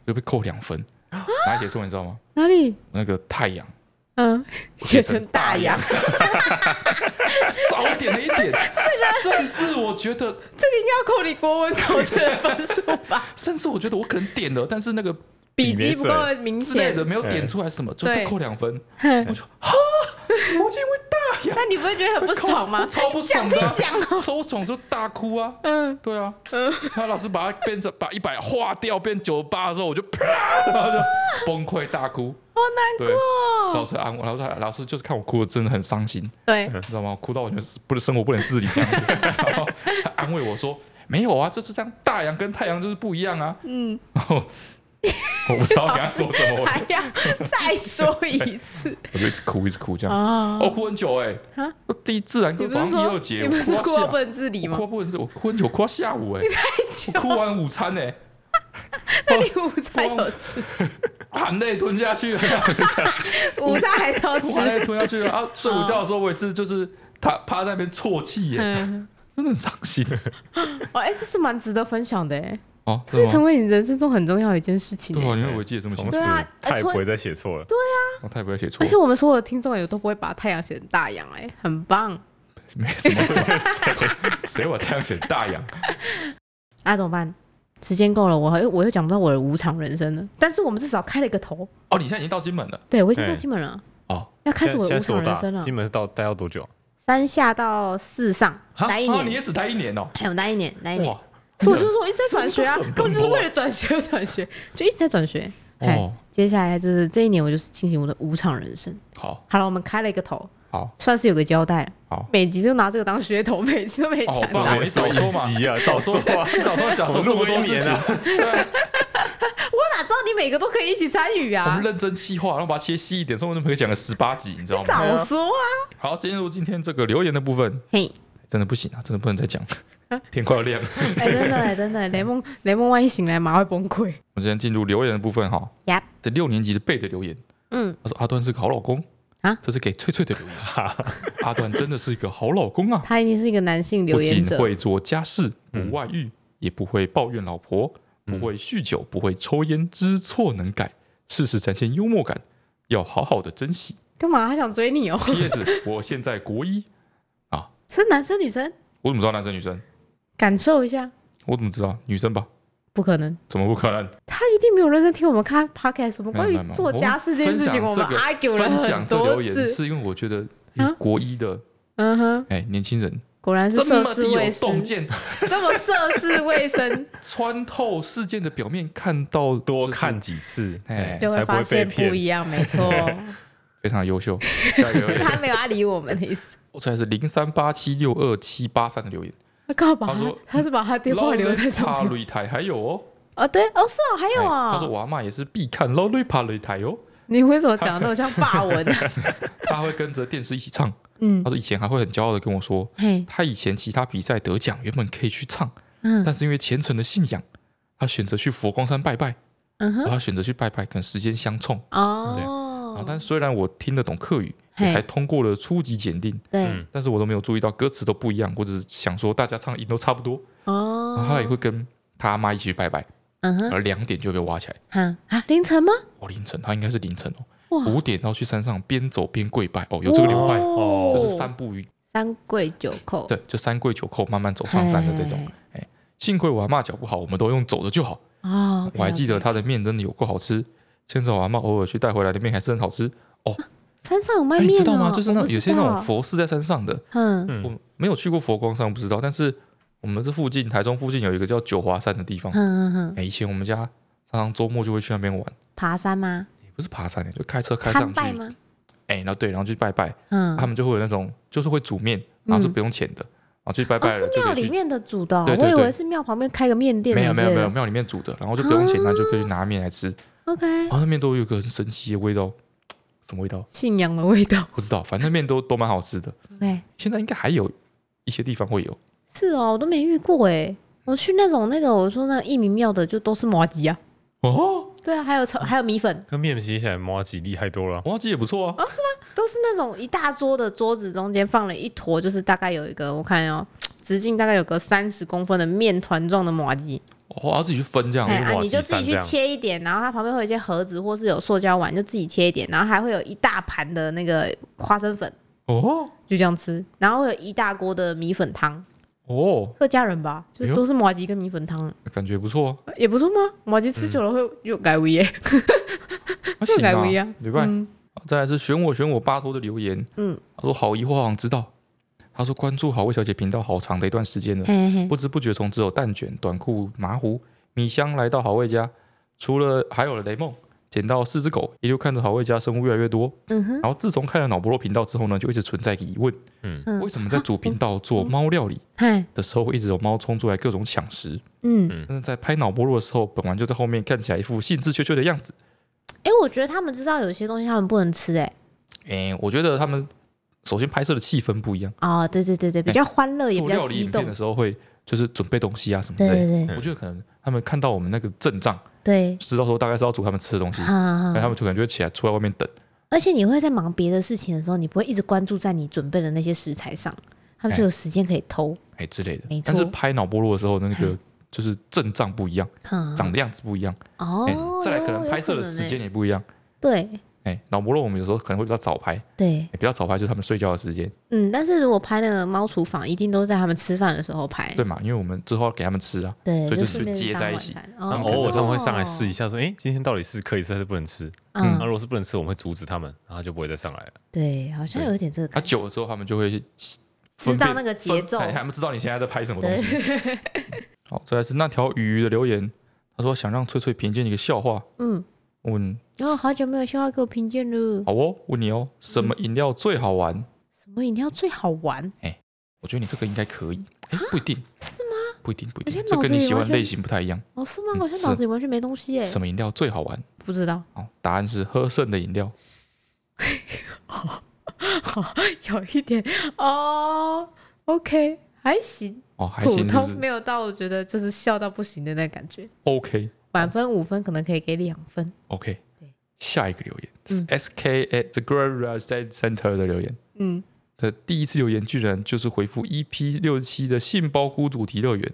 Speaker 2: 就被扣两分。哪里写错你知道吗？
Speaker 1: 哪里？
Speaker 2: 那个太阳
Speaker 1: 嗯，写
Speaker 2: 写
Speaker 1: 成
Speaker 2: 成
Speaker 1: 大洋，
Speaker 2: 少点了一点，甚至我觉得，
Speaker 1: 这个应该要扣你国文考卷的分数吧？
Speaker 2: 甚至我觉得我可能点了，但是那个
Speaker 1: 笔记不够明
Speaker 2: 之类
Speaker 1: 显
Speaker 2: 的。没有点出来什么，就
Speaker 1: 对嗯
Speaker 2: 被扣两分。
Speaker 1: 哼
Speaker 2: 我说：“哈，我因为
Speaker 1: 那你不会觉得很 不爽吗
Speaker 2: 我？ 超不
Speaker 1: 讲
Speaker 2: 爽
Speaker 1: 屁
Speaker 2: 的啊，
Speaker 1: 讲哦！
Speaker 2: 超不爽就大哭啊。”
Speaker 1: 嗯，
Speaker 2: 对啊，他老师把它变成把一百划掉变九八的时候，我就 啪，然后就崩溃大哭。
Speaker 1: 好难
Speaker 2: 对，
Speaker 1: 哦
Speaker 2: 老师安慰，老师老师就是看我哭的真的很伤心，
Speaker 1: 对，
Speaker 2: 你知道吗？我哭到我就是不能生活不能自理这样子， 然后他安慰我说没有啊，就是这样，大洋跟太阳就是不一样啊。
Speaker 1: 嗯，
Speaker 2: 然后 我不知道跟他说 什么，我
Speaker 1: 还
Speaker 2: 就
Speaker 1: 要哎再说一 次
Speaker 2: 我就一直哭一直哭这样，
Speaker 1: 啊！
Speaker 2: 我哭很久哎
Speaker 1: 啊，
Speaker 2: 我第一自然
Speaker 1: 你
Speaker 2: 就
Speaker 1: 不
Speaker 2: 早
Speaker 1: 是
Speaker 2: 上一二
Speaker 1: 说
Speaker 2: 节，
Speaker 1: 你
Speaker 2: 我
Speaker 1: 不是
Speaker 2: 哭
Speaker 1: 说
Speaker 2: 到
Speaker 1: 过
Speaker 2: 下
Speaker 1: 本自理
Speaker 2: 我
Speaker 1: 吗
Speaker 2: 哭？到啊不能自我哭很久，哭到下午 哎，我哭完午餐哎。
Speaker 1: 那你午餐有吃？
Speaker 2: 含泪吞 下去，
Speaker 1: 午餐还是要吃
Speaker 2: 我？含泪吞下去了。啊，睡午觉的时候我也是，就是他趴在那边啜泣耶，
Speaker 1: 嗯，
Speaker 2: 真的很伤心
Speaker 1: 哦，哎，这是蛮值得分享的哎，
Speaker 2: 哦，
Speaker 1: 这是成为你人生中很重要的一件事情
Speaker 2: 对
Speaker 1: 哎。
Speaker 2: 啊，因为我记得这么清
Speaker 3: 从
Speaker 2: 楚
Speaker 1: 对，
Speaker 3: 此
Speaker 1: 啊
Speaker 3: 他也
Speaker 1: 所
Speaker 3: 不
Speaker 1: 以
Speaker 3: 会再写错了。
Speaker 2: 我太不会写错
Speaker 1: 而，且我们所有的听众啊也都不会把太阳写成大洋哎，很棒。
Speaker 2: 没什么，谁 谁把太阳写大洋？
Speaker 1: 那、怎么办？时间够了，我还我又讲不到我的无常人生了。但是我们至少开了一个头，
Speaker 2: 哦，你现在已经到金门了
Speaker 1: 对我已经
Speaker 3: 对
Speaker 1: 到金门了，
Speaker 2: 哦，
Speaker 1: 要开始我的
Speaker 3: 现
Speaker 1: 无
Speaker 3: 在是我
Speaker 1: 常人生
Speaker 3: 大，
Speaker 1: 了
Speaker 3: 金。门是到待到多久？
Speaker 1: 三下到四上，
Speaker 2: 啊
Speaker 1: 待一
Speaker 2: 啊你
Speaker 1: 年，
Speaker 2: 也只待一年哦，
Speaker 1: 还有待一年，待一年。
Speaker 2: 哇，
Speaker 1: 所以我就说我一直在转学啊，
Speaker 2: 真的很
Speaker 1: 根本就是
Speaker 2: 奔波啊
Speaker 1: 为了转学转学，就一直在转学。哦
Speaker 2: 哦，
Speaker 1: 接下来就是这一年，我就是进行我的无常人生。
Speaker 2: 好
Speaker 1: 好了，我们开了一个头，
Speaker 2: 好
Speaker 1: 算是有个交代了。
Speaker 2: 好，
Speaker 1: 每集就拿这个当噱头，每集都没
Speaker 2: 哦
Speaker 1: 讲
Speaker 3: 哎
Speaker 2: 好
Speaker 1: 到
Speaker 2: 棒，哦，你早说嘛，
Speaker 3: 一集啊， 早说啊，
Speaker 2: 你早说小时候
Speaker 3: 我
Speaker 2: 这
Speaker 3: 录
Speaker 2: 么
Speaker 3: 了
Speaker 2: 多
Speaker 3: 多
Speaker 2: 事
Speaker 3: 年
Speaker 2: 情
Speaker 3: 啊，
Speaker 2: 对啊
Speaker 1: 哪知道你每个都可以一起参与
Speaker 2: 我
Speaker 1: 啊
Speaker 2: 们！认真细化，然后把它切细一点，说不定可以讲个十八集，你知道吗？
Speaker 1: 早说啊！
Speaker 2: 好，进入今天这个留言的部分，
Speaker 1: 嘿，
Speaker 2: 真的不行啊，真的不能再讲， 天快要亮了。
Speaker 1: 哎、真的、哎真的、雷蒙，雷蒙万一醒来马上会崩溃。
Speaker 2: 我们先进入留言的部分哈。
Speaker 1: Yep
Speaker 2: 这六年级的贝的留言，
Speaker 1: 嗯，
Speaker 2: 他说阿端是个好老公
Speaker 1: 啊
Speaker 2: 这是给翠翠的留言。 阿端真的是一个好老公啊，
Speaker 1: 他一定是一个男性
Speaker 2: 不
Speaker 1: 留言
Speaker 2: 仅
Speaker 1: 者，
Speaker 2: 会做家事，不外遇，也不会抱怨老婆，不
Speaker 3: 嗯
Speaker 2: 会酗酒，不会抽烟，知错能改，事事展现幽默感，要好好的珍惜。
Speaker 1: 干嘛？他想追你哦？
Speaker 2: P.S. 我现在国一，
Speaker 1: 是男生女生？
Speaker 2: 我怎么知道男生女生？
Speaker 1: 感受一下，
Speaker 2: 我怎么知道女生吧？
Speaker 1: 不可能，
Speaker 2: 怎么不可能？
Speaker 1: 他一定没有认真听我们看 podcast。我们关
Speaker 2: 没
Speaker 1: 于
Speaker 2: 有没有
Speaker 1: 做家事这件事情，我
Speaker 2: 我
Speaker 1: 们
Speaker 2: 分享这个
Speaker 1: argue 了
Speaker 2: 分享
Speaker 1: 很
Speaker 2: 这留
Speaker 1: 多
Speaker 2: 言
Speaker 1: 次。
Speaker 2: 是因为我觉得
Speaker 1: 啊
Speaker 2: 国一的
Speaker 1: 嗯哼，
Speaker 2: 哎年轻人
Speaker 1: 果然是
Speaker 2: 这
Speaker 1: 涉
Speaker 2: 么
Speaker 1: 世
Speaker 2: 地有
Speaker 1: 未深
Speaker 2: 洞，见，
Speaker 1: 这么涉世未深，
Speaker 2: 穿透事件的表面，看到
Speaker 3: 多
Speaker 2: 就是
Speaker 3: 看几次，
Speaker 2: 哎
Speaker 3: 哎，
Speaker 1: 就
Speaker 3: 才
Speaker 1: 会
Speaker 3: 不
Speaker 1: 发
Speaker 3: 会被
Speaker 1: 现不一
Speaker 3: 骗。
Speaker 1: 样。没 错，
Speaker 2: 非常优 秀。下一个留言，
Speaker 1: 他没有要理我们的意思。
Speaker 2: 我猜是零三八七六二七八三的留言，
Speaker 1: 他干嘛
Speaker 2: 他说？
Speaker 1: 他是把他电话留在上
Speaker 2: 老人怕
Speaker 1: 面。啊
Speaker 2: 擂台还有哦，
Speaker 4: 哦，对，哦是哦，还有
Speaker 2: 哎他说
Speaker 4: 哦，
Speaker 2: 我阿妈也是必看《劳瑞帕雷台》哦，
Speaker 1: 你为什么讲的那么像霸文啊？
Speaker 2: 他会跟着电视一起唱。
Speaker 1: 嗯
Speaker 2: 他，说以前还会很骄傲的跟我说，
Speaker 1: 嘿，
Speaker 2: 他以前其他比赛得奖，原本可以去唱，
Speaker 1: 嗯
Speaker 2: 但是因为虔诚的信仰，他选择去佛光山拜拜，
Speaker 1: 嗯
Speaker 2: 然后
Speaker 1: 哼，
Speaker 2: 他选择去拜拜，可能时间相冲。对啊
Speaker 1: 哦，，
Speaker 2: 但虽然我听得懂客语，也
Speaker 1: 嘿
Speaker 2: 还通过了初级检定，
Speaker 4: 对
Speaker 3: 嗯，
Speaker 2: 但是我都没有注意到歌词都不一样，或者是想说大家唱的音都差不多，
Speaker 1: 哦，
Speaker 2: 然后啊他也会跟他阿妈一起去拜拜，
Speaker 1: 嗯哼，
Speaker 2: 而两点就被挖起来。
Speaker 1: 哈啊，凌晨吗？
Speaker 2: 哦，凌晨，他应该是凌晨哦，
Speaker 1: 哇，
Speaker 2: 五点要去山上边走边跪拜哦，有这个流派，
Speaker 3: 哦
Speaker 2: 就是三步于
Speaker 1: 三跪九叩，
Speaker 2: 对，就三跪九叩慢慢走上山的这种。幸亏我阿妈脚不好，我们都用走的就好。
Speaker 1: 哦，OK，OK，
Speaker 2: 我还记得她的面真的有够好吃，牵着我阿妈偶尔去带回来的面还是很好吃。
Speaker 1: 山上有卖
Speaker 2: 哎，
Speaker 1: 面
Speaker 2: 你
Speaker 1: 哦，
Speaker 2: 知道吗？就是那
Speaker 1: 我不
Speaker 2: 有些
Speaker 1: 知
Speaker 2: 那
Speaker 1: 道
Speaker 2: 种，佛寺在山上的，
Speaker 1: 嗯
Speaker 3: 嗯
Speaker 2: 我没有去过佛光山，我不知道。但是我们这附近台中附近有一个叫九华山的地方
Speaker 1: 嗯，嗯嗯，
Speaker 2: 哎，以前我们家常常周末就会去那边玩，
Speaker 1: 爬山吗？
Speaker 2: 也不是爬山，就开车开上
Speaker 1: 参
Speaker 2: 去
Speaker 1: 拜，吗？
Speaker 2: 哎，然后对，然后去拜拜，
Speaker 1: 嗯，
Speaker 2: 他们就会有那种就是会煮面，然后是
Speaker 1: 嗯
Speaker 2: 不用钱的，然后去拜
Speaker 1: 哦，
Speaker 2: 拜了
Speaker 1: 是
Speaker 2: 就
Speaker 1: 庙
Speaker 2: 可以
Speaker 1: 里
Speaker 2: 去。
Speaker 1: 面的煮的哦，
Speaker 2: 对对
Speaker 1: 我以
Speaker 2: 对
Speaker 1: 为是庙旁边开个面店，
Speaker 2: 没有没有没有，庙里面煮的，然后就不用钱，那就可以去拿面来吃。
Speaker 1: ，OK，
Speaker 2: 然后那面都有一个很神奇的味道，什么味道？
Speaker 1: 信仰的味道
Speaker 2: 不知道，反正那面都都蛮好吃的。
Speaker 1: ，OK，
Speaker 2: 现在应该还有一些地方会有，
Speaker 1: 是哦，我都没遇过哎，我去那种那个我说那一民庙的就都是麻吉啊，
Speaker 2: 哦，
Speaker 1: 对啊，还有炒还有米粉，
Speaker 3: 跟面比起来，麻吉厉害多了。
Speaker 2: 我忘记也不错啊。
Speaker 1: 都是那种一大桌的桌子中间放了一坨，就是大概有一个我看哦，直径大概有个三十公分的面团状的麻吉，
Speaker 2: 哦，要自己去分这样
Speaker 1: 哎
Speaker 3: 嗯
Speaker 2: 子。
Speaker 1: 啊，
Speaker 3: 麻
Speaker 1: 你
Speaker 3: 吉
Speaker 1: 就自己
Speaker 3: 饭这
Speaker 1: 去
Speaker 3: 样
Speaker 1: 切一点，然后它旁边会有一些盒子或是有塑胶碗，就自己切一点，然后还会有一大盘的那个花生粉。
Speaker 2: 哦
Speaker 1: 就这样吃，然后会有一大锅的米粉汤，
Speaker 2: 哦，
Speaker 1: 客家人吧，就
Speaker 2: 哎
Speaker 1: 是
Speaker 2: 呦
Speaker 1: 都是麻吉跟米粉汤，
Speaker 2: 感觉 不错啊，
Speaker 1: 也不错吗？麻吉吃久了会又改胃
Speaker 2: 嗯
Speaker 1: 耶，
Speaker 2: 还
Speaker 1: 又
Speaker 2: 行
Speaker 1: 改胃
Speaker 2: 啊，
Speaker 1: 啊，
Speaker 2: 对吧？
Speaker 1: 嗯
Speaker 2: 再来是选我选我巴托的留言，
Speaker 1: 嗯，
Speaker 2: 他说好疑惑好想知道，他说关注好味小姐频道好长的一段时间了，
Speaker 1: 嘿嘿嘿，
Speaker 2: 不知不觉从只有蛋卷、短裤、麻糊、米香来到好味家，除了还有了雷梦，捡到四只狗，一路看着好味家生物越来越多。
Speaker 1: 嗯哼，
Speaker 2: 然后自从看了脑波肉频道之后呢，就一直存在疑问：
Speaker 3: 嗯
Speaker 1: 嗯
Speaker 2: 为什么在主频道做猫料理
Speaker 1: 嘿，
Speaker 2: 的时候，会一直有猫冲出来各种抢食？
Speaker 1: 嗯，
Speaker 2: 但是在拍脑波肉的时候，本丸就在后面看起来一副兴致缺缺的样子。
Speaker 1: 哎，我觉得他们知道有些东西他们不能吃，哎，
Speaker 2: 哎，我觉得他们首先拍摄的气氛不一样，
Speaker 1: 哦，对对对对，比较欢乐也
Speaker 2: 做
Speaker 1: 比
Speaker 2: 哎料
Speaker 1: 较
Speaker 2: 理
Speaker 1: 激
Speaker 2: 影
Speaker 1: 动
Speaker 2: 片的，时候会就是准备东西啊什么之
Speaker 1: 对
Speaker 2: 类的。
Speaker 1: 对对
Speaker 3: 嗯
Speaker 2: 我觉得可能他们看到我们那个阵仗，
Speaker 1: 对
Speaker 2: 就，知道说大概是要煮他们吃的东西
Speaker 1: 哈，哈
Speaker 2: 那他
Speaker 1: 哈，
Speaker 2: 们就可能就会起来出来外面等。
Speaker 1: 而且你会在忙别的事情的时候，你不会一直关注在你准备的那些食材上，他们就
Speaker 2: 哎
Speaker 1: 有时间可以偷，
Speaker 2: 哎之类的
Speaker 1: 没。
Speaker 2: 但是
Speaker 1: 错
Speaker 2: 拍脑波落的时候，那 个就是阵仗不一样，
Speaker 1: 嗯，
Speaker 2: 长的样子不一样，哎
Speaker 1: 哦，，
Speaker 2: 再来可
Speaker 1: 有
Speaker 2: 能
Speaker 1: 有
Speaker 2: 拍摄的
Speaker 1: 能
Speaker 2: 时
Speaker 1: 哎
Speaker 2: 间也不一样。
Speaker 1: 对
Speaker 2: 哎，脑波落我们有时候可能会比较早拍，
Speaker 1: 对。
Speaker 2: 哎比较早拍就是他们睡觉的时间，
Speaker 1: 嗯，但是如果拍那个猫厨房，一定都是在他们吃饭的时候拍，
Speaker 2: 对嘛？因为我们之后要给他们吃啊。
Speaker 1: 对
Speaker 2: 所以
Speaker 1: 就
Speaker 2: 就
Speaker 1: 顺
Speaker 2: 是
Speaker 1: 便
Speaker 2: 接
Speaker 1: 当
Speaker 2: 在一
Speaker 1: 晚
Speaker 2: 起
Speaker 1: 餐
Speaker 3: 然
Speaker 1: 哦
Speaker 3: 后偶尔他们会上来试一下，说：“哎，今天到底是可以吃还是不能吃？”
Speaker 1: 嗯
Speaker 3: 那，如果是不能吃，我们会阻止他们，然后他就不会再上来了。
Speaker 1: 对，好像有一点这个
Speaker 2: 他
Speaker 1: 感觉，
Speaker 2: 啊久了之后，他们就会
Speaker 1: 知
Speaker 2: 分
Speaker 1: 道
Speaker 2: 辨
Speaker 1: 那个节
Speaker 2: 分
Speaker 1: 奏，
Speaker 2: 哎他们知道你现在在拍什么东
Speaker 1: 对
Speaker 2: 西。， 好，再来是那条鱼的留言，他说想让翠翠评鉴一个笑话，
Speaker 1: 嗯，
Speaker 2: 问
Speaker 1: 然后好久没有笑话给我评鉴了，
Speaker 2: 好哦，问你哦，什
Speaker 1: 嗯
Speaker 2: 么饮料最好玩？
Speaker 1: 什么饮料最好玩？
Speaker 2: 我觉得你这个应该可以，哎，不一定
Speaker 1: 啊是吗？
Speaker 2: 不一定不一
Speaker 1: 我现在
Speaker 2: 定，这
Speaker 1: 脑
Speaker 2: 跟
Speaker 1: 子
Speaker 2: 你
Speaker 1: 里
Speaker 2: 喜
Speaker 1: 完
Speaker 2: 欢
Speaker 1: 全
Speaker 2: 类型不太一样。
Speaker 1: 哦，是吗？
Speaker 2: 嗯
Speaker 1: 我现在
Speaker 2: 是
Speaker 1: 脑子里完全没东西耶，
Speaker 2: 什么饮料最好玩？
Speaker 1: 不知道，
Speaker 2: 哦，答案是喝剩的饮料。
Speaker 1: 有一点哦，OK，还行，
Speaker 2: 哦，还
Speaker 1: 普
Speaker 2: 行，是不
Speaker 1: 通
Speaker 2: 是
Speaker 1: 没有到我觉得就是笑到不行的那感觉，
Speaker 2: ？OK
Speaker 1: 满分五分可能可以给两分，
Speaker 2: OK
Speaker 4: 对。
Speaker 2: 下一个留言
Speaker 1: 嗯
Speaker 2: S K at the Garage Center 的留言，
Speaker 1: 嗯，
Speaker 2: 这第一次留言居然就是回复 EP 六七的杏鲍菇主题乐 园。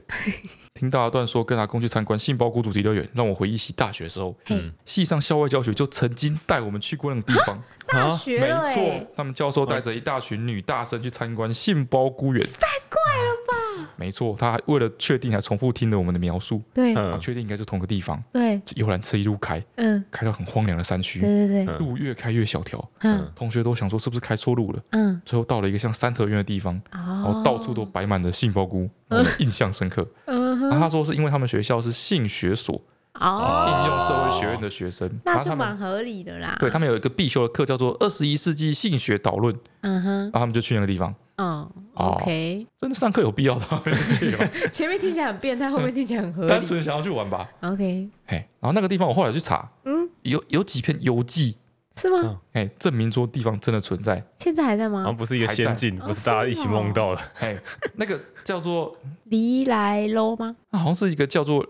Speaker 2: 听大段说跟阿公去参观杏鲍菇主题乐园，让我回忆起大学时候，
Speaker 1: 嘿
Speaker 3: 嗯
Speaker 2: 系上校外教学就曾经带我们去过那种地 方。
Speaker 1: 大
Speaker 3: 啊
Speaker 1: 学
Speaker 2: 没
Speaker 1: 了哎
Speaker 2: 错，，他们教授带着一大群女大生去参观杏鲍菇园，太怪了吧？没错，他为了确定还重复听了我们的描述，
Speaker 1: 对
Speaker 2: 然后
Speaker 3: 嗯，
Speaker 2: 确定应该是同个地方，
Speaker 1: 对，
Speaker 2: 就游览车一路开，
Speaker 1: 嗯，
Speaker 2: 开到很荒凉的山区，
Speaker 1: 对对对，
Speaker 3: 嗯
Speaker 2: 路越开越小条，
Speaker 1: 嗯
Speaker 2: 同学都想说是不是开错路了，
Speaker 1: 嗯，
Speaker 2: 最后到了一个像三合院的地方，然
Speaker 1: 哦
Speaker 2: 后到处都摆满了杏鲍菇，让我印象深刻。
Speaker 1: 嗯
Speaker 2: 然后他说是因为他们学校是性学所，应
Speaker 1: 哦，
Speaker 2: 用社会学院的学生，
Speaker 1: 那
Speaker 2: 然后
Speaker 1: 就
Speaker 2: 他
Speaker 1: 蛮
Speaker 2: 们。
Speaker 1: 合理的啦。
Speaker 2: 对他们有一个必修的课叫做《二十一世纪性学导论》，
Speaker 1: 嗯哼，
Speaker 2: 然后他们就去那个地方，
Speaker 1: 嗯
Speaker 2: 哦
Speaker 1: ，OK，
Speaker 2: 真的上课有必要到那 边去 吗？
Speaker 1: 前面听起来很变态，后面
Speaker 2: 嗯
Speaker 1: 听起来很合
Speaker 2: 单
Speaker 1: 理。
Speaker 2: 纯想要去玩吧。
Speaker 1: OK，
Speaker 2: 嘿，然后那个地方我后来去查，
Speaker 1: 嗯，
Speaker 2: 有有几篇游记，
Speaker 1: 是吗？
Speaker 3: 嗯
Speaker 2: 哎，证明说地方真的存在。
Speaker 1: 现在还在
Speaker 3: 好
Speaker 1: 吗
Speaker 2: 嗯
Speaker 3: 像？不是一个仙境，
Speaker 1: 还在
Speaker 3: 不是大家一起梦
Speaker 1: 哦
Speaker 3: 到的。
Speaker 2: 嘿，那个叫做，
Speaker 1: 离来喽吗？
Speaker 2: 那好像是一个叫做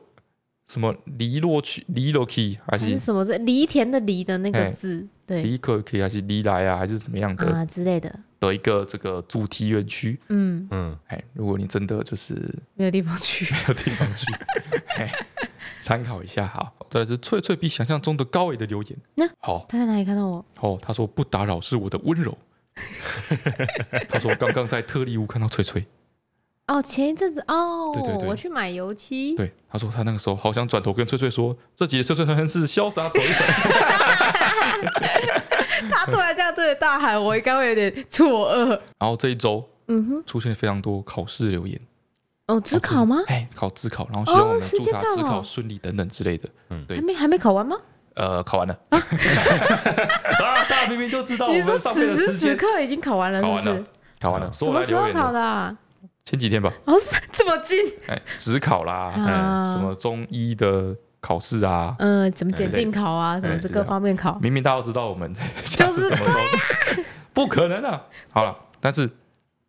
Speaker 2: 什么黎洛区、黎洛区还
Speaker 1: 还是
Speaker 2: 是
Speaker 1: 什么字？犁田的犁的那个
Speaker 2: 哎
Speaker 1: 字，对
Speaker 2: 黎克区还是黎莱啊，还是怎么样的
Speaker 1: 啊之类的。
Speaker 2: 的一个这个主题园区。
Speaker 1: 嗯，
Speaker 3: 嗯，
Speaker 2: 哎，如果你真的就是
Speaker 1: 没有地方去。
Speaker 2: 没有地方去， 嘿参考一下哈。再来是翠翠比想象中的高维的留言
Speaker 1: 那，
Speaker 2: 好、
Speaker 1: 他在哪里看到我？
Speaker 2: 哦，他说不打扰是我的温柔。 他说刚刚在特例屋看到翠翠，
Speaker 1: 哦，前一阵子哦
Speaker 2: 对对，对
Speaker 1: 我去买油漆。
Speaker 2: 对，他说他那个时候好想转头跟翠翠说，这集的翠翠真是潇洒走一回。
Speaker 1: 他突然这样对着大喊，我应该会有点错愕。
Speaker 2: 然后这一周
Speaker 1: 嗯哼，
Speaker 2: 出现了非常多考试留言，
Speaker 1: 哦，只考吗？
Speaker 2: 哎，考自考，然后希望我们
Speaker 1: 哦时
Speaker 2: 祝
Speaker 1: 间
Speaker 2: 他
Speaker 1: 到了
Speaker 2: 自考顺利等等之类的。对
Speaker 1: 还没还没考完吗？
Speaker 2: 呃，考完了， 啊，大家明明就知道我
Speaker 1: 你
Speaker 2: 们
Speaker 1: 说
Speaker 2: 上面
Speaker 1: 此
Speaker 2: 的
Speaker 1: 时
Speaker 2: 时
Speaker 1: 此
Speaker 2: 间
Speaker 1: 刻已经考完了，
Speaker 2: 考完
Speaker 1: 是不
Speaker 2: 了
Speaker 1: 是？，
Speaker 2: 考完了，
Speaker 1: 什
Speaker 2: 所有
Speaker 1: 么
Speaker 2: 来
Speaker 1: 时
Speaker 2: 留
Speaker 1: 候
Speaker 2: 言
Speaker 1: 考
Speaker 2: 的
Speaker 1: 的啊？
Speaker 2: 前几天吧，
Speaker 1: 哦，是这么近？
Speaker 2: 哎，职考啦，
Speaker 1: 啊
Speaker 2: 哎，什么中医的考试啊，
Speaker 1: 嗯，怎么
Speaker 2: 之
Speaker 1: 检
Speaker 2: 类
Speaker 1: 定考啊？怎么
Speaker 2: 嗯
Speaker 1: 这
Speaker 2: 是
Speaker 1: 各
Speaker 2: 的
Speaker 1: 方面考？
Speaker 2: 明明大家都知道我们 下次什么时候是， 不可能啊！好了，但是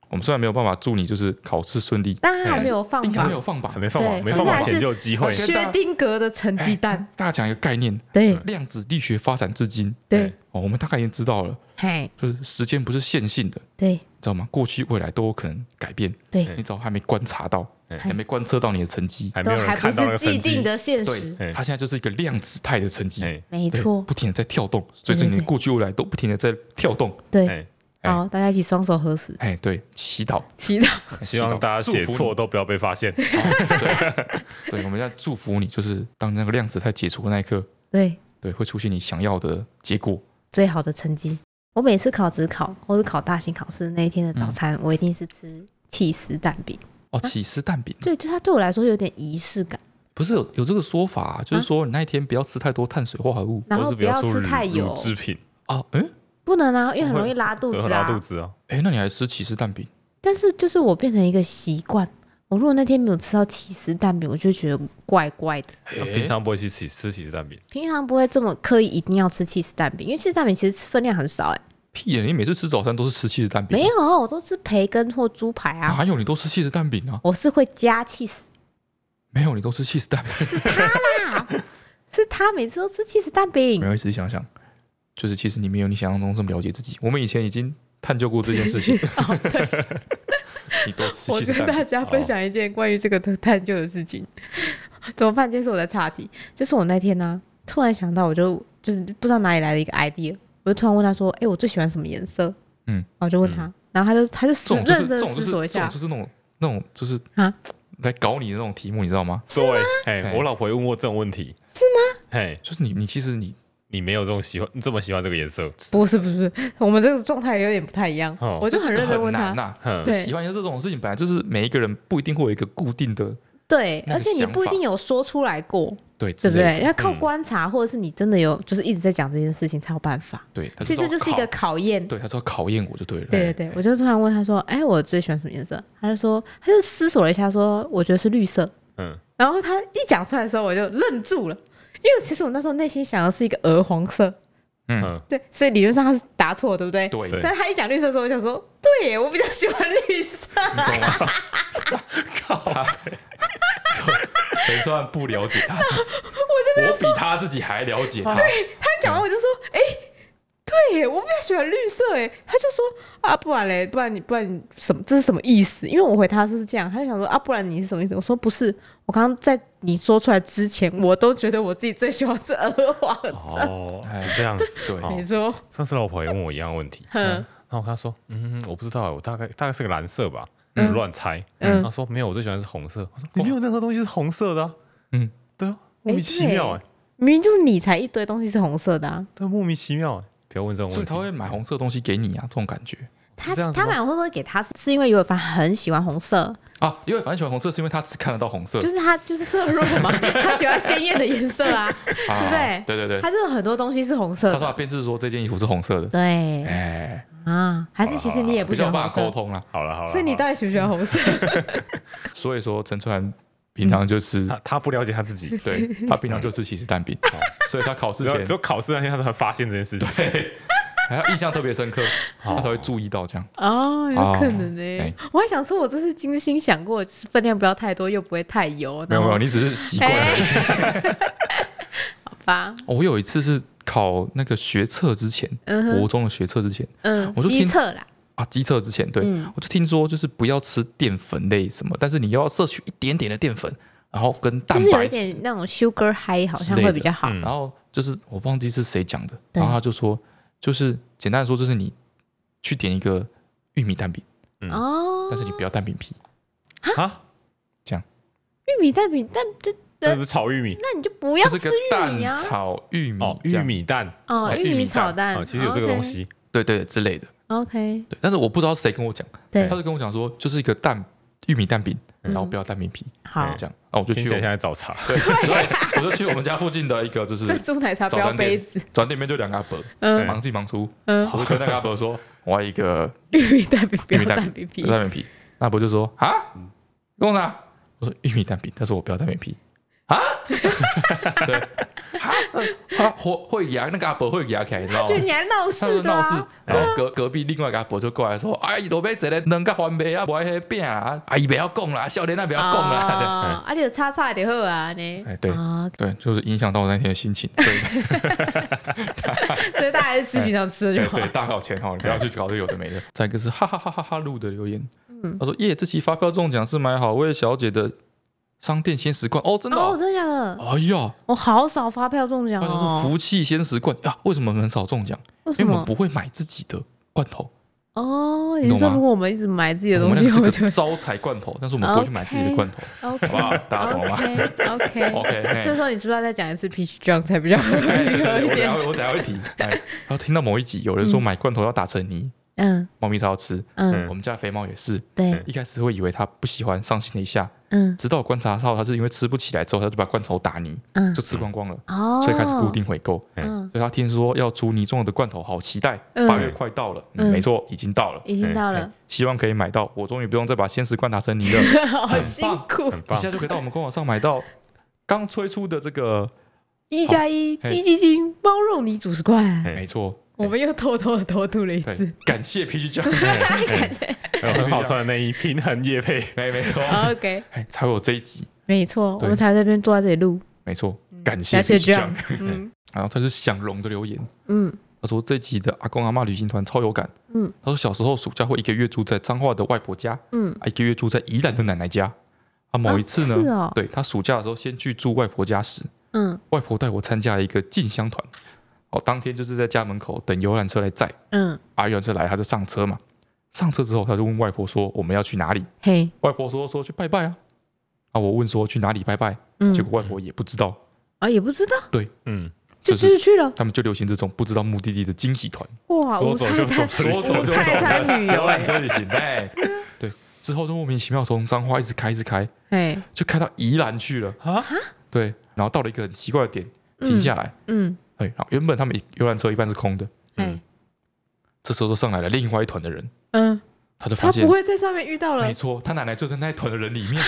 Speaker 2: 我们虽然没有办法祝你就是考试顺利，
Speaker 1: 但他还没有放
Speaker 2: 应该
Speaker 1: 榜
Speaker 2: 没有放榜
Speaker 3: 还。没放完，
Speaker 1: 对
Speaker 3: 没放完
Speaker 1: 现在
Speaker 3: 前
Speaker 1: 是
Speaker 3: 就有机会
Speaker 2: 是。
Speaker 1: 薛定谔的成绩单。
Speaker 2: 大家讲一个概念，
Speaker 1: 对
Speaker 2: 量子力学发展至今，
Speaker 1: 对，
Speaker 2: 哦，我们大概已经知道了，
Speaker 1: 嘿，
Speaker 2: 就是时间不是线性的，
Speaker 1: 对
Speaker 2: 你知道吗？过去未来都有可能改变，
Speaker 1: 对
Speaker 2: 你只要还没观察到，
Speaker 3: 哎
Speaker 2: 还没观测到你的成绩，
Speaker 3: 还没
Speaker 1: 都
Speaker 3: 有人
Speaker 1: 还不
Speaker 3: 看到那
Speaker 1: 是
Speaker 3: 个
Speaker 1: 既
Speaker 3: 成
Speaker 1: 定
Speaker 3: 绩。
Speaker 1: 的现
Speaker 2: 对
Speaker 1: 实，，
Speaker 3: 哎
Speaker 2: 它现在就是一个量子态的成绩，
Speaker 3: 哎
Speaker 1: 没
Speaker 2: 对
Speaker 1: 错。
Speaker 2: 不停的在跳动，所以说
Speaker 1: 对对
Speaker 2: 你的
Speaker 1: 对
Speaker 2: 过去未来都不停的在跳动，
Speaker 1: 对，
Speaker 3: 哎，
Speaker 2: 哎
Speaker 1: 好，大家一起双手合十，
Speaker 2: 哎，对，祈祷，
Speaker 1: 祈祷。
Speaker 3: 希望大家
Speaker 2: 祝
Speaker 3: 写
Speaker 2: 福你哦
Speaker 3: 错都不要被发现。
Speaker 2: 对，我们要祝福你，就是当那个量子态解除的那一刻，
Speaker 1: 对，
Speaker 2: 对，会出现你想要的结果。
Speaker 1: 最好的成绩。我每次考职考或是考大型考试那一天的
Speaker 3: 嗯
Speaker 1: 早餐，我一定是吃起司蛋饼。
Speaker 2: 哦，起司蛋饼
Speaker 1: 对，就它对我来说有点仪式感，
Speaker 2: 不是有有这个说法、啊就是说你那一天不要吃太多碳水化合物
Speaker 1: 然
Speaker 3: 或
Speaker 1: 后
Speaker 3: 是
Speaker 1: 不
Speaker 3: 不要
Speaker 1: 要
Speaker 3: 出
Speaker 1: 吃太油
Speaker 3: 乳，制品，
Speaker 2: 啊？嗯，
Speaker 1: 不能啊，因为很容易拉肚
Speaker 3: 对，
Speaker 1: 子
Speaker 3: 会拉
Speaker 1: 啊
Speaker 3: 肚。子啊。
Speaker 2: 哎，那你还吃起司蛋饼？
Speaker 1: 但是就是我变成一个习惯，我如果那天没有吃到起司蛋饼，我就觉得怪怪的。
Speaker 2: 哎
Speaker 3: 那平常不会去吃吃起司蛋饼，
Speaker 1: 平常不会这么刻意一定要吃起司蛋饼，因为起司蛋饼其实分量很少哎、
Speaker 2: 屁耶！你每次吃早餐都是吃起司蛋饼？
Speaker 1: 没有啊，我都吃培根或猪排啊，
Speaker 2: 哪有你都吃起司蛋饼啊？
Speaker 1: 我是会加起司。
Speaker 2: 没有你都吃起司蛋饼？
Speaker 1: 是他每次都吃起司蛋饼
Speaker 2: 没，有，仔细想想，就是其实你没有你想象中这么了解自己。我们以前已经探究过这件 事情。
Speaker 1: 哦
Speaker 2: 你多吃
Speaker 1: 我
Speaker 2: 起司
Speaker 1: 跟
Speaker 2: 蛋
Speaker 1: 大
Speaker 2: 饼
Speaker 1: 家分享一件关于这个的探究的事情。
Speaker 2: 哦
Speaker 1: 怎么办？今天是我在岔题，就是我那天呢、突然想到，我就就是不知道哪里来的一个 idea，我就突然问他说：“哎、我最喜欢什么颜色？”
Speaker 2: 嗯，
Speaker 1: 然后我就问他，然后他就他就
Speaker 2: 这
Speaker 1: 死
Speaker 2: 种就是
Speaker 1: 认
Speaker 2: 这
Speaker 1: 真
Speaker 2: 种就
Speaker 1: 思
Speaker 2: 是
Speaker 1: 索一
Speaker 2: 这
Speaker 1: 下
Speaker 2: 种，就是那种那种就是
Speaker 1: 啊
Speaker 2: 来搞你的那种题目，你知道吗？
Speaker 3: 对，
Speaker 2: 哎
Speaker 3: 哎，我老婆也问过这种问题，是吗？哎，
Speaker 2: 就是你你其实你
Speaker 3: 你没有这种喜欢这么喜欢这个颜色，
Speaker 1: 不是不是，我们这个状态有点不太一样，
Speaker 3: 哦
Speaker 1: 我就很认真问
Speaker 2: 这个
Speaker 1: 他，
Speaker 2: 很难啊呐、
Speaker 3: 哼，
Speaker 1: 对
Speaker 2: 喜欢颜色这种事情，本来就是每一个人不一定会有一个固定的
Speaker 1: 对，
Speaker 2: 那个
Speaker 1: 而且你
Speaker 2: 想
Speaker 1: 不一
Speaker 2: 法
Speaker 1: 定有说出来过，
Speaker 2: 对
Speaker 1: 对
Speaker 2: 之
Speaker 1: 不
Speaker 2: 类
Speaker 1: 对？
Speaker 2: 的，
Speaker 1: 要靠
Speaker 3: 嗯
Speaker 1: 观察，或者是你真的有就是一直在讲这件事情才有办法。
Speaker 2: 对，他
Speaker 1: 所以这就是一个
Speaker 2: 考
Speaker 1: 考验。
Speaker 2: 对，他说考验我就对了，
Speaker 1: 对对对，我就突然问他说：“哎，我最喜欢什么颜色？”他就说，他就思索了一下，说：“我觉得是绿色。
Speaker 3: 嗯，”
Speaker 1: 然后他一讲出来的时候，我就愣住了，因为其实我那时候内心想的是一个鹅黄色，
Speaker 2: 嗯，
Speaker 3: 嗯，
Speaker 1: 对，所以理论上他是答错，对不对？
Speaker 2: 对，
Speaker 3: 对
Speaker 1: 但他一讲绿色的时候，我想说，对耶，我比较喜欢绿色。
Speaker 2: 你懂吗？靠，陈川不了解他自己，我 就我比他自己还了解他，
Speaker 1: 他一讲完我就说，哎、对耶，我比较喜欢绿色。哎，他就说啊，不然嘞，不然你不然你什么？这是什么意思？因为我回他是这样，他就想说啊，不然你是什么意思？我说不是，我刚刚在你说出来之前，我都觉得我自己最喜欢是鹅黄色。
Speaker 3: 哦，是这样子。
Speaker 2: 哎对
Speaker 3: 哦
Speaker 1: 没 错，嗯
Speaker 3: 上次老婆也问我一样的问题，
Speaker 1: 哼，
Speaker 3: 然后我跟她说，嗯，我不知道，我大概大概是个蓝色吧，
Speaker 1: 嗯
Speaker 3: 乱猜。
Speaker 1: 嗯哦
Speaker 3: 她说没有，我最喜欢的是红色。我说你没有任何东西是红色的啊，
Speaker 2: 嗯，
Speaker 3: 对啊，
Speaker 1: 没
Speaker 3: 莫名其妙哎，
Speaker 1: 明明就是你才一堆东西是红色的啊！
Speaker 3: 对，莫名其妙哎，不要问这种
Speaker 2: 所
Speaker 3: 问
Speaker 2: 以他
Speaker 3: 题。
Speaker 2: 会买红色的东西给你啊，这种感觉
Speaker 1: 他
Speaker 3: 这样子
Speaker 1: 他
Speaker 3: 吗
Speaker 1: 买红色东西给他是是因为尤伟凡很喜欢红色，
Speaker 2: 啊，因为反正喜欢红色是因为他只看得到红色，
Speaker 1: 就是他就是色弱 嘛，他喜欢鲜艳的颜色啊，
Speaker 2: 啊
Speaker 1: 对不对
Speaker 2: 对对对，
Speaker 1: 他就是很多东西是红色
Speaker 2: 他说
Speaker 1: 的，
Speaker 2: 他便是说这件衣服是红色的，
Speaker 1: 对，
Speaker 2: 哎，
Speaker 1: 啊？还是其实你也不
Speaker 2: 啊比
Speaker 1: 喜
Speaker 2: 较有
Speaker 1: 欢
Speaker 2: 办
Speaker 1: 红
Speaker 2: 法
Speaker 1: 色？
Speaker 2: 沟通啦。
Speaker 3: 好了好了，
Speaker 1: 所以你
Speaker 3: 好了
Speaker 1: 到底喜不喜欢红 色？
Speaker 2: 所以说陈川平常就是
Speaker 1: 嗯
Speaker 3: 他他不了解他自己，
Speaker 2: 对 他平常就吃起司蛋饼，哦所以他考试
Speaker 3: 只有
Speaker 2: 前
Speaker 3: 只有考试那天他才发现这件事情。
Speaker 2: 还要印象特别深刻，他才会注意到这样。
Speaker 1: 哦，有可能呢、
Speaker 2: 哎
Speaker 1: 我还想说，我这是精心想过，就是分量不要太多，又不会太油。
Speaker 2: 没有没有，
Speaker 1: 然后
Speaker 2: 你只是习惯
Speaker 1: 哎
Speaker 2: 了。
Speaker 1: 好吧，
Speaker 2: 哦我有一次是考那个学测之前，
Speaker 1: 嗯哼
Speaker 2: 国中的学测之前
Speaker 1: 嗯，
Speaker 2: 我就
Speaker 1: 机
Speaker 2: 听
Speaker 1: 测啦，
Speaker 2: 啊，机测之前，对、
Speaker 1: 嗯
Speaker 2: 我就听说就是不要吃淀粉类什么，但是你要摄取一点点的淀粉，然后跟
Speaker 1: 就
Speaker 2: 蛋
Speaker 1: 是有
Speaker 2: 白
Speaker 1: 一
Speaker 2: 质
Speaker 1: 点，那种 sugar high，好像
Speaker 2: 之类
Speaker 1: 会
Speaker 2: 的
Speaker 1: 比较好。
Speaker 3: 嗯
Speaker 2: 然后就是我忘记是谁讲的，
Speaker 5: 对
Speaker 2: 然后他就说，就是简单的说，就是你去点一个玉米蛋饼，
Speaker 1: 哦，
Speaker 2: 嗯但是你不要蛋饼皮，
Speaker 3: 啊，
Speaker 1: 玉米蛋饼，但就
Speaker 3: 那不是炒玉米
Speaker 1: 那你就不要
Speaker 2: 就是
Speaker 1: 吃
Speaker 2: 个
Speaker 1: 玉
Speaker 2: 蛋
Speaker 1: 米啊。
Speaker 2: 炒玉米
Speaker 3: 哦，
Speaker 2: 这
Speaker 3: 玉
Speaker 2: 样，
Speaker 3: 米蛋
Speaker 1: 哦，
Speaker 2: 哦
Speaker 1: 玉
Speaker 2: 玉米
Speaker 1: 炒蛋哦
Speaker 3: 啊，，其实有这个东。西，
Speaker 2: 对对之类的，
Speaker 1: OK，
Speaker 2: 对，但是我不知道谁跟我讲，
Speaker 5: 对
Speaker 2: 他就跟我讲说，就是一个蛋玉米蛋饼，
Speaker 1: 嗯
Speaker 2: 然后不要蛋饼皮，
Speaker 1: 好，
Speaker 2: 这样，啊，我就
Speaker 3: 听
Speaker 2: 去
Speaker 3: 起
Speaker 2: 我
Speaker 3: 来像在找茬。
Speaker 2: 对，对，我就去我们家附近的一个就是
Speaker 1: 珍珠奶茶不
Speaker 2: 早
Speaker 1: 要
Speaker 2: 餐店
Speaker 1: 杯子，
Speaker 2: 转店面就两个阿伯，
Speaker 1: 嗯
Speaker 2: 忙进忙出，
Speaker 1: 嗯，
Speaker 2: 我就跟那个阿伯说，我要一个
Speaker 1: 玉米蛋饼不
Speaker 2: 玉
Speaker 1: 要
Speaker 2: 米蛋
Speaker 1: 蛋饼
Speaker 2: 饼，
Speaker 1: 皮
Speaker 2: 不，要蛋饼皮，那阿伯就说啊，跟我拿，我说玉米蛋饼，他说我不要蛋饼皮。 啊，对，啊，他会会牙，那个阿伯会牙起来，你知道吗
Speaker 1: 所以？你还闹
Speaker 2: 他
Speaker 1: 事
Speaker 2: 说
Speaker 1: 的
Speaker 2: 闹事
Speaker 1: 啊？，
Speaker 2: 然后隔隔壁另外一个阿伯就过来说：“哎，都被这个两个翻白啊，不爱黑饼啊，阿姨不要讲啦，少年那不要讲啦。这样
Speaker 1: 哦啊，你就叉叉就好啊，呢”。
Speaker 2: 哎，对
Speaker 1: 啊，
Speaker 2: 对，就是影响到我那天的心情。对
Speaker 1: 所以大家还是吃平常吃的就
Speaker 2: 对
Speaker 1: 好。
Speaker 2: 对，大考前哦，你不要去搞这有的 没的。再一个是哈哈哈哈哈录的留言，
Speaker 1: 嗯
Speaker 2: 他说耶，这期发票中奖是买好味小姐的商店鲜食罐哦，真的
Speaker 1: 哦，
Speaker 2: 哦、
Speaker 1: 真的假的？
Speaker 2: 哎呀，
Speaker 1: 我好少发票中奖
Speaker 2: 他说
Speaker 1: 哦，
Speaker 2: 福气鲜食罐呀、为什么很少中奖？
Speaker 1: 为什
Speaker 2: 因为我们
Speaker 1: 么？
Speaker 2: 不会买自己的罐头，
Speaker 1: 哦，
Speaker 2: 你
Speaker 1: 你是说
Speaker 2: 懂吗
Speaker 1: 如果我们一直买自己的
Speaker 2: 我
Speaker 1: 东
Speaker 2: 们
Speaker 1: 西，
Speaker 2: 那
Speaker 1: 我
Speaker 2: 个
Speaker 1: 就是
Speaker 2: 个招财罐头，但是我们不会去买自己的罐 头，
Speaker 1: OK
Speaker 2: 好不好？大家懂了吗
Speaker 1: OK OK。
Speaker 2: ？OK，嘿
Speaker 1: 这时候你是不是要再讲一次 peach drunk 才比较合
Speaker 2: 哎
Speaker 1: 理
Speaker 2: 对
Speaker 1: 合
Speaker 2: 对
Speaker 1: 一
Speaker 2: 我等下
Speaker 1: 点？嗯
Speaker 2: 会我等下会提。哎然后听到某一集有人说买罐头要打成泥，
Speaker 5: 嗯
Speaker 2: 猫咪才要吃。
Speaker 5: 嗯
Speaker 2: 我们家的肥猫也是，
Speaker 5: 对
Speaker 2: 一开始会以为它不喜欢，伤心了一下，
Speaker 5: 嗯
Speaker 2: 直到我观察到它是因为吃不起来之后，它就把罐头打泥，
Speaker 5: 嗯
Speaker 2: 就吃光光了，
Speaker 5: 哦，
Speaker 2: 所以开始固定哎回购。
Speaker 5: 嗯
Speaker 2: 所以他听说要出泥中的罐头，好期待！
Speaker 1: 嗯
Speaker 2: 八月快到了，嗯
Speaker 1: 嗯
Speaker 2: 没错，已经到了，
Speaker 1: 已经到了
Speaker 2: 哎，希望可以买到。我终于不用再把鲜食罐打成泥 了，一
Speaker 1: 好辛苦。
Speaker 3: 很棒
Speaker 2: 下就可以到我们官网上买到刚推出的这个，
Speaker 1: 一加一
Speaker 2: 嘿
Speaker 1: 低基金包肉泥主食罐，
Speaker 3: 嘿
Speaker 2: 没错。
Speaker 1: 我们又偷偷的偷渡了哎一次
Speaker 2: 对。，感谢皮 G 酱，哎
Speaker 3: 有很
Speaker 2: 啊
Speaker 3: 好穿的内衣，平衡夜配，
Speaker 2: 没没错，
Speaker 1: OK，
Speaker 2: 哎，才会有这一集，
Speaker 1: 没错，我
Speaker 2: 对
Speaker 1: 们才在这边坐在这里录。
Speaker 2: 没错，感
Speaker 1: 嗯
Speaker 2: 谢
Speaker 1: 感谢
Speaker 2: 皮 G
Speaker 1: 这
Speaker 2: 酱
Speaker 1: 样。，嗯
Speaker 2: 然后他是想龙的留言，
Speaker 1: 嗯，
Speaker 2: 他说这集的阿公阿妈旅行团超有感。
Speaker 1: 嗯，
Speaker 2: 他说小时候暑假会一个月住在彰化的外婆家，
Speaker 1: 嗯
Speaker 2: 啊，一个月住在宜兰的奶奶家。啊，某一次呢，
Speaker 1: 是哦
Speaker 2: 对他暑假的时候先去住外婆家时，
Speaker 1: 嗯
Speaker 2: 外婆带我参加了一个进香团。哦，当天就是在家门口等游览车来载，
Speaker 1: 嗯，
Speaker 2: 啊，游览车来他就上车嘛。上车之后，他就问外婆说我们要去哪里？
Speaker 1: 嘿，
Speaker 2: 外婆说说去拜拜啊。啊，我问说去哪里拜拜，
Speaker 1: 嗯
Speaker 2: 结果外婆也不知道，
Speaker 1: 啊也不知道，
Speaker 3: 嗯，
Speaker 1: 就
Speaker 2: 就
Speaker 1: 是
Speaker 2: 是
Speaker 1: 去了。
Speaker 2: 他们就流行这种不知道目的地的惊喜团。
Speaker 1: 哇，
Speaker 3: 说
Speaker 1: 无
Speaker 3: 走
Speaker 1: 菜
Speaker 3: 就
Speaker 1: 单
Speaker 3: 走旅行
Speaker 1: 无菜单旅游
Speaker 2: 游览
Speaker 1: 哎，
Speaker 2: 车旅行哎，对，之后就莫名其妙从彰化一直开一直开，
Speaker 1: 哎，
Speaker 2: 就开到宜兰去了
Speaker 3: 啊，
Speaker 2: 对，然后到了一个很奇怪的点停下来，
Speaker 1: 嗯，
Speaker 2: 对，然后原本他们游览车一半是空的，
Speaker 3: 嗯
Speaker 1: 哎，
Speaker 2: 这时候就上来了另外一团的人，
Speaker 1: 嗯，
Speaker 2: 他就发
Speaker 1: 他
Speaker 2: 现
Speaker 1: 不，会在上面遇到了
Speaker 2: 没，错，他奶奶就在那一团的人 里面，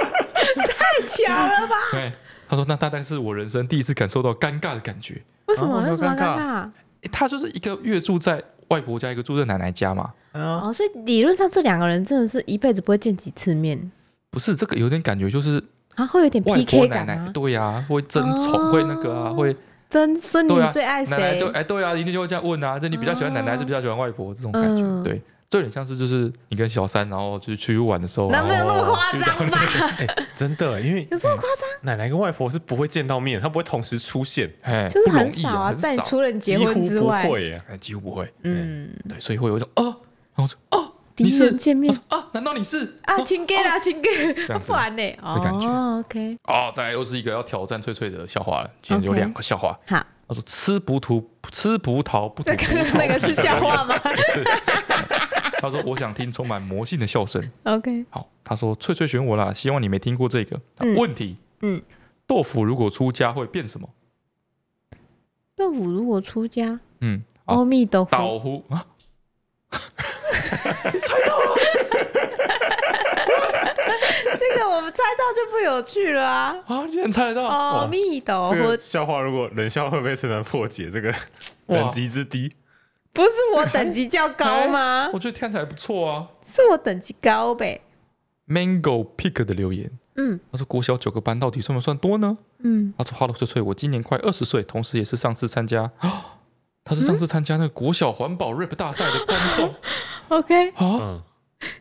Speaker 1: 巧了吧？
Speaker 2: 对，他说那大概是我人生第一次感受到尴尬的感觉，
Speaker 1: 为什么？为什
Speaker 3: 啊
Speaker 1: 么要
Speaker 3: 我说尴
Speaker 1: 尴
Speaker 3: 尬
Speaker 1: 尬？
Speaker 2: 诶他就是一个月住在外婆家，一个住在奶奶家嘛，
Speaker 3: 啊，
Speaker 1: 哦，所以理论上这两个人真的是一辈子不会见几次面，
Speaker 2: 不是这个有点感觉就是
Speaker 1: 啊，会有点
Speaker 2: 外婆
Speaker 1: PK
Speaker 2: 奶
Speaker 1: 感吗
Speaker 2: 奶？对呀、会争
Speaker 1: 哦
Speaker 2: 宠会那个啊会。
Speaker 1: 真孙女
Speaker 2: 对啊
Speaker 1: 最爱
Speaker 2: 奶奶
Speaker 1: 谁
Speaker 2: 就？哎，对啊，一定就会这样问啊，就你比较喜欢奶奶，还是比较喜欢外婆这种感觉，
Speaker 1: 哦嗯
Speaker 2: 对，这有点像是就是你跟小三，然后就是出去玩的时候，
Speaker 1: 哪没有那么
Speaker 2: 哦
Speaker 1: 夸张吧？
Speaker 3: 哎真的，因为
Speaker 1: 有这么夸张？
Speaker 3: 奶奶跟外婆是不会见到面，她不会同时出现，
Speaker 2: 哎，
Speaker 1: 就是
Speaker 2: 不容
Speaker 1: 很
Speaker 2: 易
Speaker 1: 少
Speaker 2: 啊，
Speaker 1: 啊，
Speaker 2: 很
Speaker 1: 在
Speaker 2: 少，
Speaker 1: 除了你结
Speaker 3: 几
Speaker 1: 婚
Speaker 3: 乎
Speaker 1: 之
Speaker 3: 不
Speaker 1: 外，
Speaker 3: 会耶。
Speaker 2: 哎，几乎不会，
Speaker 1: 嗯，
Speaker 2: 对，所以会有一种啊，然后我说哦，
Speaker 1: 第
Speaker 2: 你
Speaker 1: 一次
Speaker 2: 是，
Speaker 1: 见
Speaker 2: 我
Speaker 1: 面
Speaker 2: 说啊，难道你是
Speaker 1: 啊，
Speaker 2: 哦
Speaker 1: 请给啦，请给，
Speaker 2: 这
Speaker 1: 啊
Speaker 2: 样子
Speaker 1: 不然呢？
Speaker 2: 感觉
Speaker 1: 哦，OK，
Speaker 2: 哦，再来又是一个要挑战翠翠的笑话了，今天有
Speaker 1: OK
Speaker 2: 两个笑话，
Speaker 1: 好，
Speaker 2: 他说吃葡萄吃葡萄不吐
Speaker 1: 这
Speaker 2: 葡
Speaker 1: 个
Speaker 2: 萄，
Speaker 1: 那个是笑话吗
Speaker 2: 不是， 他说我想听充满魔性的笑声。
Speaker 1: ？OK，
Speaker 2: 好，他说翠翠选我啦，希望你没听过这个。啊
Speaker 1: 嗯
Speaker 2: 问题，
Speaker 5: 嗯，
Speaker 2: 豆腐如果出家会变什么？
Speaker 1: 那我如果出家，
Speaker 2: 嗯，啊，好
Speaker 1: 阿弥陀佛，
Speaker 2: 倒呼啊！
Speaker 6: 这个我们猜到就不有趣了啊！
Speaker 2: 啊，竟然猜得到！
Speaker 1: 哦
Speaker 6: 阿弥陀
Speaker 3: 这
Speaker 6: 佛
Speaker 3: 个，笑话如果冷笑会被称为破解这个
Speaker 2: 哇
Speaker 3: 等级之低，
Speaker 6: 不是我等级较高吗
Speaker 2: 我？觉得天才不错啊。
Speaker 6: 是我等级高呗。
Speaker 2: Mango Pick 的留言，
Speaker 6: 嗯
Speaker 2: 他说国小九个班到底算不算多呢？
Speaker 6: 嗯，
Speaker 2: 他说哈喽翠翠，我今年快二十岁，同时也是上次参加， 他是上次参加那个国小环保 rap 大赛的观众
Speaker 1: OK，
Speaker 2: 啊，
Speaker 3: 嗯，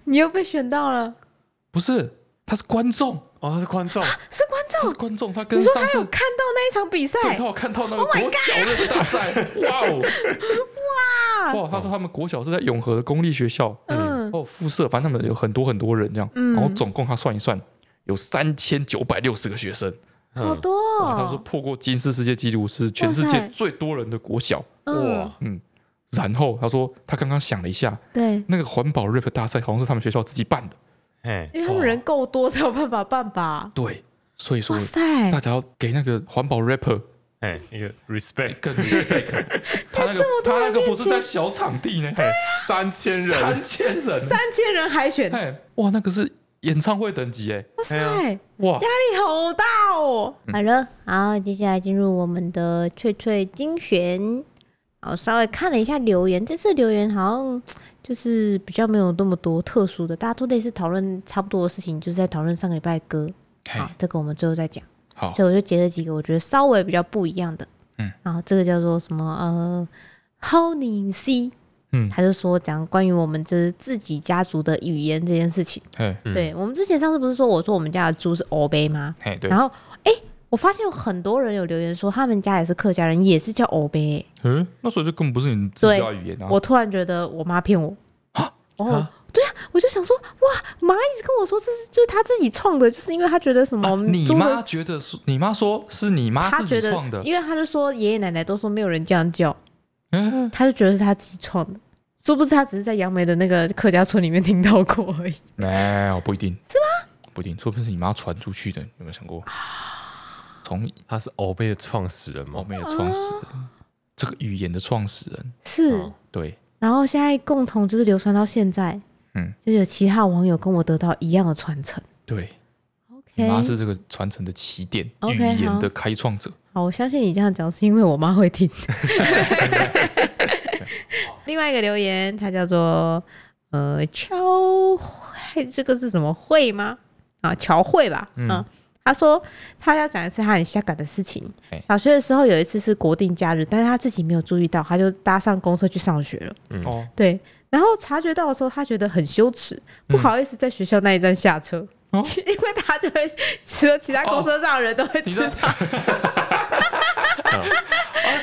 Speaker 1: 你又被选到了，
Speaker 2: 不是，他是观众，
Speaker 3: 哦，他是观众，
Speaker 1: 是观
Speaker 2: 他
Speaker 1: 众
Speaker 2: 是。观众，他跟
Speaker 1: 你说
Speaker 2: 上
Speaker 1: 他有欸 Oh
Speaker 2: 次
Speaker 1: 看到那一场比赛？
Speaker 2: 对他有看到那个国小 rap 大赛， 哇哦，哇，哇，他说他们国小是在永和的公立学校，
Speaker 1: 嗯，
Speaker 2: 哦，附设，反正他们有很多很多人这样，
Speaker 1: 嗯
Speaker 2: 然后总共他算一算，有三千九百六十个学生，
Speaker 1: 好
Speaker 3: 嗯
Speaker 1: 多
Speaker 2: 哇，他们说
Speaker 1: 哦。
Speaker 2: 破过吉尼斯世界纪录，是全世
Speaker 1: 哇
Speaker 2: 界
Speaker 1: 塞
Speaker 2: 最多人的国小。
Speaker 1: 嗯，
Speaker 3: 哇，
Speaker 2: 嗯，然后他说他刚刚想了一下，
Speaker 1: 对，
Speaker 2: 那个环保 rap 大赛好像是他们学校自己办的，
Speaker 3: 哎，
Speaker 1: 因为他们人够多才有办法办吧。
Speaker 2: 对，所以说
Speaker 1: 哇塞
Speaker 2: 大，家要给那个环保 rapper
Speaker 3: 哎，一个 respect，
Speaker 2: 更 respect，他那个他那个不是在小场地呢，
Speaker 3: 三千人，
Speaker 2: 三千人，
Speaker 1: 三千人海选，
Speaker 2: 哎，哇，那个是演唱会等级哎，
Speaker 1: 哇塞，
Speaker 3: 哎呀
Speaker 1: 压
Speaker 2: 哇，
Speaker 1: 力好大哦。
Speaker 2: 嗯
Speaker 6: 好了，好，接下来进入我们的翠翠精选。我稍微看了一下留言，这次留言好像就是比较没有那么多特殊的，大家都类似讨论差不多的事情，就是在讨论上个礼拜的歌。
Speaker 2: 嘿
Speaker 6: 好，这个我们最后再讲。
Speaker 2: 好
Speaker 6: 所以我就截了几个我觉得稍微比较不一样的。
Speaker 2: 嗯，
Speaker 6: 然后这个叫做什么呃，Honey C，
Speaker 2: 嗯
Speaker 6: 他就说讲关于我们就是自己家族的语言这件事情。
Speaker 2: 嘿，
Speaker 3: 嗯
Speaker 6: 对我们之前上次不是说我说我们家的猪是欧杯吗？
Speaker 2: 嘿，对
Speaker 6: 然，后哎、我发现有很多人有留言说他们家也是客家人，也是叫欧杯、
Speaker 2: 嗯，那所以就根本不是你自家语言啊，
Speaker 6: 我突然觉得我妈骗我。哦
Speaker 2: 啊，
Speaker 6: 对啊，我就想说，哇，妈一直跟我说这是就是她自己创的，就是因为她觉得什么、嗯
Speaker 2: 啊你
Speaker 6: 猪的
Speaker 2: 妈觉得是，你妈说是你妈
Speaker 6: 他
Speaker 2: 自
Speaker 6: 觉
Speaker 2: 己
Speaker 6: 得
Speaker 2: 创的，
Speaker 6: 因为他就说爷爷奶奶都说没有人这样叫，
Speaker 2: 嗯，
Speaker 6: 他就觉得是他自己创的，殊不知他只是在杨梅的那个客家村里面听到过而已。
Speaker 2: 没有，不一定，是吗？不一定，说不定是你妈传出去的，有没有想过？从
Speaker 3: 他是欧贝的创始人
Speaker 2: 欧
Speaker 3: 吗？
Speaker 2: 美的创始人，这个语言的创始人，
Speaker 6: 啊
Speaker 2: 啊
Speaker 6: 是，
Speaker 3: 哦
Speaker 2: 对，
Speaker 6: 然后现在共同就是流传到现在，
Speaker 2: 嗯，
Speaker 6: 就有其他网友跟我得到一样的传承。
Speaker 2: 对，你
Speaker 6: OK，
Speaker 2: 妈是这个传承的起点，
Speaker 6: OK，
Speaker 2: 语言的开创者。
Speaker 6: 好，我相信你这样讲是因为我妈 会听。另外一个留言，它叫做呃乔，嘿这个是什么会吗？啊，乔会吧，嗯。
Speaker 2: 嗯
Speaker 6: 他说他要讲一次他很下感的事情
Speaker 2: 哎。
Speaker 6: 小学的时候有一次是国定假日，但是他自己没有注意到，他就搭上公车去上学了。
Speaker 3: 嗯
Speaker 2: 哦，
Speaker 6: 对，然后察觉到的时候，他觉得很羞耻，不好意思在学校那一站下车，
Speaker 2: 嗯哦
Speaker 6: 因为他就会除了其他公车上的人都会
Speaker 2: 你
Speaker 6: 知道。
Speaker 2: 的 啊，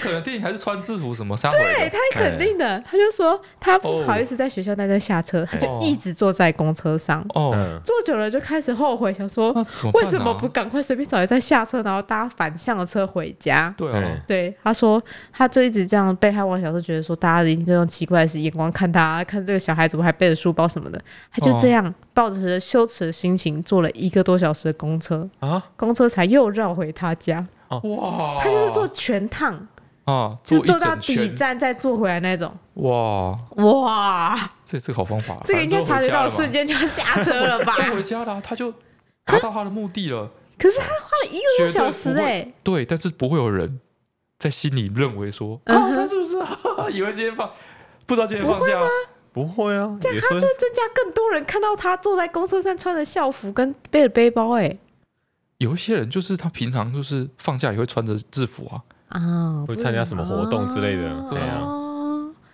Speaker 2: 可能电影还是穿制服什么杀回
Speaker 6: 对
Speaker 2: 的，
Speaker 6: 他肯
Speaker 2: 哎
Speaker 6: 定的，他就说他
Speaker 3: 哦
Speaker 6: 不好意思在学校那站下车，
Speaker 3: 哎
Speaker 6: 他就一直坐在公车上，
Speaker 2: 哦，
Speaker 3: 嗯，
Speaker 6: 坐久了就开始后悔，想说
Speaker 2: 那怎么办
Speaker 6: 为
Speaker 2: 啊
Speaker 6: 什么不？赶快随便找一站下车，然后搭反向的车回家。
Speaker 2: 对
Speaker 3: 对
Speaker 2: 啊，
Speaker 6: 对，他说他就一直这样被害妄想，就觉得说大家一定都用奇怪的眼光看他，看这个小孩怎么还背着书包什么的。他就
Speaker 2: 哦
Speaker 6: 这样抱着羞耻的心情坐了一个多小时的公车，
Speaker 3: 啊，
Speaker 6: 公车才又绕回他家。
Speaker 2: 哇，
Speaker 6: 他就是坐全趟，
Speaker 2: 啊，
Speaker 6: 就
Speaker 2: 一
Speaker 6: 坐到
Speaker 2: 整
Speaker 6: 底
Speaker 2: 圈，
Speaker 6: 站再坐回来那种。
Speaker 2: 哇，
Speaker 6: 哇，
Speaker 2: 这这个好方法，啊
Speaker 6: 这个应该察觉到的
Speaker 2: 反正都回家了嘛
Speaker 6: 瞬间就要下车了 吧？
Speaker 2: 就回家啦，他就达到他的目的了。
Speaker 6: 可是他花了一个多小时
Speaker 2: 绝对不
Speaker 6: 哎、
Speaker 2: 会对，但是不会有人在心里认为说，
Speaker 6: 嗯
Speaker 2: 啊，
Speaker 6: 哼
Speaker 2: 他是不是 以为今天放，不知道今天放假？
Speaker 3: 不会啊，也
Speaker 6: 他
Speaker 3: 说
Speaker 6: 就增加更多人看到他坐在公车上穿着校服跟背着背包哎、
Speaker 2: 有一些人就是他平常就是放假也会穿着制服啊，
Speaker 6: 啊，
Speaker 3: 会参加什么活动之类
Speaker 6: 嗯
Speaker 3: 的，
Speaker 2: 对
Speaker 3: 哎呀，
Speaker 6: 啊。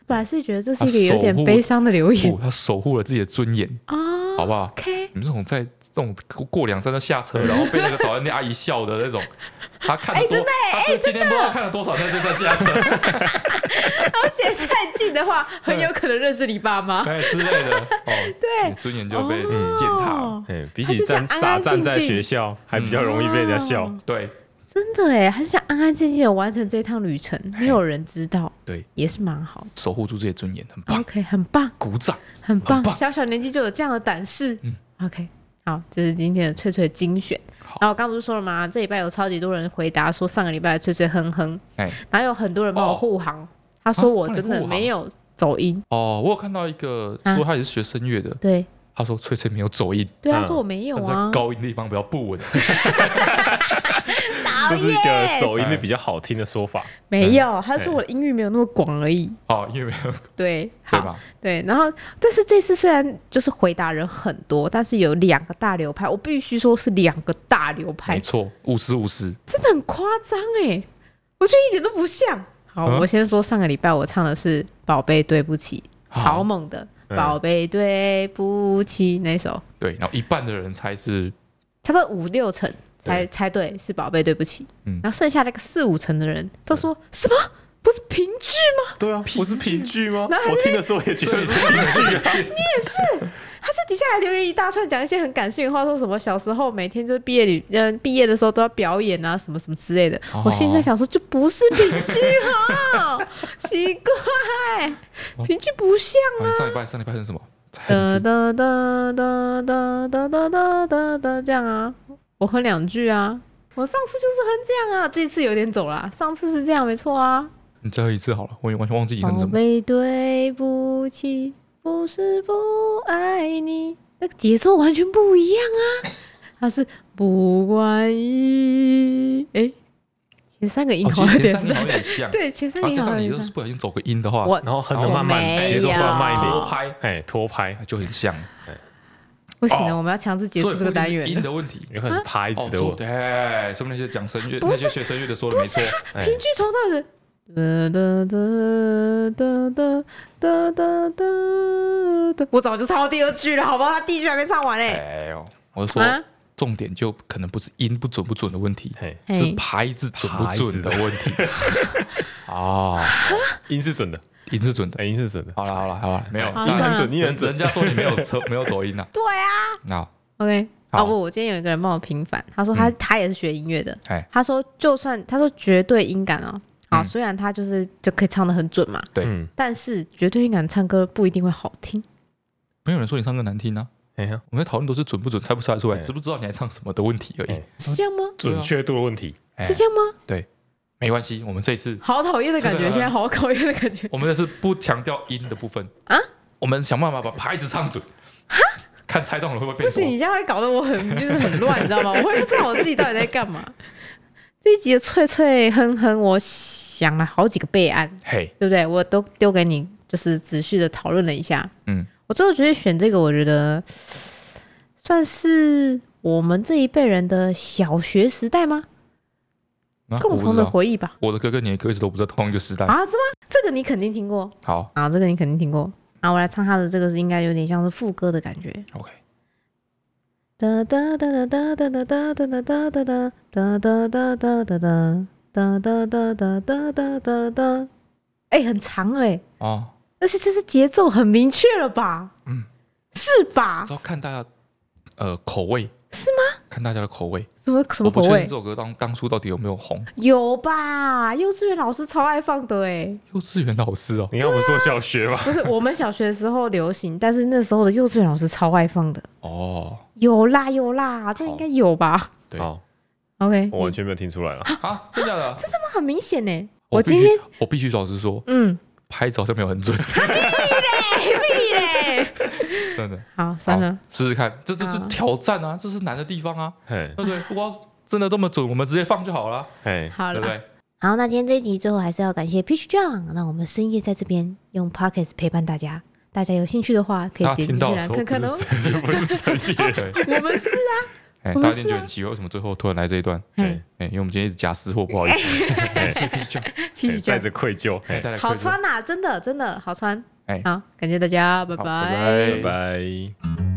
Speaker 6: 本来是觉得这是一个有点悲伤的留言
Speaker 2: 不，哦他守护了自己的尊严，
Speaker 6: 啊。
Speaker 2: 好不好？
Speaker 6: OK，
Speaker 2: 你们这种在这种过两站就下车，然后被那个早餐店阿姨笑的那种，他看
Speaker 6: 哎
Speaker 2: 了多，他是今天不知道看了多少站就在下 车，
Speaker 6: 而且太近的话，很有可能认识你爸 妈。
Speaker 2: 哎之类的，哦，
Speaker 6: 对
Speaker 2: 你的尊严就被嗯
Speaker 6: 哦
Speaker 2: 践踏了，
Speaker 3: 哎，比
Speaker 6: 他
Speaker 3: 起
Speaker 6: 就这样
Speaker 3: 站
Speaker 6: 安安
Speaker 3: 傻站
Speaker 6: 静
Speaker 3: 在
Speaker 6: 静
Speaker 3: 学校，还比较容易被人家笑，
Speaker 6: 哦
Speaker 2: 对，
Speaker 6: 真的哎，他就想安安静静的完成这趟旅程，
Speaker 3: 哎
Speaker 6: 没有人知道，
Speaker 2: 对，
Speaker 6: 也是蛮好的。
Speaker 2: 守护住自己的尊严，很棒，
Speaker 6: OK，很棒，
Speaker 2: 鼓掌。
Speaker 6: 很棒，
Speaker 2: 很棒
Speaker 6: 小小年纪就有这样的胆识。
Speaker 2: 嗯
Speaker 6: OK，好，这是今天的翠翠精选。
Speaker 2: 好
Speaker 6: 然后我刚不是说了吗？这礼拜有超级多人回答说上个礼拜的翠翠哼哼，
Speaker 2: 哎
Speaker 6: 然后有很多人帮我护航。他说我
Speaker 2: 帮你
Speaker 6: 真的
Speaker 2: 护航
Speaker 6: 没有走音，
Speaker 2: 哦，我有看到一个
Speaker 6: 嗯
Speaker 1: 啊
Speaker 2: 说他也是学声乐的，
Speaker 1: 对
Speaker 2: 他说翠翠没有走音，
Speaker 6: 对啊，
Speaker 3: 嗯
Speaker 6: 他说我没有
Speaker 2: 但是
Speaker 6: 啊
Speaker 2: 在，高音地方比较不稳。
Speaker 1: 导
Speaker 3: 这是一个
Speaker 1: 演
Speaker 3: 走
Speaker 2: 哎
Speaker 3: 音的比较好听的说法。
Speaker 6: 没有，他说我的音域没有那么广而已。
Speaker 2: 哦，因为
Speaker 6: 对，
Speaker 2: 对
Speaker 6: 好，
Speaker 2: 吧？
Speaker 6: 对，然后但是这次虽然就是回答人很多，但是有两个大流派，我必须说是两个大流派
Speaker 2: 没，错，五十五十，
Speaker 6: 真的很夸张哎，我觉得一点都不像。好，
Speaker 2: 嗯
Speaker 6: 我先说上个礼拜我唱的是《宝贝对不起》，
Speaker 2: 好
Speaker 6: 草蜢的《
Speaker 3: 嗯
Speaker 6: 宝贝对不起》那首，
Speaker 2: 对，然后一半的人猜是
Speaker 6: 差不多五六成才猜对是宝贝对不起，
Speaker 2: 嗯
Speaker 6: 然后剩下那个四五成的人都说什么不是平剧吗？
Speaker 3: 对啊，不是平剧吗？我听的时候也觉得是
Speaker 6: 他在底下还留言一大串，讲一些很感性的话，说什么小时候每天就是毕业旅，嗯、毕业的时候都要表演啊，什么什么之类的。
Speaker 2: 哦
Speaker 6: 我心里在想说，这不是平剧 哈，奇怪，
Speaker 2: 哦
Speaker 6: 平剧不像
Speaker 2: 啊你上礼拜上礼拜是什么？猜的
Speaker 6: 哒
Speaker 2: 是
Speaker 6: 呃哒哒哒哒哒哒哒哒哒这样啊，我哼两句啊。我上次就是哼这样啊，这次有点走啦。上次是这样，没错啊。
Speaker 2: 你最后一次好了，我也完全忘记你跟
Speaker 6: 宝
Speaker 2: 什么。
Speaker 6: 贝，对不起，不是不爱你，那个节奏完全不一样啊。它是不管意，哎、前三个音
Speaker 2: 哦，
Speaker 6: 好
Speaker 2: 其
Speaker 6: 像
Speaker 2: 实
Speaker 6: 有
Speaker 2: 前
Speaker 6: 点
Speaker 2: 三名好
Speaker 6: 像，
Speaker 2: 像有点像，
Speaker 6: 对，前三
Speaker 2: 啊，这
Speaker 6: 个音好
Speaker 2: 样
Speaker 6: 像
Speaker 2: 你
Speaker 6: 有
Speaker 2: 就
Speaker 6: 点
Speaker 2: 是
Speaker 6: 像。
Speaker 2: 不小心走个音的话，
Speaker 6: 我
Speaker 3: 然后哼的慢慢，节奏放慢一
Speaker 2: 拖
Speaker 3: 点，
Speaker 2: 拍
Speaker 3: 哎，拖拍，
Speaker 2: 就很像，
Speaker 6: 不行了，
Speaker 2: 哦
Speaker 6: 我们要强制结
Speaker 2: 所
Speaker 6: 束
Speaker 2: 以
Speaker 6: 这个
Speaker 2: 不一定
Speaker 6: 单
Speaker 2: 是
Speaker 6: 元
Speaker 2: 音
Speaker 6: 了。
Speaker 2: 的问题。
Speaker 3: 有可能是拍
Speaker 2: 哦
Speaker 3: 子，的
Speaker 2: 说
Speaker 3: 我。
Speaker 2: 对，说明那些讲声乐、
Speaker 6: 不
Speaker 2: 那
Speaker 6: 是
Speaker 2: 些学声乐的说的没错，
Speaker 3: 哎
Speaker 6: 平，均从到底是哒哒哒哒哒哒哒哒，我早就唱到第二句了，好不好？他第一句还没唱完欸嘞、
Speaker 2: 哎呦，我就说
Speaker 6: 啊
Speaker 2: 重点就可能不是音不准不准的问题，
Speaker 3: 哎，
Speaker 6: 嘿
Speaker 2: 是拍子准不准的问题。 啊，
Speaker 3: 音是准的，
Speaker 2: 音是准的。
Speaker 3: 哎，音是准的，
Speaker 2: 好了好了好了，没有，
Speaker 6: 好
Speaker 2: 当然
Speaker 6: 算了
Speaker 3: 你很准
Speaker 2: 人家说你没有走没有走 音呐。
Speaker 6: 对啊
Speaker 2: 那
Speaker 6: ，OK。啊
Speaker 2: 好嗯
Speaker 6: 不，我今天有一个人帮我平反，他说他、他也是学音乐的
Speaker 2: 哎，
Speaker 6: 他说就算他说绝对音感哦，好，
Speaker 2: 嗯
Speaker 6: 虽然他就是就可以唱的很准嘛，
Speaker 2: 对
Speaker 3: 嗯，
Speaker 6: 但是绝对音感唱歌不一定会好听。
Speaker 2: 嗯没有人说你唱歌难听啊，
Speaker 3: 哎呀，
Speaker 2: 我们在讨论都是准不准，猜不猜得出来，
Speaker 3: 哎
Speaker 2: 知不知道你在唱什么的问题而已
Speaker 3: 哎。
Speaker 6: 是这样吗？
Speaker 2: 对啊
Speaker 3: 准确度的问题，
Speaker 2: 哎
Speaker 6: 是这样吗？
Speaker 2: 没关系，我们这一次
Speaker 6: 好讨厌的感
Speaker 2: 是
Speaker 6: 觉，
Speaker 2: 的
Speaker 6: 现在好讨厌的感觉。
Speaker 2: 我们这是不强调音的部分
Speaker 6: 啊，
Speaker 2: 我们想办法把拍子唱准。看猜中了会不会
Speaker 6: 不
Speaker 2: 变
Speaker 6: 行，
Speaker 2: 多？
Speaker 6: 你这样会搞得我很 就是很乱，你知道吗？我会不知道我自己到底在干嘛。这一集的脆脆哼哼，我想了好几个备案，
Speaker 2: 嘿，
Speaker 6: 对不对？我都丢给你，就是仔细的讨论了一下。
Speaker 2: 嗯，
Speaker 6: 我最后决定选这个，我觉得算是我们这一辈人的小学时代吗？
Speaker 2: 那啊我
Speaker 6: 共
Speaker 2: 不
Speaker 6: 同
Speaker 2: 知
Speaker 6: 的
Speaker 2: 道，
Speaker 6: 回忆吧。
Speaker 2: 我的歌跟你的歌一直都不在同一个时代。
Speaker 6: 啊，是吗？这个你肯定听过
Speaker 2: 好
Speaker 6: 啊，这个你肯定听过啊。我来唱他的这个是应该有点像是副歌的感觉。
Speaker 2: ，OK，
Speaker 6: 哒哒哒哒哒哒哒哒哒哒哒哒哒哒哒哒哒哒哒哒哒哒哒。哎，很长哎，
Speaker 2: 哦，
Speaker 6: 而且这是节奏很明确了吧？嗯，是吧
Speaker 2: 只？要看大家呃口味
Speaker 6: 是
Speaker 2: 吗？看大家的口味，
Speaker 6: 什么什
Speaker 2: 我
Speaker 6: 么
Speaker 2: 不
Speaker 6: 口
Speaker 2: 确定
Speaker 6: 味
Speaker 2: 这？首歌当当初到底有没有红。
Speaker 6: 有吧？幼稚园老师超爱放的哎，
Speaker 2: 幼稚园老师哦，
Speaker 3: 你看我做小学吧，
Speaker 6: 不是我们小学的时候流行，但是那时候的幼稚园老师超爱放的。
Speaker 2: 哦，
Speaker 6: 有啦有啦，这应该有吧
Speaker 2: 对
Speaker 3: 好，
Speaker 6: ？OK，
Speaker 3: 哦我完全没有听出来了，
Speaker 2: 啊，真的假 的？
Speaker 6: 那很明显欸呢。我
Speaker 2: 我必
Speaker 6: 今
Speaker 2: 须
Speaker 6: 天
Speaker 2: 我必须老实说，
Speaker 6: 嗯，
Speaker 2: 拍子好像没有很 准，
Speaker 6: 屁嘞！
Speaker 2: 真的。
Speaker 6: 好，算了。嗯
Speaker 2: 好，试试看，这这是
Speaker 6: 好
Speaker 2: 挑战啊，这是难的地方啊，
Speaker 3: 哎
Speaker 2: 对不对？如果要真的这么准，我们直接放就好了，
Speaker 3: 哎，
Speaker 6: 好
Speaker 2: 对不对？
Speaker 1: 好，那今天这一集最后还是要感谢 Peach John，那我们深夜在这边用 Pockets 陪伴大家。大家有兴趣的话，可以
Speaker 2: 大家
Speaker 1: 点
Speaker 2: 听
Speaker 1: 进
Speaker 2: 到
Speaker 1: 去
Speaker 2: 的
Speaker 1: 来
Speaker 2: 时候
Speaker 1: 看看哦
Speaker 2: 不。是
Speaker 3: 又不是深夜，
Speaker 2: 对，
Speaker 6: 我 们是啊，
Speaker 2: 哎，
Speaker 6: 我们
Speaker 2: 大家一定
Speaker 6: 是
Speaker 2: 觉得很奇怪，为什么最后突然来这一段？
Speaker 6: 嘿
Speaker 3: 哎，
Speaker 2: 哎，因为我们今天一直夹私货，不好意思，感 谢 Peach John，
Speaker 6: 皮
Speaker 3: 带着愧疚，
Speaker 2: 哎，
Speaker 3: 哎，
Speaker 2: 带来
Speaker 6: 好啊
Speaker 2: 快乐
Speaker 6: 穿呐、真的真的好穿。
Speaker 2: 哎
Speaker 6: 好，感谢大家，
Speaker 2: 好拜
Speaker 3: 拜拜。